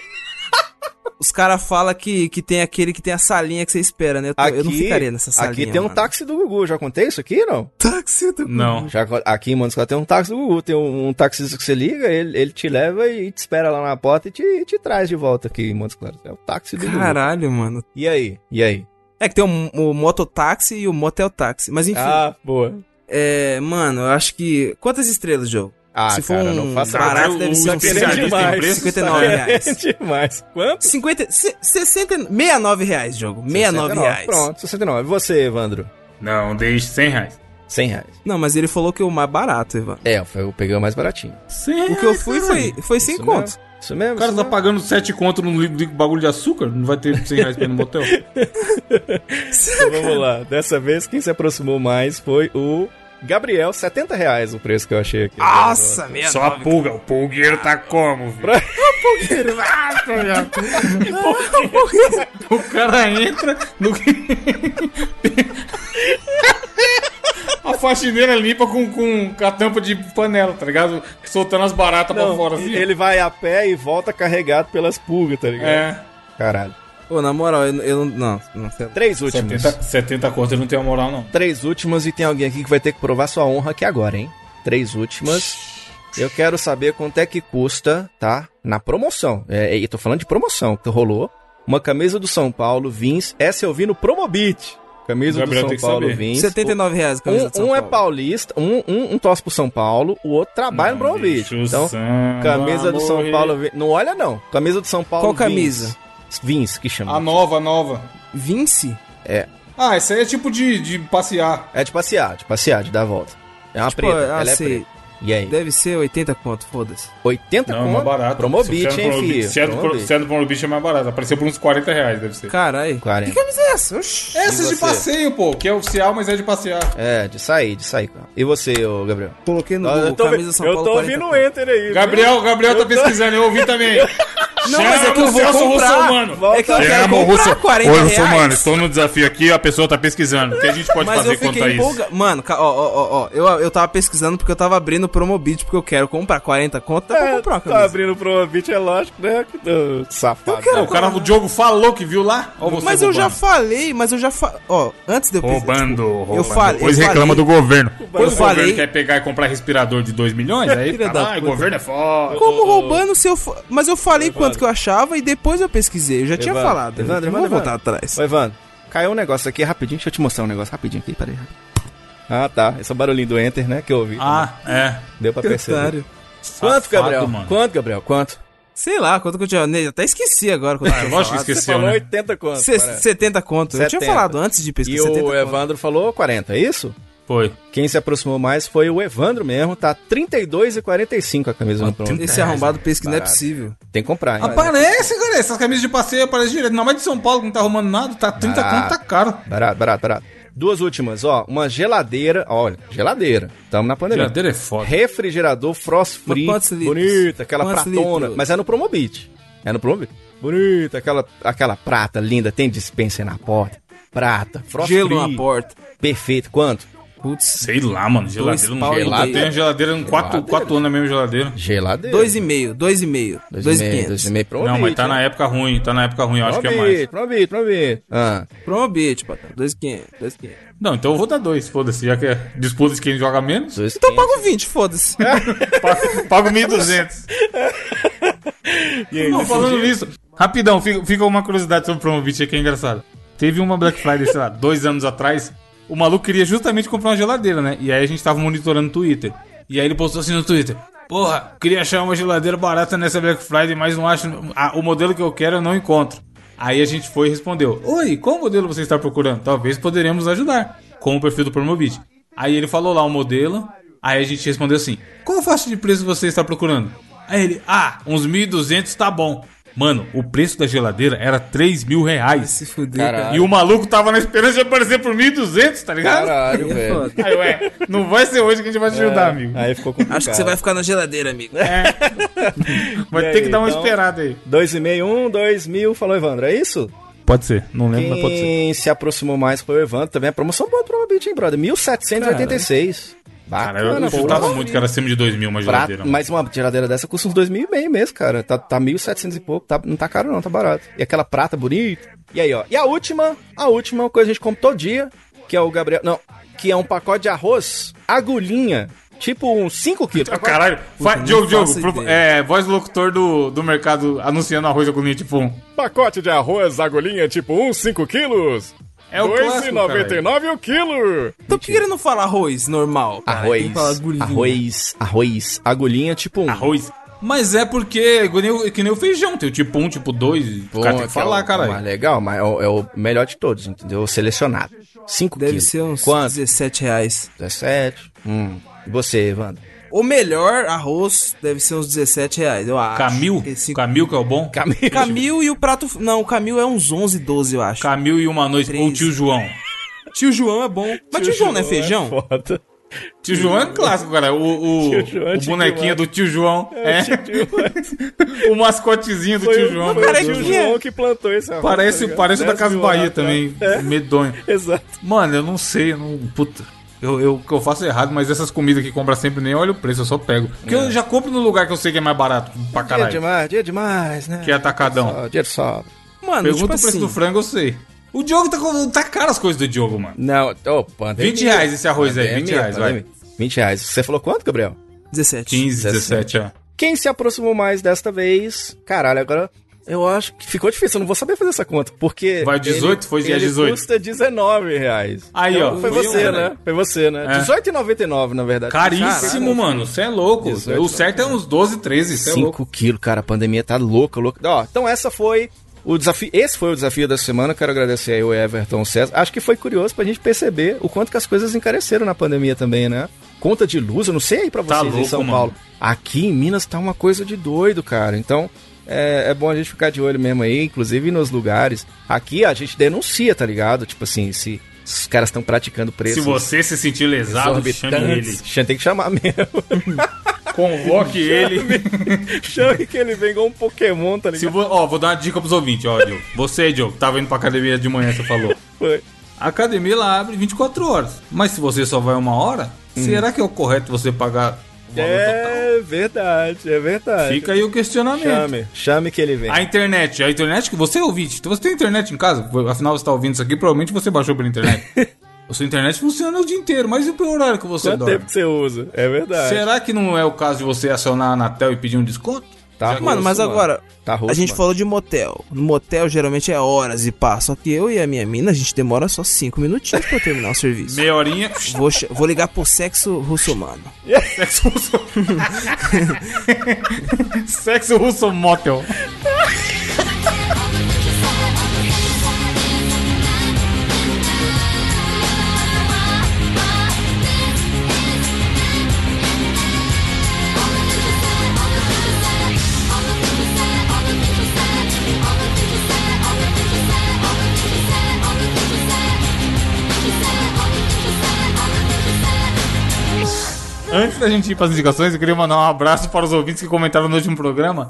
[SPEAKER 3] Os caras falam que, que tem aquele que tem a salinha que você espera, né? Eu, tô- eu não ficaria nessa salinha.
[SPEAKER 2] Aqui tem um
[SPEAKER 3] mano.
[SPEAKER 2] táxi do Gugu. Já contei isso aqui, não?
[SPEAKER 3] táxi do
[SPEAKER 1] Não.
[SPEAKER 2] Já, co- aqui em Montes Claros tem um táxi do Gugu, tem um, um taxista que você liga, ele, ele te leva e te espera lá na porta e te, e te traz de volta aqui em Montes Claros. É o táxi do Gugu.
[SPEAKER 3] Caralho, mano.
[SPEAKER 2] E aí? E aí?
[SPEAKER 3] É que tem o, o mototáxi e o moteltáxi. Mas enfim,
[SPEAKER 2] Ah, boa.
[SPEAKER 3] é. Mano, eu acho que. Quantas estrelas, Joe?
[SPEAKER 2] Ah,
[SPEAKER 3] Se for
[SPEAKER 2] cara,
[SPEAKER 3] um
[SPEAKER 2] não faça
[SPEAKER 1] barato,
[SPEAKER 3] barato,
[SPEAKER 1] o
[SPEAKER 3] deve ser um
[SPEAKER 1] especialista em
[SPEAKER 3] 59
[SPEAKER 2] tá
[SPEAKER 1] preço,
[SPEAKER 3] 59 reais.
[SPEAKER 2] demais. Quanto?
[SPEAKER 3] 50, se- 60, 69 reais, jogo. 69 reais.
[SPEAKER 2] Pronto, 69. E você, Evandro?
[SPEAKER 1] Não, deixe 100 reais.
[SPEAKER 2] 100 reais.
[SPEAKER 3] Não, mas ele falou que é o mais barato, Ivan.
[SPEAKER 2] É, foi- eu peguei o mais baratinho.
[SPEAKER 1] 100 reais,
[SPEAKER 3] O que eu fui
[SPEAKER 1] caralho.
[SPEAKER 3] foi, foi sem
[SPEAKER 2] Isso
[SPEAKER 3] conto.
[SPEAKER 2] mesmo, Isso mesmo.
[SPEAKER 1] O cara
[SPEAKER 2] isso
[SPEAKER 1] tá
[SPEAKER 2] mesmo.
[SPEAKER 1] pagando 7 conto num livro de bagulho de açúcar? Não vai ter 100 reais pra ir no motel?
[SPEAKER 2] Então vamos lá. Dessa vez, quem se aproximou mais foi o Gabriel. 70 reais o preço que eu achei aqui.
[SPEAKER 3] Ah, Nossa, meu.
[SPEAKER 8] Só a pulga. O pulgueiro tá como, filho? ah, tá
[SPEAKER 1] O cara entra no. a faxineira limpa com, com, com a tampa de panela, tá ligado? Soltando as baratas pra
[SPEAKER 2] Não,
[SPEAKER 1] fora assim.
[SPEAKER 2] Então, ele vai a pé e volta carregado pelas pulgas, tá ligado?
[SPEAKER 1] É.
[SPEAKER 2] Caralho.
[SPEAKER 3] Ô, na moral, eu, eu não. Não, não sei. lá.
[SPEAKER 2] Três últimas.
[SPEAKER 1] 70, 70 conto, ele não tem a moral, não.
[SPEAKER 2] Três últimas e tem alguém aqui que vai ter que provar sua honra aqui agora, hein? Três últimas. Eu quero saber quanto é que custa, tá? Na promoção. É, e tô falando de promoção que rolou. Uma camisa do São Paulo Vins. Essa eu vi no Promobit. Camisa
[SPEAKER 1] Gabriel
[SPEAKER 2] do
[SPEAKER 1] tem
[SPEAKER 2] São
[SPEAKER 1] que
[SPEAKER 2] Paulo
[SPEAKER 1] saber.
[SPEAKER 2] Vins.
[SPEAKER 3] 79 reais a camisa
[SPEAKER 2] Um,
[SPEAKER 3] de São
[SPEAKER 2] um é
[SPEAKER 3] Paulo.
[SPEAKER 2] paulista, um, um, um torce pro São Paulo, o outro trabalha no Promobit. Então, Camisa do São Paulo. Vin- Não olha, não. Camisa do São Paulo.
[SPEAKER 3] Qual camisa?
[SPEAKER 2] Vins, Vins, que chama.
[SPEAKER 1] A nova, a nova.
[SPEAKER 3] Vince?
[SPEAKER 1] Ah, isso aí é tipo de, de passear.
[SPEAKER 2] É de passear, de passear, de dar a volta. É uma preta.
[SPEAKER 3] ah,
[SPEAKER 2] ela é
[SPEAKER 3] sei.
[SPEAKER 2] preta. E aí?
[SPEAKER 3] Deve ser 80 conto, foda-se.
[SPEAKER 2] 80
[SPEAKER 1] Não, é
[SPEAKER 2] conto?
[SPEAKER 1] mais barato.
[SPEAKER 2] Promobit,
[SPEAKER 1] Se é no
[SPEAKER 2] hein,
[SPEAKER 1] Promobit-
[SPEAKER 2] filho?
[SPEAKER 1] Se é, do, Pro-
[SPEAKER 2] Promobit.
[SPEAKER 1] se é do Promobit é mais barato. Apareceu por uns 40 reais, deve ser.
[SPEAKER 3] Caralho.
[SPEAKER 2] Quarenta.
[SPEAKER 3] Que camisa é essa? Oxi.
[SPEAKER 1] Essas de
[SPEAKER 2] você?
[SPEAKER 1] passeio, pô, que é oficial, mas é de passear.
[SPEAKER 2] É, de sair, de sair. cara. E você, ô Gabriel?
[SPEAKER 3] Coloquei no
[SPEAKER 2] Ah,
[SPEAKER 3] Google, camisa São Paulo 40 conto.
[SPEAKER 2] Enter aí.
[SPEAKER 1] Gabriel, Gabriel tá pesquisando, eu ouvi também.
[SPEAKER 3] Não, mas é que eu vou comprar. É que eu quero
[SPEAKER 8] Chama o
[SPEAKER 3] comprar
[SPEAKER 8] Russo.
[SPEAKER 3] 40
[SPEAKER 8] Ô, Russo,
[SPEAKER 3] reais.
[SPEAKER 8] mano, estou no desafio aqui, a pessoa tá pesquisando. O que a gente pode
[SPEAKER 3] Mas eu
[SPEAKER 8] fazer quanto a
[SPEAKER 3] fiquei
[SPEAKER 8] isso?
[SPEAKER 3] empolgado. Mano, ca- ó, ó, ó, ó. Eu, eu tava pesquisando porque eu tava abrindo o Promobit porque eu quero comprar 40 conto, dá pra
[SPEAKER 2] É,
[SPEAKER 3] comprar uma
[SPEAKER 2] tá
[SPEAKER 3] camisa.
[SPEAKER 2] abrindo pro Beat, é lógico, né? Que, uh, Safado.
[SPEAKER 3] quero-
[SPEAKER 1] O cara, o Diogo falou que viu lá. Ó, você
[SPEAKER 3] mas eu já
[SPEAKER 1] roubando.
[SPEAKER 3] falei, mas eu já fa... Ó, antes de eu pesquisar,
[SPEAKER 8] Roubando,
[SPEAKER 3] tipo,
[SPEAKER 8] roubando.
[SPEAKER 3] Eu falei,
[SPEAKER 8] Depois
[SPEAKER 3] eu
[SPEAKER 8] reclama
[SPEAKER 3] falei,
[SPEAKER 8] do governo.
[SPEAKER 3] Eu
[SPEAKER 8] Quando o governo
[SPEAKER 3] falei,
[SPEAKER 8] quer pegar e comprar respirador de 2 milhões, aí
[SPEAKER 3] Filha
[SPEAKER 8] tá
[SPEAKER 3] da
[SPEAKER 8] lá, o
[SPEAKER 3] puta.
[SPEAKER 8] governo é foda.
[SPEAKER 3] tipo, como roubando se eu... fa- Mas eu falei quanto que eu achava e depois eu pesquisei, eu já tinha
[SPEAKER 2] Evandro,
[SPEAKER 3] falado. né?
[SPEAKER 2] Evandro,
[SPEAKER 3] eu não vou
[SPEAKER 2] Evandro,
[SPEAKER 3] voltar atrás.
[SPEAKER 2] Ô, Evandro, caiu um negócio aqui rapidinho. Deixa eu te mostrar um negócio rapidinho aqui, peraí. Ah, tá. Esse é o barulhinho do Enter, né? Que eu ouvi.
[SPEAKER 1] Ah, é.
[SPEAKER 2] Deu pra perceber.
[SPEAKER 3] Otário.
[SPEAKER 2] Quanto, Gabriel?
[SPEAKER 1] mano.
[SPEAKER 2] Quanto, Gabriel? Quanto?
[SPEAKER 3] Sei lá, quanto que eu tinha... Eu até esqueci agora quanto eu tinha
[SPEAKER 1] Lógico que
[SPEAKER 3] falado.
[SPEAKER 2] Você
[SPEAKER 1] esqueceu,
[SPEAKER 2] falou
[SPEAKER 1] né?
[SPEAKER 2] 80 quanto,
[SPEAKER 3] Se-
[SPEAKER 2] parece.
[SPEAKER 3] 70 conto. Eu tinha
[SPEAKER 2] 70.
[SPEAKER 3] falado antes de
[SPEAKER 2] E
[SPEAKER 3] pesquisar 70
[SPEAKER 2] o
[SPEAKER 3] conto.
[SPEAKER 2] Evandro falou 40, é isso?
[SPEAKER 1] Foi.
[SPEAKER 2] Quem se aproximou mais foi o Evandro mesmo, tá 32,45 a
[SPEAKER 3] Ah,
[SPEAKER 2] camisa no pronto.
[SPEAKER 3] Esse arrombado pesquisa não é
[SPEAKER 2] Barato.
[SPEAKER 3] possível.
[SPEAKER 2] Tem que comprar, hein?
[SPEAKER 1] Aparece, cara. Essas camisas de passeio aparecem direto. Não mais de São Paulo que não tá arrumando nada. Tá 30
[SPEAKER 2] Barato.
[SPEAKER 3] Ah.
[SPEAKER 1] conto, tá caro.
[SPEAKER 2] Barato, barato, barato. Duas últimas, ó. Uma geladeira, olha, geladeira. Tamo na pandemia.
[SPEAKER 1] Geladeira é foda.
[SPEAKER 2] Refrigerador frost free.
[SPEAKER 3] Mas quantos litros?
[SPEAKER 2] Bonita, aquela
[SPEAKER 3] Quantos
[SPEAKER 2] pratona.
[SPEAKER 3] litros?
[SPEAKER 2] Mas é no Promobit. É no Promobit. Bonita, aquela, aquela prata linda. Tem dispensa na porta. Prata, frost
[SPEAKER 3] Gelo
[SPEAKER 2] free.
[SPEAKER 3] na porta.
[SPEAKER 2] Perfeito. Quanto?
[SPEAKER 3] Putz,
[SPEAKER 1] Sei lá, mano. Geladeira não
[SPEAKER 3] pau e
[SPEAKER 1] gelada.
[SPEAKER 3] meio.
[SPEAKER 1] Tem geladeira em 4 anos na mesma geladeira.
[SPEAKER 2] Geladeira.
[SPEAKER 3] 2,5, 2,5, 2,500.
[SPEAKER 1] Não, mas
[SPEAKER 2] né?
[SPEAKER 1] tá na época ruim. Tá na época ruim, eu acho que é mais.
[SPEAKER 2] Promobit, Promobit. Ah.
[SPEAKER 3] Promobit, patrão. 2,500, 2,500.
[SPEAKER 1] Não, então eu vou dar dois, foda-se. Já que é disputa de quem joga menos,
[SPEAKER 2] Dois
[SPEAKER 3] Então eu pago 20, foda-se.
[SPEAKER 1] pago- pago 1.200. Não, falando nisso, rapidão, fica, fica uma curiosidade sobre o Promobit aí que é engraçado. Teve uma Black Friday, sei lá, dois anos atrás, o maluco queria justamente comprar uma geladeira, né? E aí a gente tava monitorando o Twitter. E aí ele postou assim no Twitter. Porra, queria achar uma geladeira barata nessa Black Friday, mas não acho. ah, o modelo que eu quero eu não encontro. Aí a gente foi e respondeu: Oi, qual modelo você está procurando? Talvez poderemos ajudar com o perfil do Promobit. Aí ele falou lá o modelo, aí a gente respondeu assim: Qual faixa de preço você está procurando? Aí ele, ah, uns 1.200 tá bom. Mano, o preço da geladeira era 3 mil reais.
[SPEAKER 3] Se fuder, cara.
[SPEAKER 1] E o maluco tava na esperança de aparecer por 1.200, tá ligado?
[SPEAKER 2] Caralho, É.
[SPEAKER 3] É
[SPEAKER 2] velho.
[SPEAKER 3] foda.
[SPEAKER 1] Aí, ué, não vai ser hoje que a gente vai te ajudar, amigo.
[SPEAKER 2] Aí ficou complicado.
[SPEAKER 3] Acho que você vai ficar na geladeira, amigo.
[SPEAKER 2] É,
[SPEAKER 1] Vai
[SPEAKER 2] E
[SPEAKER 1] ter
[SPEAKER 2] aí,
[SPEAKER 1] que dar uma
[SPEAKER 2] então?
[SPEAKER 1] esperada aí.
[SPEAKER 2] Dois e meio, um, dois mil, falou Evandro, é isso?
[SPEAKER 1] Pode ser, não
[SPEAKER 3] É,
[SPEAKER 1] lembro, mas pode ser.
[SPEAKER 2] Quem se aproximou mais foi o Evandro também. A promoção boa pro Mobit, hein, brother? 1786.
[SPEAKER 1] Cara, eu,
[SPEAKER 2] Bacana,
[SPEAKER 1] eu chutava
[SPEAKER 2] pô.
[SPEAKER 1] muito que era acima de 2 mil uma
[SPEAKER 2] Pra-
[SPEAKER 1] geladeira. mano.
[SPEAKER 2] mas uma geladeira dessa custa uns dois mil e meio mesmo, cara. Tá, tá 1.700 e pouco, tá- não tá caro não, tá barato. E aquela prata bonita. E aí, ó. E a última, a última coisa que a gente compra todo dia, que é o Gabriel... Não, que é um pacote de arroz, agulhinha, tipo uns 5 quilos.
[SPEAKER 1] Ah, Caralho, Fa-
[SPEAKER 3] não
[SPEAKER 1] Diogo, Diogo,
[SPEAKER 3] faço
[SPEAKER 1] pro-
[SPEAKER 3] ideia.
[SPEAKER 1] é, voz do locutor do, do mercado anunciando arroz agulhinha tipo um.
[SPEAKER 7] Pacote de arroz, agulhinha, tipo 1, 5 quilos.
[SPEAKER 1] É o clássico, caralho.
[SPEAKER 7] 2,99 o quilo.
[SPEAKER 3] Então por que ele não fala arroz normal? cara? Tem que falar
[SPEAKER 2] Arroz,
[SPEAKER 3] Ah, então agulhinha.
[SPEAKER 2] arroz, arroz, agulhinha, tipo um.
[SPEAKER 1] Arroz. Mas é porque é que nem o- que nem o feijão, tem o tipo 1, tipo 2, o cara tem que
[SPEAKER 2] é
[SPEAKER 1] falar,
[SPEAKER 2] o- o mais
[SPEAKER 1] caralho.
[SPEAKER 2] legal, mas é o, é o melhor de todos, entendeu? Selecionado. 5
[SPEAKER 3] Deve
[SPEAKER 2] quilos.
[SPEAKER 3] ser uns
[SPEAKER 2] Quanto?
[SPEAKER 3] 17 reais.
[SPEAKER 2] 17. Hum. E você, Evandro?
[SPEAKER 3] O melhor arroz deve ser uns 17 reais, eu acho.
[SPEAKER 1] Camil?
[SPEAKER 3] Esse-
[SPEAKER 1] Camil que é o bom?
[SPEAKER 2] Camilo.
[SPEAKER 3] Camil e o prato... Não, o Camil é uns 11, 12, eu acho.
[SPEAKER 1] Camil e uma noite. Ou
[SPEAKER 3] Treze.
[SPEAKER 1] tio João.
[SPEAKER 3] Tio João é bom. Mas tio, João não é feijão?
[SPEAKER 2] Foda.
[SPEAKER 1] Tio João é clássico, cara. O, o,
[SPEAKER 2] Tio João,
[SPEAKER 1] o
[SPEAKER 2] tio
[SPEAKER 1] bonequinho
[SPEAKER 2] João.
[SPEAKER 1] do tio João. É.
[SPEAKER 2] Tio
[SPEAKER 1] o mascotezinho do é tio João.
[SPEAKER 3] foi o
[SPEAKER 1] Parece-
[SPEAKER 3] tio João.
[SPEAKER 2] que plantou esse arroz.
[SPEAKER 1] Parece,
[SPEAKER 2] tá ligado?
[SPEAKER 1] parece o da
[SPEAKER 2] 10
[SPEAKER 1] Casa
[SPEAKER 2] mil
[SPEAKER 1] Bahia
[SPEAKER 2] anos
[SPEAKER 1] também.
[SPEAKER 2] atrás.
[SPEAKER 1] Medonho.
[SPEAKER 2] É, exato.
[SPEAKER 1] Mano, eu não sei, eu não. Puta. Eu, eu, o que eu faço é errado, mas essas comidas que compra sempre nem olho o preço, eu só pego. Porque eu já compro no lugar que eu sei que é mais barato pra
[SPEAKER 2] Dia
[SPEAKER 1] caralho.
[SPEAKER 2] demais, dia demais, né?
[SPEAKER 1] Que é atacadão.
[SPEAKER 2] Só, Dinheiro sobra.
[SPEAKER 3] Mano,
[SPEAKER 1] Pergunta
[SPEAKER 3] tipo
[SPEAKER 1] o preço
[SPEAKER 3] assim...
[SPEAKER 1] do frango, eu sei. O Diogo tá, com- tá caro as coisas do Diogo, mano.
[SPEAKER 2] Não, ô, pandemia.
[SPEAKER 1] 20 reais esse arroz aí,
[SPEAKER 2] Pandemia,
[SPEAKER 1] 20 reais, vai.
[SPEAKER 2] pandemia. 20 reais. Você falou quanto, Gabriel?
[SPEAKER 3] 17.
[SPEAKER 1] 15, 17, ó.
[SPEAKER 2] Quem se aproximou mais desta vez? Caralho, agora eu acho que ficou difícil. Eu não vou saber fazer essa conta, porque.
[SPEAKER 1] Vai 18? Foi dia
[SPEAKER 2] ele
[SPEAKER 1] 18.
[SPEAKER 2] custa 19 reais.
[SPEAKER 1] Aí, ó. foi
[SPEAKER 2] Foi você,
[SPEAKER 1] um,
[SPEAKER 2] né? Foi você, né?
[SPEAKER 1] É.
[SPEAKER 2] 18,99 na verdade.
[SPEAKER 1] Caríssimo, mano. Você é louco.
[SPEAKER 2] 18,
[SPEAKER 1] o certo é uns 12, 13. Você é louco.
[SPEAKER 2] 5 quilos, cara. A pandemia tá louca, louca. Ó, então essa foi o desafio. Esse foi o desafio da semana. Quero agradecer aí o Everton César. Acho que foi curioso pra gente perceber o quanto que as coisas encareceram na pandemia também, né? Conta de luz, eu não sei aí pra vocês
[SPEAKER 1] Tá
[SPEAKER 2] em
[SPEAKER 1] louco,
[SPEAKER 2] São
[SPEAKER 1] mano.
[SPEAKER 2] Paulo. Aqui em Minas tá uma coisa de doido, cara. Então. É, é bom a gente ficar de olho mesmo aí, inclusive nos lugares. Aqui a gente denuncia, tá ligado? Tipo assim, se os caras estão praticando preço.
[SPEAKER 1] Se você se sentir lesado, chame ele.
[SPEAKER 2] Tem que chamar mesmo.
[SPEAKER 8] Convoque ele.
[SPEAKER 2] Chame que ele vem igual um Pokémon, tá
[SPEAKER 1] Se
[SPEAKER 2] ligado?
[SPEAKER 1] vo... Ó, vou dar uma dica pros ouvintes, ó, Diogo. Você, Diogo, tava indo pra academia de manhã, você falou.
[SPEAKER 2] Foi.
[SPEAKER 1] A academia ela abre 24 horas. Mas se você só vai uma hora, será que é o correto você pagar o valor total?
[SPEAKER 2] Hum. É verdade, é verdade.
[SPEAKER 1] Fica aí o questionamento.
[SPEAKER 2] Chame, chame que ele vem.
[SPEAKER 1] A internet, a internet que você é ouvinte. Então você tem internet em casa, afinal você tá ouvindo isso aqui, provavelmente você baixou pela internet. a sua internet funciona o dia inteiro, mas e o horário que você
[SPEAKER 2] Quanto
[SPEAKER 1] dorme?
[SPEAKER 2] tempo que você usa? É verdade.
[SPEAKER 1] Será que não é o caso de você acionar a Anatel e pedir um desconto?
[SPEAKER 2] Tá
[SPEAKER 1] Já que-
[SPEAKER 3] Mano, mas
[SPEAKER 2] mano.
[SPEAKER 3] agora,
[SPEAKER 2] Tá roxo,
[SPEAKER 3] a gente
[SPEAKER 2] mano.
[SPEAKER 3] falou de motel. No motel geralmente é horas e pá. Só que eu e a minha mina, a gente demora só cinco minutinhos pra eu terminar o serviço.
[SPEAKER 1] Meia horinha.
[SPEAKER 3] Vou, ch- vou ligar pro sexo russomano.
[SPEAKER 1] Sexo russo. Sexo russo motel. Antes da gente ir para as indicações, eu queria mandar um abraço para os ouvintes que comentaram no último programa,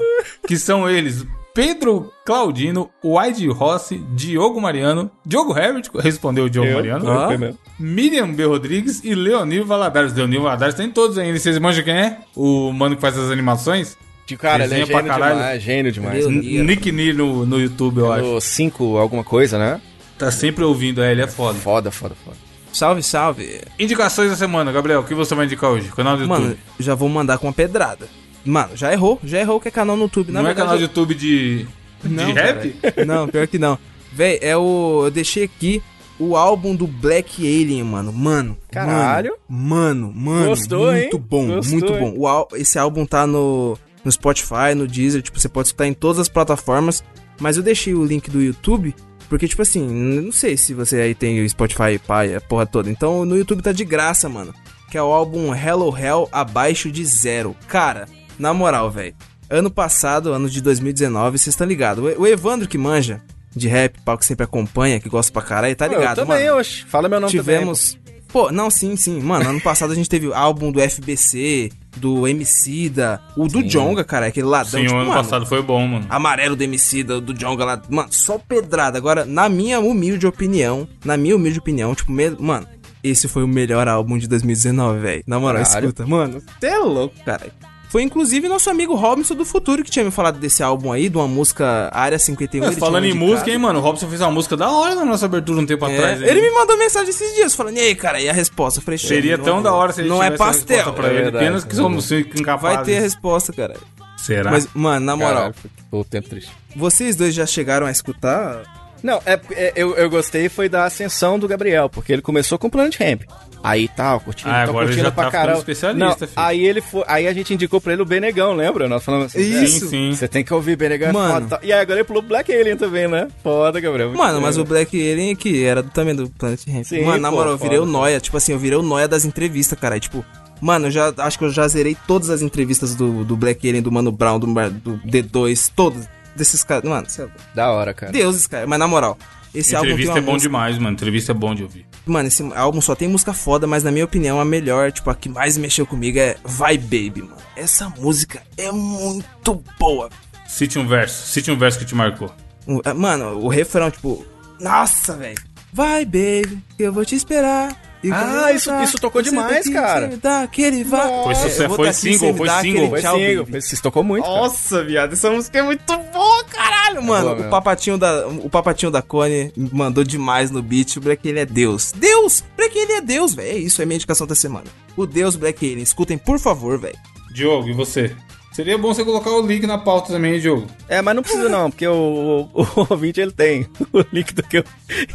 [SPEAKER 1] que são eles Pedro Claudino, Wide Rossi, Diogo Mariano, Diogo Herbert, respondeu o Diogo
[SPEAKER 2] Eu?
[SPEAKER 1] Mariano,
[SPEAKER 2] Eu
[SPEAKER 1] Ah.
[SPEAKER 2] primeiro.
[SPEAKER 1] Miriam B. Rodrigues e Leonir Valadares. Leonir Valadares tem todos ainda, vocês manjam quem é? O mano que faz as animações?
[SPEAKER 2] De cara, ele é
[SPEAKER 1] Resenha pra
[SPEAKER 2] gênio
[SPEAKER 1] caralho.
[SPEAKER 2] demais, gênio demais.
[SPEAKER 3] Meu
[SPEAKER 2] No-
[SPEAKER 1] N- Nick Neer no, no YouTube, eu acho.
[SPEAKER 2] No 5, alguma coisa, né?
[SPEAKER 1] Tá sempre ouvindo, é, ele é foda.
[SPEAKER 2] Foda, foda, foda.
[SPEAKER 3] Salve, salve.
[SPEAKER 1] Indicações da semana, Gabriel, o que você vai indicar hoje? Canal do YouTube.
[SPEAKER 3] Mano, já vou mandar com uma pedrada. Mano, já errou. Já errou que é canal no YouTube. Na
[SPEAKER 1] não é
[SPEAKER 3] verdade,
[SPEAKER 1] canal do YouTube de, de
[SPEAKER 3] Não,
[SPEAKER 1] rap?
[SPEAKER 3] eu- Não, pior que não. Véi, é o... Eu deixei aqui o álbum do Black Alien, mano. Mano.
[SPEAKER 2] Caralho.
[SPEAKER 3] Mano, mano.
[SPEAKER 2] Gostou, hein?
[SPEAKER 3] muito bom,
[SPEAKER 2] Gostou,
[SPEAKER 3] muito
[SPEAKER 2] hein?
[SPEAKER 3] bom. O al- Esse álbum tá no, no Spotify, no Deezer. Tipo, você pode escutar em todas as plataformas. Mas eu deixei o link do YouTube... Porque, tipo assim, n- não sei se você aí tem o Spotify, pai, a porra toda. Então, no YouTube tá de graça, mano. Que é o álbum Hello Hell Abaixo de Zero. Cara, na moral, velho. Ano passado, ano de 2019, vocês estão ligados. O Evandro que manja de rap, pau que sempre acompanha, que gosta pra caralho, tá
[SPEAKER 2] Pô,
[SPEAKER 3] ligado,
[SPEAKER 2] eu também,
[SPEAKER 3] mano?
[SPEAKER 2] oxe. Fala meu nome
[SPEAKER 3] Tivemos. pô, não, sim, sim. Mano, ano passado a gente teve o álbum do FBC, do Emicida, o do Jonga, cara, aquele ladrão.
[SPEAKER 1] Sim, o
[SPEAKER 3] tipo,
[SPEAKER 1] ano
[SPEAKER 3] mano,
[SPEAKER 1] passado foi bom, mano.
[SPEAKER 3] amarelo do Emicida, do Jonga lá. Mano, só pedrada. Agora, na minha humilde opinião, na minha humilde opinião, tipo, me- mano, esse foi o melhor álbum de 2019, velho. Na moral,
[SPEAKER 2] Caralho.
[SPEAKER 3] escuta, mano, você é louco, cara. Foi inclusive nosso amigo Robinson do Futuro que tinha me falado desse álbum aí, de uma música Área 51.
[SPEAKER 1] É,
[SPEAKER 3] ele tinha
[SPEAKER 1] falando
[SPEAKER 3] me
[SPEAKER 1] em
[SPEAKER 3] indicado.
[SPEAKER 1] música, hein, mano? O Robson fez uma música da hora na nossa abertura um tempo
[SPEAKER 3] É,
[SPEAKER 1] atrás. hein?
[SPEAKER 3] ele me mandou mensagem esses dias falando, e aí, cara, e a resposta? Eu falei,
[SPEAKER 1] Seria
[SPEAKER 3] "Não,
[SPEAKER 1] tão
[SPEAKER 3] não,
[SPEAKER 1] da hora se ele
[SPEAKER 3] Não é
[SPEAKER 1] tivesse a resposta
[SPEAKER 3] pastel.
[SPEAKER 1] pra
[SPEAKER 2] É
[SPEAKER 1] ele.
[SPEAKER 2] verdade,
[SPEAKER 1] Apenas que
[SPEAKER 2] é
[SPEAKER 1] somos incapazes.
[SPEAKER 3] Vai ter a resposta, cara.
[SPEAKER 1] Será?
[SPEAKER 3] Mas, mano, na
[SPEAKER 2] do Moral.
[SPEAKER 3] moral,
[SPEAKER 1] tipo,
[SPEAKER 2] Pô, tempo triste.
[SPEAKER 3] vocês dois já chegaram a escutar?
[SPEAKER 2] Não, é, é- eu, eu gostei foi da ascensão do Gabriel, porque ele começou com o Planet Ramp. Aí tal, curtindo,
[SPEAKER 1] Ah,
[SPEAKER 2] tô
[SPEAKER 1] agora ele
[SPEAKER 2] curtindo
[SPEAKER 1] já tá
[SPEAKER 2] pra
[SPEAKER 1] ficando
[SPEAKER 2] caramba.
[SPEAKER 1] especialista,
[SPEAKER 2] Não,
[SPEAKER 1] filho.
[SPEAKER 2] aí ele foi, aí a gente indicou pra ele o Benegão, lembra? Nós falamos assim,
[SPEAKER 3] Isso.
[SPEAKER 2] "É,
[SPEAKER 1] Sim, sim.
[SPEAKER 2] Você tem que ouvir Benegão, é
[SPEAKER 3] Mano.
[SPEAKER 2] foda. E aí agora ele pulou Black Alien também, né? Foda, Gabriel. muito
[SPEAKER 3] Mano, mas
[SPEAKER 2] bem.
[SPEAKER 3] o
[SPEAKER 2] né?
[SPEAKER 3] Black Alien que era do- também do Planet Ramp.
[SPEAKER 2] Sim,
[SPEAKER 3] mano, na
[SPEAKER 2] pô,
[SPEAKER 3] moral, eu virei o
[SPEAKER 2] foda.
[SPEAKER 3] noia. Tipo assim, eu virei o noia das entrevistas, cara. E, tipo, mano, eu já acho que eu já zerei todas as entrevistas do, do Black Alien, do Mano Brown, do, Mar- do D2, todos. Desses caras. Mano, cê é louco.
[SPEAKER 2] Da hora, cara.
[SPEAKER 3] deuses, cara. Mas na moral, esse álbum tem
[SPEAKER 1] Entrevista
[SPEAKER 3] uma
[SPEAKER 1] é bom
[SPEAKER 3] música-
[SPEAKER 1] demais, mano. Entrevista é bom de ouvir.
[SPEAKER 3] Mano, esse álbum só tem música foda, mas na minha opinião a melhor, tipo, a que mais mexeu comigo é Vai Baby, mano. Essa música é muito boa.
[SPEAKER 1] Cite um verso. Cite um verso que te marcou.
[SPEAKER 3] Um, ah, Mano, o refrão, tipo, nossa, velho. Vai, baby, que eu vou te esperar. E
[SPEAKER 2] Ah,
[SPEAKER 3] quando eu
[SPEAKER 2] isso-
[SPEAKER 3] voltar,
[SPEAKER 2] isso tocou
[SPEAKER 3] você
[SPEAKER 2] demais,
[SPEAKER 3] daqui
[SPEAKER 2] cara.
[SPEAKER 3] sem me dar aquele va-
[SPEAKER 1] Foi sucesso,
[SPEAKER 3] Eu vou
[SPEAKER 1] foi
[SPEAKER 3] daqui sem
[SPEAKER 1] single,
[SPEAKER 3] me
[SPEAKER 1] foi
[SPEAKER 3] dar aquele
[SPEAKER 1] single.
[SPEAKER 2] Foi
[SPEAKER 3] tchau,
[SPEAKER 2] single,
[SPEAKER 3] baby.
[SPEAKER 2] se tocou muito, cara.
[SPEAKER 9] Nossa, viado, essa música é muito boa, caralho.
[SPEAKER 3] Mano,
[SPEAKER 2] boa mesmo.
[SPEAKER 3] o papatinho da o papatinho da Cone mandou demais no beat. O Black Alien é Deus. Deus! Black Alien é Deus, velho. É isso, é minha indicação da semana. O Deus Black Alien. Escutem, por favor, velho.
[SPEAKER 1] Diogo, e você? Seria bom você colocar o link na pauta também, hein, Diogo?
[SPEAKER 2] É, mas não precisa não, porque o, o, o ouvinte ele tem o link do que eu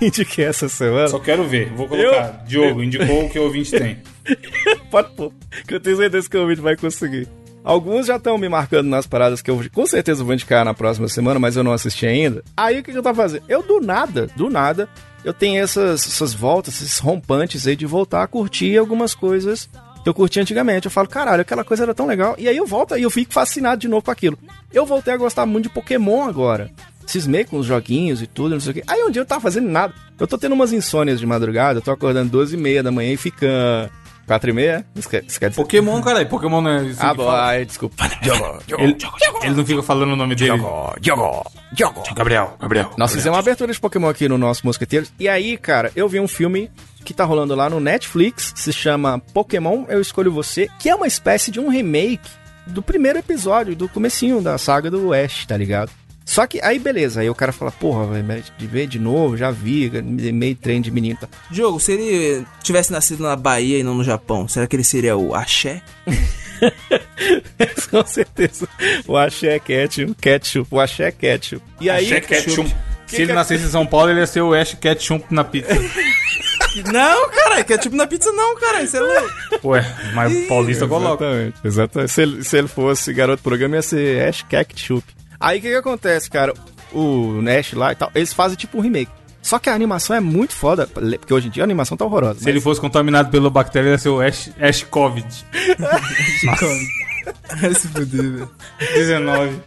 [SPEAKER 2] indiquei essa semana.
[SPEAKER 1] Só quero ver. Vou colocar.
[SPEAKER 2] Eu?
[SPEAKER 1] Diogo, indicou o que o ouvinte tem.
[SPEAKER 2] Pode pôr, que eu tenho certeza que o vídeo vai conseguir. Alguns já estão me marcando nas paradas que eu com certeza vou indicar na próxima semana, mas eu não assisti ainda. Aí o que, que eu tava fazendo? Eu do nada, do nada, eu tenho essas, essas voltas, esses rompantes aí de voltar a curtir algumas coisas que eu curti antigamente. Eu falo, caralho, aquela coisa era tão legal. E aí eu volto e eu fico fascinado de novo com aquilo. Eu voltei a gostar muito de Pokémon agora. Cismei com os joguinhos e tudo, não sei o quê. Aí um dia eu tava fazendo nada. Eu tô tendo umas insônias de madrugada, eu tô acordando 12 e meia da manhã e fica Quatro e meia? Isso quer, isso quer dizer...
[SPEAKER 1] Pokémon, caralho. Pokémon não é isso
[SPEAKER 2] Ah,
[SPEAKER 1] que
[SPEAKER 2] bom,
[SPEAKER 1] fala.
[SPEAKER 2] ai, desculpa. Diogo, Diogo,
[SPEAKER 1] Ele, ele não fica falando o nome dele.
[SPEAKER 2] Diogo, Diogo.
[SPEAKER 8] Gabriel, Gabriel.
[SPEAKER 2] Nós fizemos uma abertura de Pokémon aqui no nosso Mosqueteiros. E aí, cara, eu vi um filme que tá rolando lá no Netflix, se chama Pokémon Eu Escolho Você, que é uma espécie de um remake do primeiro episódio, do comecinho da saga do Ash, tá ligado? Só que aí, beleza, aí o cara fala, porra, velho, mas de ver de novo, já vi, meio trem de menino. e tal.
[SPEAKER 3] Diogo, se ele tivesse nascido na Bahia e não no Japão, será que ele seria o Axé?
[SPEAKER 2] Com certeza. O Axé Ketchup, Ketchup, o Axé Ketchup. E aí,
[SPEAKER 8] Axé Ketchup.
[SPEAKER 1] Se ele nascesse em São Paulo, ele ia ser o Ash Ketchup na pizza.
[SPEAKER 3] Não, cara, que é tipo na pizza não, cara, isso é louco.
[SPEAKER 1] Ué, mas o paulista coloca.
[SPEAKER 2] Exatamente, exatamente. Se ele, se ele fosse garoto do programa, ia ser Ash Ketchup. Aí o que, que acontece, cara? O Nash lá e tal, eles fazem tipo um remake. Só que a animação é muito foda, porque hoje em dia a animação tá horrorosa.
[SPEAKER 1] Se ele fosse contaminado pela bactéria, ele ia ser o Ash, Ash Covid.
[SPEAKER 3] Vai se fuder, velho.
[SPEAKER 1] 19.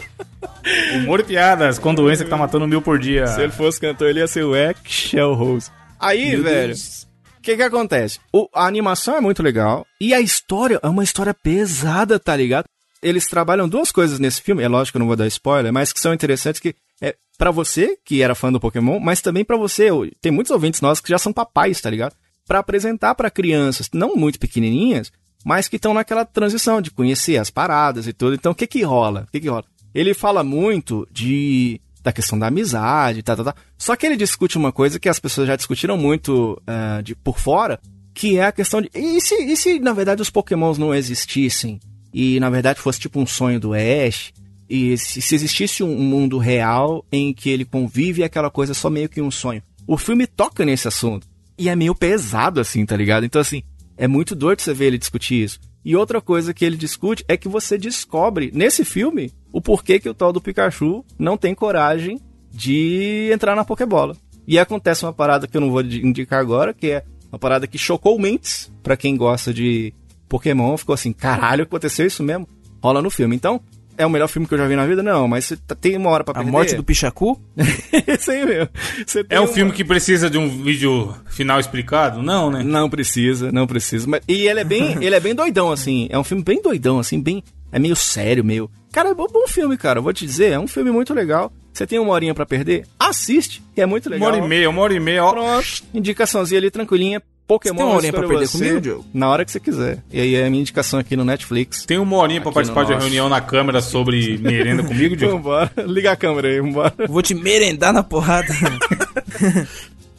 [SPEAKER 1] Humor e piadas com doença que tá matando mil por dia.
[SPEAKER 2] Se ele fosse cantor, ele ia ser o Axel Rose. Aí, velho, o que que acontece? O- a animação é muito legal e a história é uma história pesada, tá ligado? Eles trabalham duas coisas nesse filme, é lógico que eu não vou dar spoiler, mas que são interessantes que é para você que era fã do Pokémon, mas também pra você, eu- tem muitos ouvintes nossos que já são papais, tá ligado? Pra apresentar pra crianças, não muito pequenininhas, mas que estão naquela transição de conhecer as paradas e tudo. Então, o que que rola? O que que rola? Ele fala muito de da questão da amizade, tá, tá, tá. Só que ele discute uma coisa que as pessoas já discutiram muito ah, de por fora, que é a questão de e se, e se na verdade os Pokémons não existissem e na verdade fosse tipo um sonho do Ash e se, se existisse um mundo real em que ele convive aquela coisa é só meio que um sonho. O filme toca nesse assunto e é meio pesado assim, tá ligado? Então assim, é muito doido você ver ele discutir isso. E outra coisa que ele discute é que você descobre, nesse filme, o porquê que o tal do Pikachu não tem coragem de entrar na Pokébola. E acontece uma parada que eu não vou di- indicar agora, que é uma parada que chocou mentes pra quem gosta de Pokémon. Ficou assim, caralho, aconteceu isso mesmo? Rola no filme. Então, é o melhor filme que eu já vi na vida? Não, mas você tá- tem uma hora pra
[SPEAKER 3] A
[SPEAKER 2] perder.
[SPEAKER 3] morte do Pichacu?
[SPEAKER 2] Isso aí mesmo. Você tem
[SPEAKER 1] É um
[SPEAKER 2] uma-
[SPEAKER 1] filme que precisa de um vídeo final explicado? Não, né?
[SPEAKER 2] Não precisa, não precisa. Mas, e ele é bem, ele é bem doidão, assim. É um filme bem doidão, assim, bem. É meio sério, meio. Cara, é bom, bom filme, cara. eu Vou te dizer, é um filme muito legal. Você tem uma horinha pra perder? Assiste, que é muito
[SPEAKER 1] Uma
[SPEAKER 2] legal.
[SPEAKER 1] hora e meia, uma hora e meia, ó.
[SPEAKER 2] Pronto. Indicaçãozinha ali, tranquilinha. Pokémon.
[SPEAKER 3] Você tem uma
[SPEAKER 2] eu
[SPEAKER 3] horinha pra
[SPEAKER 2] escolho
[SPEAKER 3] perder
[SPEAKER 2] você
[SPEAKER 3] comigo, Diogo?
[SPEAKER 2] Na hora que você quiser. E aí é a minha indicação aqui no Netflix.
[SPEAKER 1] Tem uma horinha pra participar de uma
[SPEAKER 2] nosso.
[SPEAKER 1] reunião na Câmara sobre merenda comigo, Diogo?
[SPEAKER 2] Vambora. Liga a câmera aí, vambora.
[SPEAKER 3] Vou te merendar na porrada.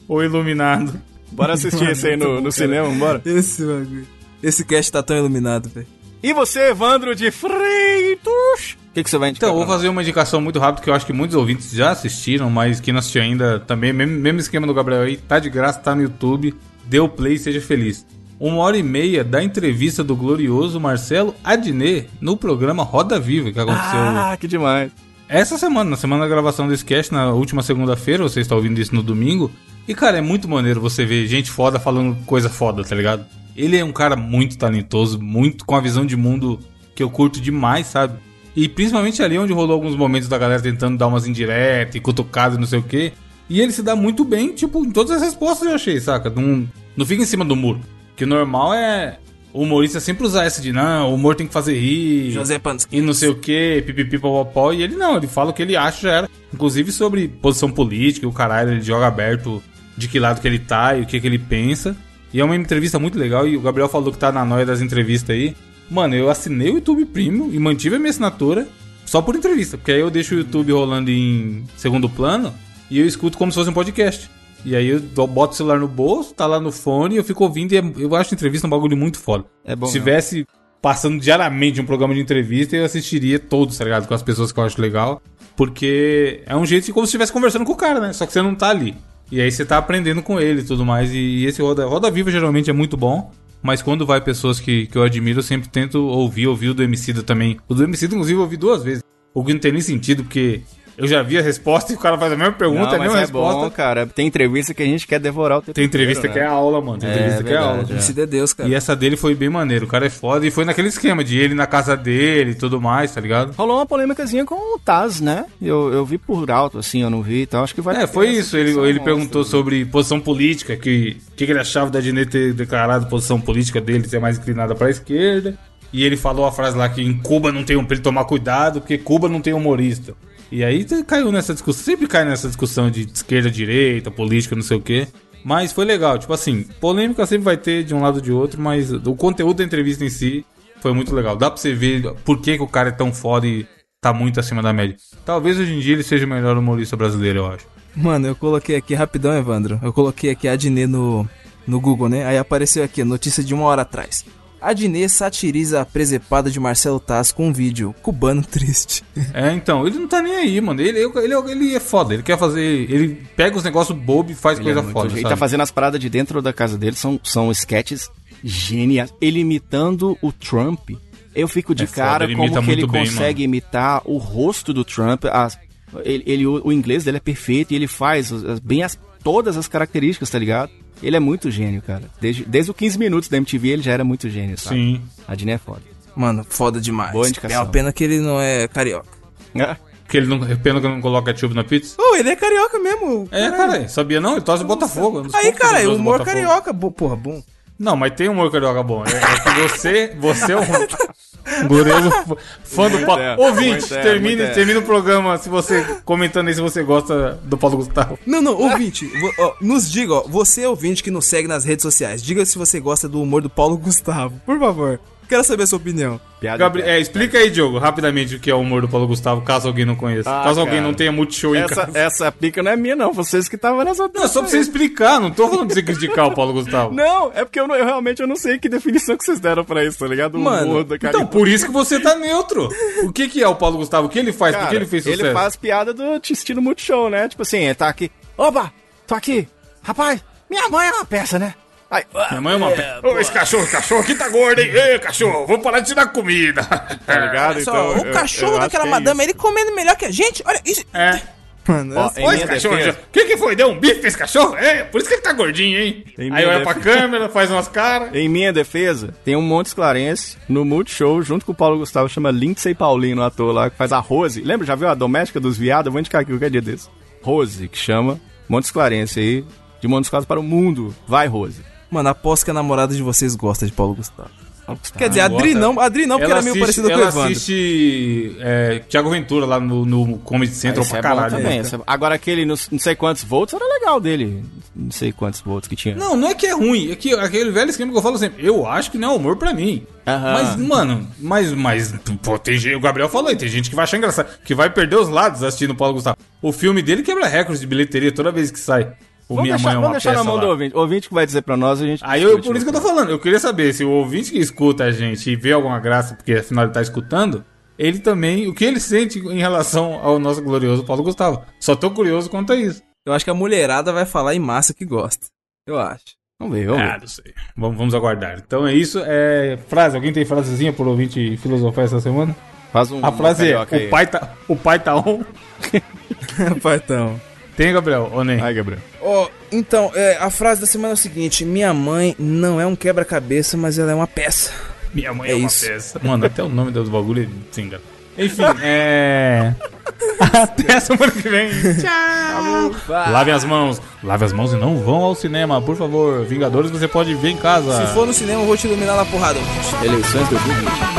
[SPEAKER 1] Ou iluminado.
[SPEAKER 2] Bora assistir esse aí no, no cinema, vambora.
[SPEAKER 3] Esse bagulho. Esse cast tá tão iluminado, velho.
[SPEAKER 2] E você, Evandro de Freitas? O que, que você vai
[SPEAKER 1] Então,
[SPEAKER 2] indicar?
[SPEAKER 1] eu vou
[SPEAKER 2] pra nós?
[SPEAKER 1] fazer uma indicação muito rápida que eu acho que muitos ouvintes já assistiram, mas quem não assistiu ainda também, mesmo, mesmo esquema do Gabriel aí, tá de graça, tá no YouTube. Dê o play e seja feliz. Uma hora e meia da entrevista do glorioso Marcelo Adnet no programa Roda Viva, que aconteceu
[SPEAKER 2] Ah, que demais.
[SPEAKER 1] essa semana, na semana da gravação desse cast, na última segunda-feira, você está ouvindo isso no domingo. E, cara, é muito maneiro você ver gente foda falando coisa foda, tá ligado? Ele é um cara muito talentoso, muito com a visão de mundo que eu curto demais, sabe? E principalmente ali onde rolou alguns momentos da galera tentando dar umas indiretas e cutucadas e não sei o quê. E ele se dá muito bem, tipo, em todas as respostas eu achei, saca? Não, não fica em cima do muro. Que o normal é o humorista sempre usar essa de, não, o humor tem que fazer rir
[SPEAKER 3] José Panos.
[SPEAKER 1] e não sei o que, pipipi, popopó, e ele não, ele fala o que ele acha já era. Inclusive sobre posição política, e o caralho, ele joga aberto de que lado que ele tá e o que que ele pensa. E é uma entrevista muito legal, e o Gabriel falou que tá na noia das entrevistas aí. Mano, eu assinei o YouTube Premium e mantive a minha assinatura só por entrevista, porque aí eu deixo o YouTube rolando em segundo plano e eu escuto como se fosse um podcast. E aí eu dou- boto o celular no bolso, tá lá no fone, eu fico ouvindo e é- eu acho a entrevista um bagulho muito foda.
[SPEAKER 2] É bom
[SPEAKER 1] Se
[SPEAKER 2] mesmo.
[SPEAKER 1] tivesse passando diariamente um programa de entrevista, eu assistiria todos, tá ligado? Com as pessoas que eu acho legal. Porque é um jeito de como se estivesse conversando com o cara, né? Só que você não tá ali. E aí você tá aprendendo com ele e tudo mais. E esse Roda, Roda Viva geralmente é muito bom. Mas quando vai pessoas que, que eu admiro, eu sempre tento ouvir, ouvir o do Emicida também. O do Emicida, inclusive, eu ouvi duas vezes. O que não tem nem sentido, porque Eu já vi a resposta e o cara faz a mesma pergunta, a
[SPEAKER 2] Não, mas
[SPEAKER 1] mesma
[SPEAKER 2] é
[SPEAKER 1] resposta.
[SPEAKER 2] bom, cara. Tem entrevista que a gente quer devorar o tempo
[SPEAKER 1] Tem entrevista que é aula, mano. Tem entrevista que é aula.
[SPEAKER 2] verdade, é.
[SPEAKER 3] Se dê Deus, cara.
[SPEAKER 1] E essa dele foi bem maneiro. O cara é foda. E foi naquele esquema de ele na casa dele e tudo mais, tá ligado?
[SPEAKER 2] Rolou uma polêmicazinha com o Taz, né? Eu, eu vi por alto, assim, eu não vi e tal. Acho que vai...
[SPEAKER 1] É, foi isso. Ele, ele perguntou sobre posição política, que o que, que ele achava da Dinei ter declarado a posição política dele ser mais inclinada pra esquerda. E ele falou a frase lá que em Cuba não tem um pra ele tomar cuidado, porque Cuba não tem humorista. E aí t- caiu nessa discussão, sempre cai nessa discussão de esquerda, direita, política, não sei o quê. Mas foi legal, tipo assim, polêmica sempre vai ter de um lado ou de outro, mas o conteúdo da entrevista em si foi muito legal. Dá pra você ver por que, que o cara é tão foda e tá muito acima da média. Talvez hoje em dia ele seja o melhor humorista brasileiro, eu acho.
[SPEAKER 3] Mano, eu coloquei aqui rapidão, Evandro. Eu coloquei aqui a Adnê no, no Google, né? Aí apareceu aqui, notícia de uma hora atrás. Adnê satiriza a presepada de Marcelo Taz com um vídeo. Cubano triste.
[SPEAKER 1] É, então, ele não tá nem aí, mano. Ele, ele, ele é foda, ele quer fazer. Ele pega os negócios bobo e faz
[SPEAKER 2] Ele, é
[SPEAKER 1] coisa
[SPEAKER 2] muito
[SPEAKER 1] foda.
[SPEAKER 2] gênio. ele
[SPEAKER 1] sabe?
[SPEAKER 2] tá fazendo as paradas de dentro da casa dele, são, são sketches geniais. Ele imitando o Trump. Eu fico de
[SPEAKER 1] É foda,
[SPEAKER 2] cara
[SPEAKER 1] ele
[SPEAKER 2] como
[SPEAKER 1] imita
[SPEAKER 2] que ele
[SPEAKER 1] muito bem,
[SPEAKER 2] consegue imitar o rosto do Trump. as- ele, ele- o, o inglês dele é perfeito e ele faz as- as- bem as, todas as características, tá ligado? Ele é muito gênio, cara. Desde, desde o 15 minutos da MTV ele já era muito gênio, sabe?
[SPEAKER 1] Sim.
[SPEAKER 2] A Dine é foda.
[SPEAKER 3] Mano, foda demais.
[SPEAKER 2] Boa indicação.
[SPEAKER 3] É uma pena que ele não é carioca.
[SPEAKER 1] Porque ele não. é Pena que não coloca tio na pizza.
[SPEAKER 3] Oh, ele é carioca mesmo.
[SPEAKER 1] É, cara, sabia não? Ele torce o Botafogo. é um dos
[SPEAKER 3] Aí,
[SPEAKER 1] poucos
[SPEAKER 3] cara,
[SPEAKER 1] torcedores do
[SPEAKER 3] humor
[SPEAKER 1] Botafogo.
[SPEAKER 3] carioca. bo- Porra, bom.
[SPEAKER 1] Não, mas tem humor carioca bom. É, é que você, você é um. Gurezo, fã do Paulo.
[SPEAKER 2] é,
[SPEAKER 1] Ouvinte,
[SPEAKER 2] muito é,
[SPEAKER 1] termine,
[SPEAKER 2] muito é.
[SPEAKER 1] termina o programa se você comentando aí se você gosta do Paulo Gustavo.
[SPEAKER 3] Não, não, ouvinte, vo- ó, nos diga, ó, você é ouvinte que nos segue nas redes sociais, diga se você gosta do humor do Paulo Gustavo, por favor. Quero saber a sua opinião.
[SPEAKER 2] Piada.
[SPEAKER 1] Gabri- é, explica aí, Diogo, rapidamente o que é o humor do Paulo Gustavo, caso alguém não conheça.
[SPEAKER 2] Ah,
[SPEAKER 1] caso alguém
[SPEAKER 2] cara.
[SPEAKER 1] não tenha multishow em
[SPEAKER 2] Essa,
[SPEAKER 1] casa.
[SPEAKER 2] essa pica não é minha, não. Vocês que estavam nas outras.
[SPEAKER 1] Não, é só pra você explicar, não tô falando de você criticar o Paulo Gustavo.
[SPEAKER 2] Não, é porque eu, não- eu realmente eu não sei que definição que vocês deram pra isso, tá ligado? O
[SPEAKER 3] Mano,
[SPEAKER 2] humor da
[SPEAKER 1] Então, por isso que você tá neutro. O que que é o Paulo Gustavo? O que ele faz?
[SPEAKER 2] Cara,
[SPEAKER 1] Por que ele fez sucesso?
[SPEAKER 2] faz piada do t- estilo Multishow, né? Tipo assim, ele tá aqui. Opa, tô aqui. Rapaz, minha mãe é uma peça, né? Aí,
[SPEAKER 1] Minha mãe é uma... pe- Ô, esse cachorro, cachorro aqui tá gordo, hein? Ei, cachorro, vou parar de te dar comida.
[SPEAKER 2] tá ligado?
[SPEAKER 3] Só,
[SPEAKER 2] Então,
[SPEAKER 3] o
[SPEAKER 2] eu-
[SPEAKER 3] cachorro
[SPEAKER 2] eu acho
[SPEAKER 3] daquela
[SPEAKER 2] que é
[SPEAKER 3] madame, ele comendo melhor que a gente, olha isso.
[SPEAKER 1] É.
[SPEAKER 3] Mano,
[SPEAKER 2] Ó,
[SPEAKER 3] essa-
[SPEAKER 2] em
[SPEAKER 1] Ô,
[SPEAKER 2] minha
[SPEAKER 1] esse cachorro,
[SPEAKER 2] defesa-
[SPEAKER 1] o que que foi? Deu um bife pra esse cachorro? É, por isso que ele tá gordinho, hein?
[SPEAKER 2] Em
[SPEAKER 1] Aí
[SPEAKER 2] minha
[SPEAKER 1] olha pra
[SPEAKER 2] defesa-
[SPEAKER 1] câmera, faz umas caras.
[SPEAKER 2] Em minha defesa, tem um Montes Clarence no Multishow, junto com o Paulo Gustavo, chama Lindsay Paulino, ator lá, que faz a Rose. Lembra, já viu a doméstica dos viados? Eu Vou indicar aqui qualquer dia desse. Rose, que chama um Montes Clarence aí, de Montes Claros para o mundo. Vai, Rose.
[SPEAKER 3] Mano, aposto que a namorada de vocês gosta de Paulo Gustavo. Quer
[SPEAKER 2] Ah,
[SPEAKER 3] dizer, a
[SPEAKER 1] gosta.
[SPEAKER 3] Adri não, a Adri não, porque ela é meio parecida com o
[SPEAKER 1] ela
[SPEAKER 3] Evandro.
[SPEAKER 1] assiste é, Thiago Ventura lá no, no Comedy Central
[SPEAKER 2] Esse
[SPEAKER 1] pra
[SPEAKER 2] é bom
[SPEAKER 1] caralho.
[SPEAKER 2] também,
[SPEAKER 1] né?
[SPEAKER 2] esse é- Agora aquele, não, não sei quantos volts, era legal dele. Não sei quantos volts que tinha.
[SPEAKER 1] Não, não é que é ruim, é que aquele velho esquema que eu falo sempre, eu acho que não é humor pra mim.
[SPEAKER 2] Aham.
[SPEAKER 1] Mas, mano, mas, mas, pô, tem, gente- o Gabriel falou aí, tem gente que vai achar engraçado, que vai perder os lados assistindo o Paulo Gustavo. O filme dele quebra recordes de bilheteria toda vez que sai. O
[SPEAKER 2] vamos
[SPEAKER 1] Minha
[SPEAKER 2] deixar,
[SPEAKER 1] Mãe é
[SPEAKER 2] vamos
[SPEAKER 1] uma
[SPEAKER 2] deixar
[SPEAKER 1] Peça
[SPEAKER 2] na mão
[SPEAKER 1] lá.
[SPEAKER 2] do ouvinte. O ouvinte que vai dizer pra nós, a gente.
[SPEAKER 1] Aí eu,
[SPEAKER 2] discute,
[SPEAKER 1] por isso que eu
[SPEAKER 2] né?
[SPEAKER 1] tô falando, eu queria saber se o ouvinte que escuta a gente e vê alguma graça, porque afinal ele tá escutando, ele também, o que ele sente em relação ao nosso glorioso Paulo Gustavo. Só tô curioso quanto a isso.
[SPEAKER 3] Eu acho que a mulherada vai falar em massa que gosta. Eu acho.
[SPEAKER 2] Vamos ver, vamos
[SPEAKER 1] Ah,
[SPEAKER 2] ver.
[SPEAKER 1] não sei. Vamos, vamos aguardar. Então é isso. É frase. Alguém tem frasezinha pro ouvinte filosofar essa semana?
[SPEAKER 2] Faz um.
[SPEAKER 1] A frase é:
[SPEAKER 2] carioca aí.
[SPEAKER 1] o pai, tá, o pai tá on.
[SPEAKER 3] Partão.
[SPEAKER 1] Tem, Gabriel? Ou nem?
[SPEAKER 2] Ai, Gabriel.
[SPEAKER 3] Ó, então, é, a frase da semana é o seguinte: Minha mãe não é um quebra-cabeça, mas ela é uma peça.
[SPEAKER 1] Minha mãe
[SPEAKER 3] é
[SPEAKER 1] é, uma
[SPEAKER 3] isso.
[SPEAKER 1] peça. Mano, até o nome do bagulho é singa. Enfim, é. Até a semana que vem. Tchau. Lave as mãos. Lave as mãos e não vão ao cinema, por favor. Vingadores você pode ver em casa.
[SPEAKER 3] Se for no cinema, eu vou te iluminar na porrada.
[SPEAKER 2] Eleições do ouvinte.